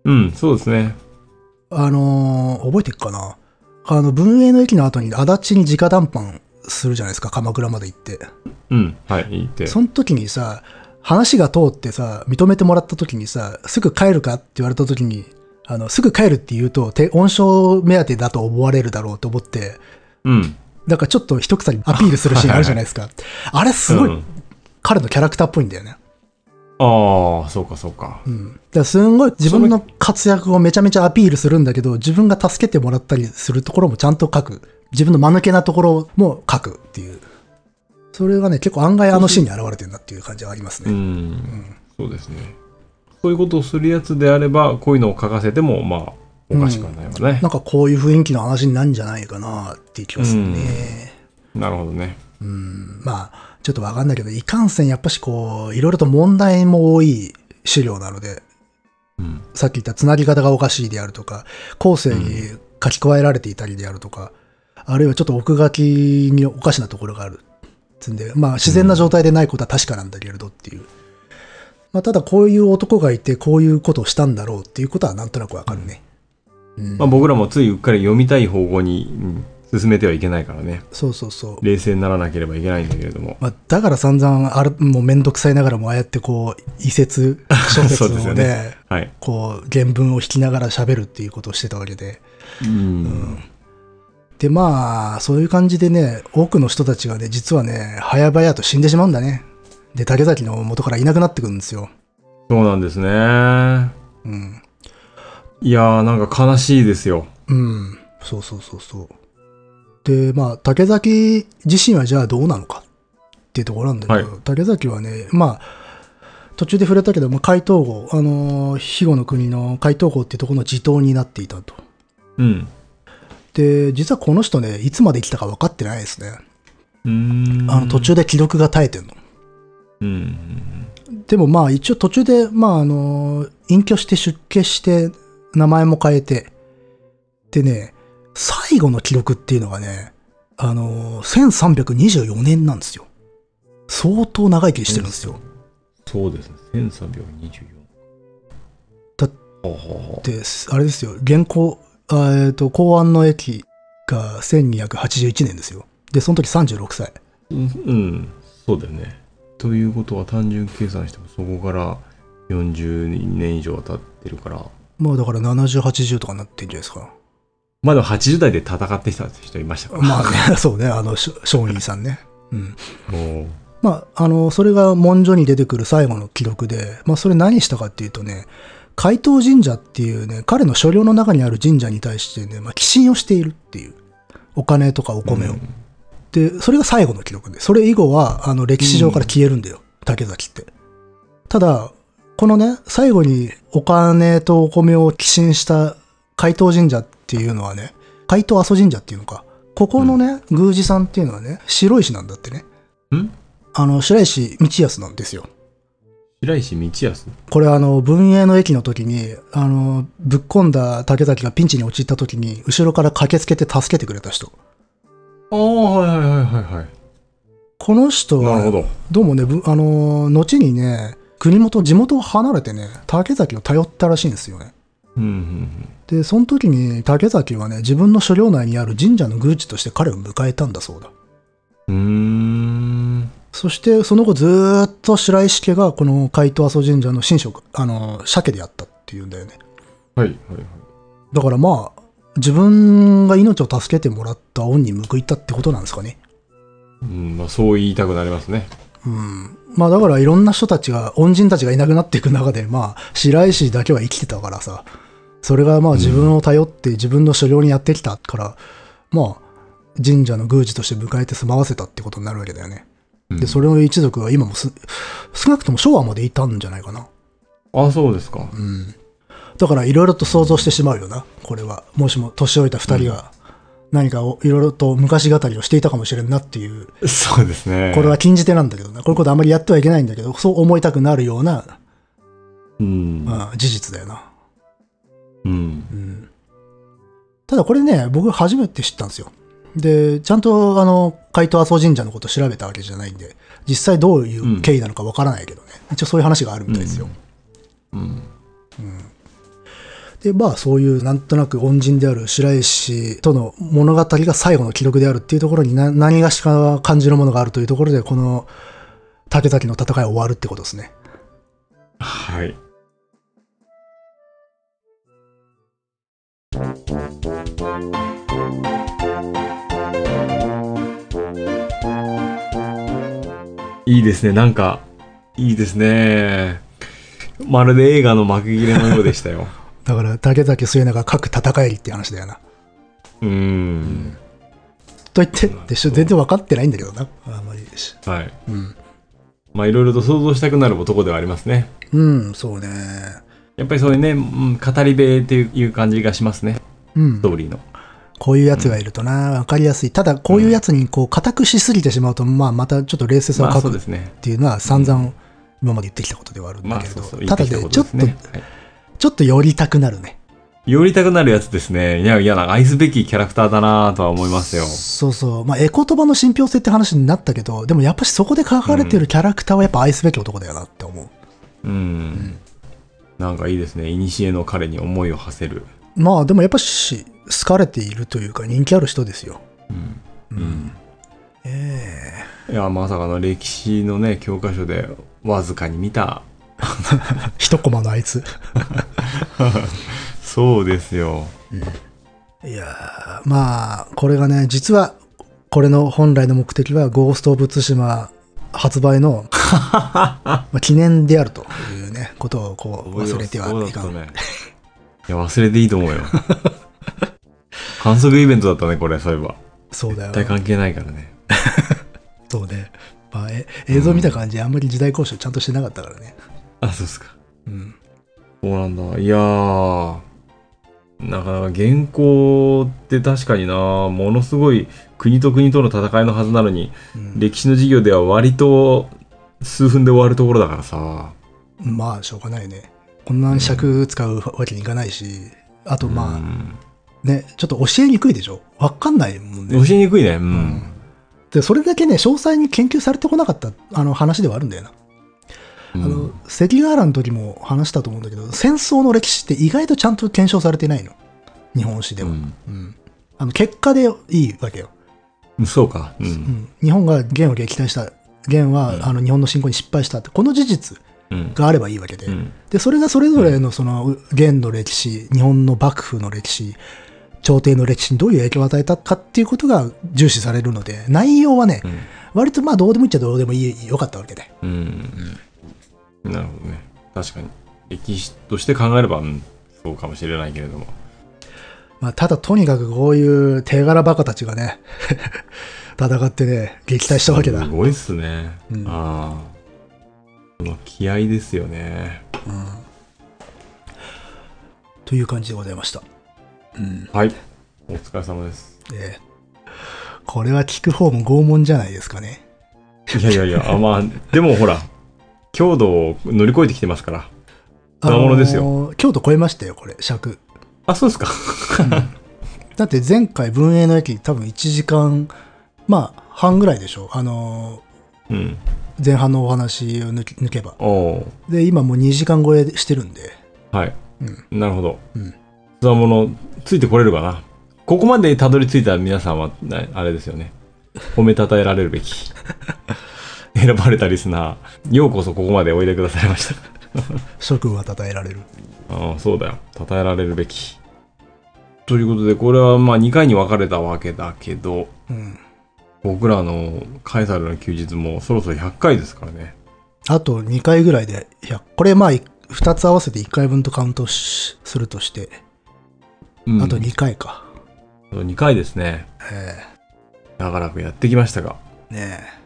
B: うん。そうですね。
A: あのー覚えてるかなあの、文英の駅の後に足立に直談判するじゃないですか、鎌倉まで行って。
B: うん。はい。いいって。
A: その時にさ、話が通ってさ、認めてもらった時にさ、すぐ帰るかって言われた時に、あの、すぐ帰るって言うと、手温床目当てだと思われるだろうと思って、
B: うん。
A: なんかちょっと一草にアピールするシーンあるじゃないです か。あれすご
B: う
A: い
B: ん
A: 彼のキャラクターっぽいんだよね。
B: ああ、そうかそうか。
A: うん。だからすんごい自分の活躍をめちゃめちゃアピールするんだけど、自分が助けてもらったりするところもちゃんと書く。自分の間抜けなところも書くっていう。それがね、結構案外あのシーンに現れてるなっていう感じはあります
B: う
A: ね。
B: ん。そうですね。そういうことをするやつであれば、こういうのを書かせても、まあ、おかしくはないわね
A: な。んかこういう雰囲気の話になるんじゃないかなっていう気がするね。
B: なるほどね。
A: うんまあ、ちょっとわかんないけど、いかんせんやっぱしこう、いろいろと問題も多い資料なので、
B: うん。
A: さっき言ったつなぎ方がおかしいであるとか、後世に書き加えられていたりであるとか、あるいはちょっと奥書きにおかしなところがある。つんで、まあ自然な状態でないことは確かなんだけれどっていう。まあただこういう男がいてこういうことをしたんだろうっていうことはなんとなくわかるね。うん
B: まあ、僕らもついうっかり読みたい方向にうん進めてはいけないからね。
A: そうそうそう。
B: 冷静にならなければいけないんだけれども。
A: まあ、だから散々あれ、もうめんどくさいながらもああやってこう、移 説、小説
B: そ
A: を
B: うです
A: ね、
B: よねはい。
A: こう、原文を引きながら喋るっていうことをしてたわけで。
B: うん。
A: でまあそういう感じでね多くの人たちがね実はね早々と死んでしまうんだねで竹崎の元からいなくなってくるんですよ、
B: そうなんですね。
A: うん、
B: いやー、なんか悲しいですよ。
A: うん、そうそうそうそうでまあ竹崎自身はじゃあどうなのかっていうところなんだけど、
B: は
A: 竹崎はねまあ途中で触れたけど、まあ、海東郷あのー肥後の国の海東郷っていうところの地頭になっていたと
B: うん。
A: で実はこの人ねいつまで生きたか分かってないですね
B: うーん
A: あの途。中で記録が絶えてるの
B: うん。
A: でもまあ一応途中で、まああの、隠居して出家して、名前も変えて、でね、最後の記録っていうのがね、あの、1324年なんですよ。相当長生きしてるんですよ。
B: そうですね。1324。
A: だ
B: ほうほうほ
A: で、あれですよ、現行、あえっと、公安の駅が1281年ですよ。で、その時36歳。
B: ううんうん。そうだよね。ということは単純計算してもそこから40年以上は経ってるから。
A: まあだから70、80とかなってんじゃないですか。
B: まあでも80代で戦ってきた人いましたから。
A: まあね、 そうね、あの、しょ商人さんね。うん。
B: もう
A: まあ、あの、それが文書に出てくる最後の記録で、まあ、それ何したかっていうとね、海東神社っていうね、彼の所領の中にある神社に対してね、まあ、寄進をしているっていう。お金とかお米を。
B: うん
A: で、それが最後の記録で、それ以後は、あの、歴史上から消えるんだよ、竹崎って。ただ、このね、最後にお金とお米を寄進した海東神社っていうのはね、海東阿蘇神社っていうのか、ここのね、宮司さんっていうのはね、白石なんだってね。
B: ん
A: あの、白石道康なんですよ。
B: 白石道康
A: これあの、文英の駅の時に、あの、ぶっ込んだ竹崎がピンチに陥った時に、後ろから駆けつけて助けてくれた人。
B: ああ、はいはいはいはいはい。
A: この人は、
B: なるほど。
A: どうもね、ぶあのー後にね、国元、地元を離れてね、竹崎を頼ったらしいんですよね。
B: うんうん
A: で、その時に竹崎はね、自分の所領内にある神社の宮司として彼を迎えたんだそうだ。
B: うん。うーん。
A: そして、その後ずーっと白石家がこの海東阿蘇神社の神職、あのー、鮭でやったっていうんだよね。
B: はいはいはい。
A: だからまあ、自分が命を助けてもらった恩に報いたってことなんですかね。
B: うん、まあそう言いたくなりますね。
A: うん。まあだからいろんな人たちが、恩人たちがいなくなっていく中で、まあ、白石だけは生きてたからさ、それがまあ自分を頼って自分の所領にやってきたから、まあ、神社の宮司として迎えて住まわせたってことになるわけだよね。
B: うん
A: で、それの一族は今もす、少なくとも昭和までいたんじゃないかな。
B: あ、そうですか。
A: うん。だからいろいろと想像してしまうよな、これは。もしも年老いた二人が何かをいろいろと昔語りをしていたかもしれんなっていう
B: そうですね。
A: これは。禁じ手なんだけどな。こういうことあまりやってはいけないんだけど、そう思いたくなるような、
B: うん。
A: うん事実だよな。
B: うん。
A: うん。ただこれね、僕初めて知ったんですよ。で、ちゃんとあの、海東阿蘇神社のこと調べたわけじゃないんで、実際どういう経緯なのかわからないけどね。一応そういう話があるみたいですよ。
B: うん。
A: で、まあそういうなんとなく恩人である白石との物語が最後の記録であるっていうところにな何がしか感じるものがあるというところで、この竹崎の戦いは終わるってことですね。
B: はい。いいですね。なんか、いいですね。まるで映画の幕切れのようでし たよ。
A: だから竹崎末永各戦いって話だよな。
B: うん。
A: と言ってでしょ全然分かってないんだけどなあんまりし
B: はい。
A: うん、
B: まあ、いろいろと想像したくなるとこではありますね。
A: うん、そうね
B: やっぱりそういうね、うん語り部っていう感じがしますね。
A: うん
B: ス、トーリーの。
A: こういうやつがいるとな分かりやすいただこういうやつにこう固くしすぎてしまうと、まあ、またちょっと冷静さを
B: まあ、
A: 欠
B: そう
A: く
B: で
A: っ
B: すね。
A: ていうのは散々今まで言ってきたことではあるん
B: ま
A: だ
B: あ、
A: けれ
B: そ
A: ど
B: うそう。
A: ただ
B: 言
A: ね
B: ってき
A: ちょ
B: こ
A: っ
B: と
A: と
B: ですねはい
A: ちょっと寄りたくなるね
B: 寄りたくなるやつですね。いや、いやな、愛すべきキャラクターだなとは思いますよ。
A: そうそうまあ絵言葉の信憑性って話になったけどでもやっぱしそこで書かれてるキャラクターはやっぱ愛すべき男だよなって思う
B: うん。なんかいいですね。古の彼に思いを馳せる。
A: まあでもやっぱし好かれているというか人気ある人ですよ
B: うん。
A: う
B: うん。
A: ええ
B: いや、まさかの歴史のね、教科書でわずかに見た。
A: 一コマのあい つ
B: そうですよ。
A: いやーまあこれがね実はこれの本来の目的は「ゴースト・オブ・ツシマ」発売 のまあ記念であるというねことをこう忘れてはいか、
B: そうんだったね。いや、忘れていいと思 うよ。反則イベントだったね、これ、そういえば。
A: そうだよ
B: 絶対関係ないからね。
A: そうね、まあ、え映像見た感じ、あんまり時代交渉ちゃんとしてなかったからね
B: あ、そうですか。
A: うん
B: そうなんだ。いやー、なかなか原稿って確かにな、ものすごい国と国との戦いのはずなのに、
A: うん
B: 歴史の授業では割と数分で終わるところだからさ。
A: まあしょうがないねこんな尺使うわけにいかないしあとまあ、
B: うん
A: ねちょっと教えにくいでしょわかんないもんね
B: 教えにくいね。うん。
A: でそれだけね詳細に研究されてこなかったあの話ではあるんだよな
B: うん
A: あの関ヶ原の時も話したと思うんだけど戦争の歴史って意外とちゃんと検証されてないの日本史では、
B: うん
A: うんあの結果でいいわけよ、
B: そうか。う。
A: うんん日本が元を撃退した元は、
B: うん
A: あの日本の侵攻に失敗したってこの事実
B: うん。
A: があればいいわけで,、
B: うん
A: でそれがそれぞれのその元の歴史日本の幕府の歴史朝廷の歴史にどういう影響を与えたかっていうことが重視されるので内容はね、
B: うん
A: 割とまあどうでもいいっちゃどうでもいいよかったわけで
B: うん。なるほどね。確かに。歴史として考えれば、うん、そうかもしれないけれども。
A: まあ、ただとにかくこういう手柄バカたちがね、 戦ってね、撃退したわけだ。
B: すごいっすね。
A: うん
B: ああ。その気合ですよね。
A: という感じでございました。うん。
B: はい。お疲れ様です。
A: ええこれは聞く方も拷問じゃないですかね。
B: いやいや いや、あまあ、でもほら、強度を乗り越えてきてますから。
A: あ
B: なるほどですよ
A: のー京都超えましたよ、これ、尺。
B: あ、そうですか。
A: だって前回文英の駅多分1時間、まあ、半ぐらいでしょ。あの
B: うん。
A: ー前半のお話を抜き抜けば。
B: おお
A: で、今もう2時間超えしてるんで。
B: ー。はい。
A: うん。
B: なるほど。
A: うん。
B: つわもの、ついてこれるかな。ここまでたどり着いた皆さんは、なあれですよね。褒めたたえられるべ き。選ばれたリスナー、ようこそここまでおいでくださいました。
A: 諸君は称えられる。
B: ああ、そうだよ。称えられるべき。ということで、これはまあ2回に分かれたわけだけど、
A: うん。
B: 僕らのカエサルの休日もそろそろ100回ですからね。
A: あと2回ぐらいで、いや、これまあ、2つ合わせて1回分とカウントしするとして、
B: うん
A: あと2回か。
B: あと2回ですね。
A: え
B: 長らくやってきましたが。
A: えねえ。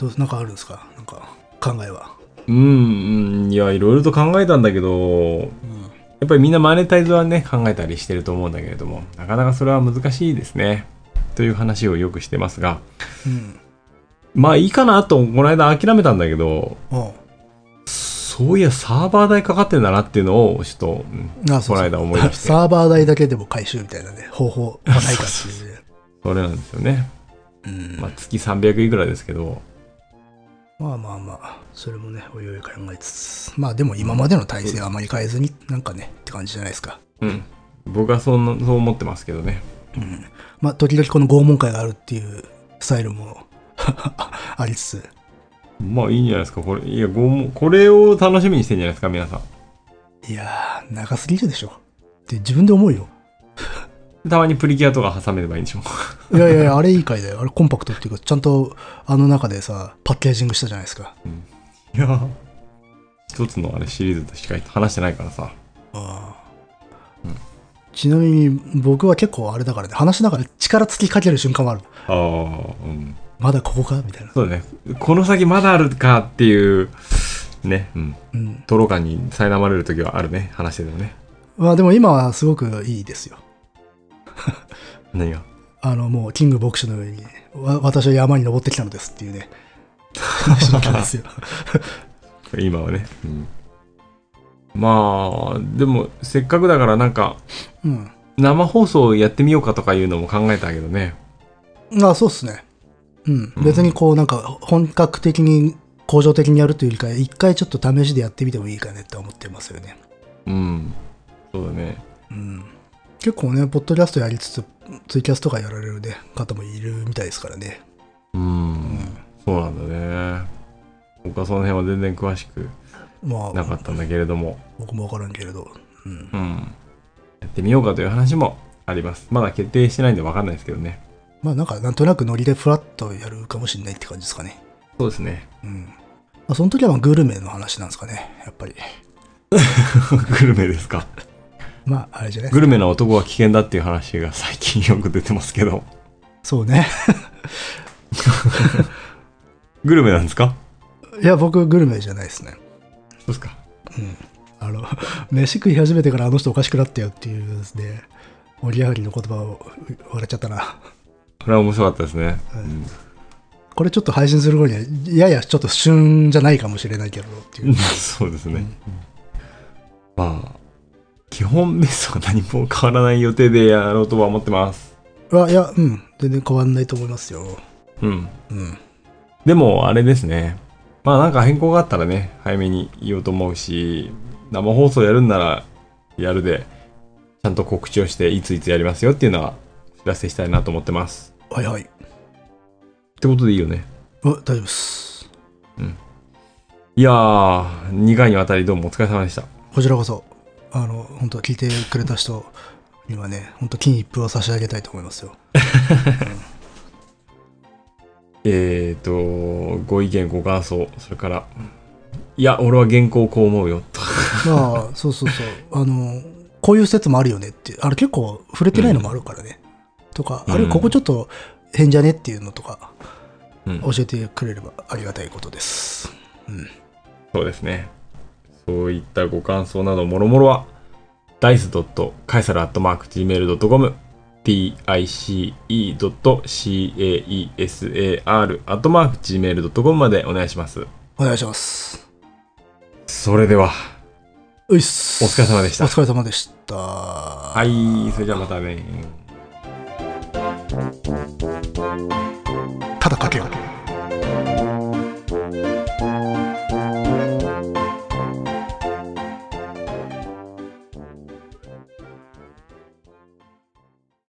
A: どうなんかあるんですかなんか、考えは。
B: うん、うん、いや、いろいろと考えたんだけど、
A: うん。
B: やっぱりみんなマネタイズはね、考えたりしてると思うんだけれども、なかなかそれは難しいですね。という話をよくしてますが、
A: うん。
B: まあいいかなと、この間諦めたんだけど、
A: おう
B: そういや、サーバー代かかってんだなっていうのを、ちょっと、うん
A: あそうそう
B: この間思い出し て
A: サーバー代だけでも回収みたいなね、方法はないかっていうね。
B: それなんですよね。
A: うん
B: まあ、月300いくらですけど、
A: まあまあまあ、それもね、おいおい考えつつ。まあでも今までの体制はあまり変えずに、なんかね、って感じじゃないですか。
B: うん。僕はそんなそう思ってますけどね。
A: うん。まあ、時々この拷問会があるっていうスタイルも、 ありつつ。
B: まあいいんじゃないですか。これ、いや、ごもこれを楽しみにしてんじゃないですか、皆さ
A: いやー、長すぎるでしょ。って自分で思うよ。
B: ん。たまにプリキュアとか挟めればいいんでしょう。
A: いやいや いや、あれいい回だよ。あれコンパクトっていうか、ちゃんとあの中でさ、パッケージングしたじゃないですか。
B: いやー一つのあれシリーズとしか話してないからさ。
A: あーちなみに僕は結構あれだからね、話しながら力尽きかける瞬間もある。
B: ああ、うん。
A: まだここかみたいな。
B: そうだね。この先まだあるかっていう、ね、うん。
A: うん。
B: トロ感に苛まれる時はあるね、話しててもね。
A: まあでも今はすごくいいですよ。
B: 何が。
A: あの、もう、キング牧師のように、わ私は山に登ってきたのですっていうね、話だったん ですよ。
B: 今はね。うん。まあ、でも、せっかくだからなんか、
A: うん。
B: 生放送やってみようかとかいうのも考えたけどね。
A: あ、そうっすね。うん。
B: うん
A: 別にこう、なんか、本格的に、恒常的にやるというよりか、一回ちょっと試しでやってみてもいいかねって思ってますよね。
B: うん。そうだね。
A: うん。結構ね、ポッドキャストやりつつ、ツイキャスとかやられるね、方もいるみたいですからね。
B: うん。そうなんだね。僕はその辺は全然詳しく
A: ま
B: な
A: あ、
B: かったんだけれども。
A: 僕もわからんけれど。うん。
B: うん。やってみようかという話もあります。まだ決定してないんで分かんないですけどね。
A: まあ、なんか、なんとなくノリでフラッとやるかもしれないって感じですかね。
B: そうですね。
A: うん。まあ、その時はまあグルメの話なんですかね、やっぱり。
B: グルメですか。
A: まあ、あれじゃない
B: グルメな男は危険だっていう話が最近よく出てますけど。
A: そうね。
B: グルメなんですか
A: いや、僕、グルメじゃないですね。
B: そうですか。
A: あの、 飯食い始めてからあの人おかしくなったよっていうですね、盛り上がりの言葉をう笑っちゃったな。
B: これは面白かったですね。
A: はい
B: うん
A: これちょっと配信する頃には、ややちょっと旬じゃないかもしれないけどっていう。
B: そうですね。まあ、基本ベースは何も変わらない予定でやろうとは思ってます。
A: あいや、うん、全然変わんないと思いますよ。
B: うん。
A: うん。
B: でも、あれですね。まあなんか変更があったらね、早めに言おうと思うし、生放送やるんならやるで、ちゃんと告知をして、いついつやりますよっていうのはお知らせしたいなと思ってます。
A: はいはい。
B: ってことでいいよね。
A: あ大丈夫です。
B: いやー、2回にわたりどうもお疲れ様でした。
A: こちらこそ、あの、本当聞いてくれた人にはね、本当金一封を差し上げたいと思いますよ。
B: えーと、ご意見、ご感想、それから、いや、俺は原稿こう思うよ、と
A: まあ、そうそうそう。あの、こういう説もあるよねって、あれ結構触れてないのもあるからね。とか、あるいはここちょっと変じゃねっていうのとか、
B: うん
A: 教えてくれればありがたいことです。うん。
B: そうですね。そういったご感想などもろもろは、dice.caesar.gmail.com dice.caesar.gmail.com までお願いします。
A: お願いします。
B: それでは、
A: ういっす。
B: お疲れ様でした
A: お疲れ様でした。は
B: はい、それじゃあまたね。
A: ただかけよう。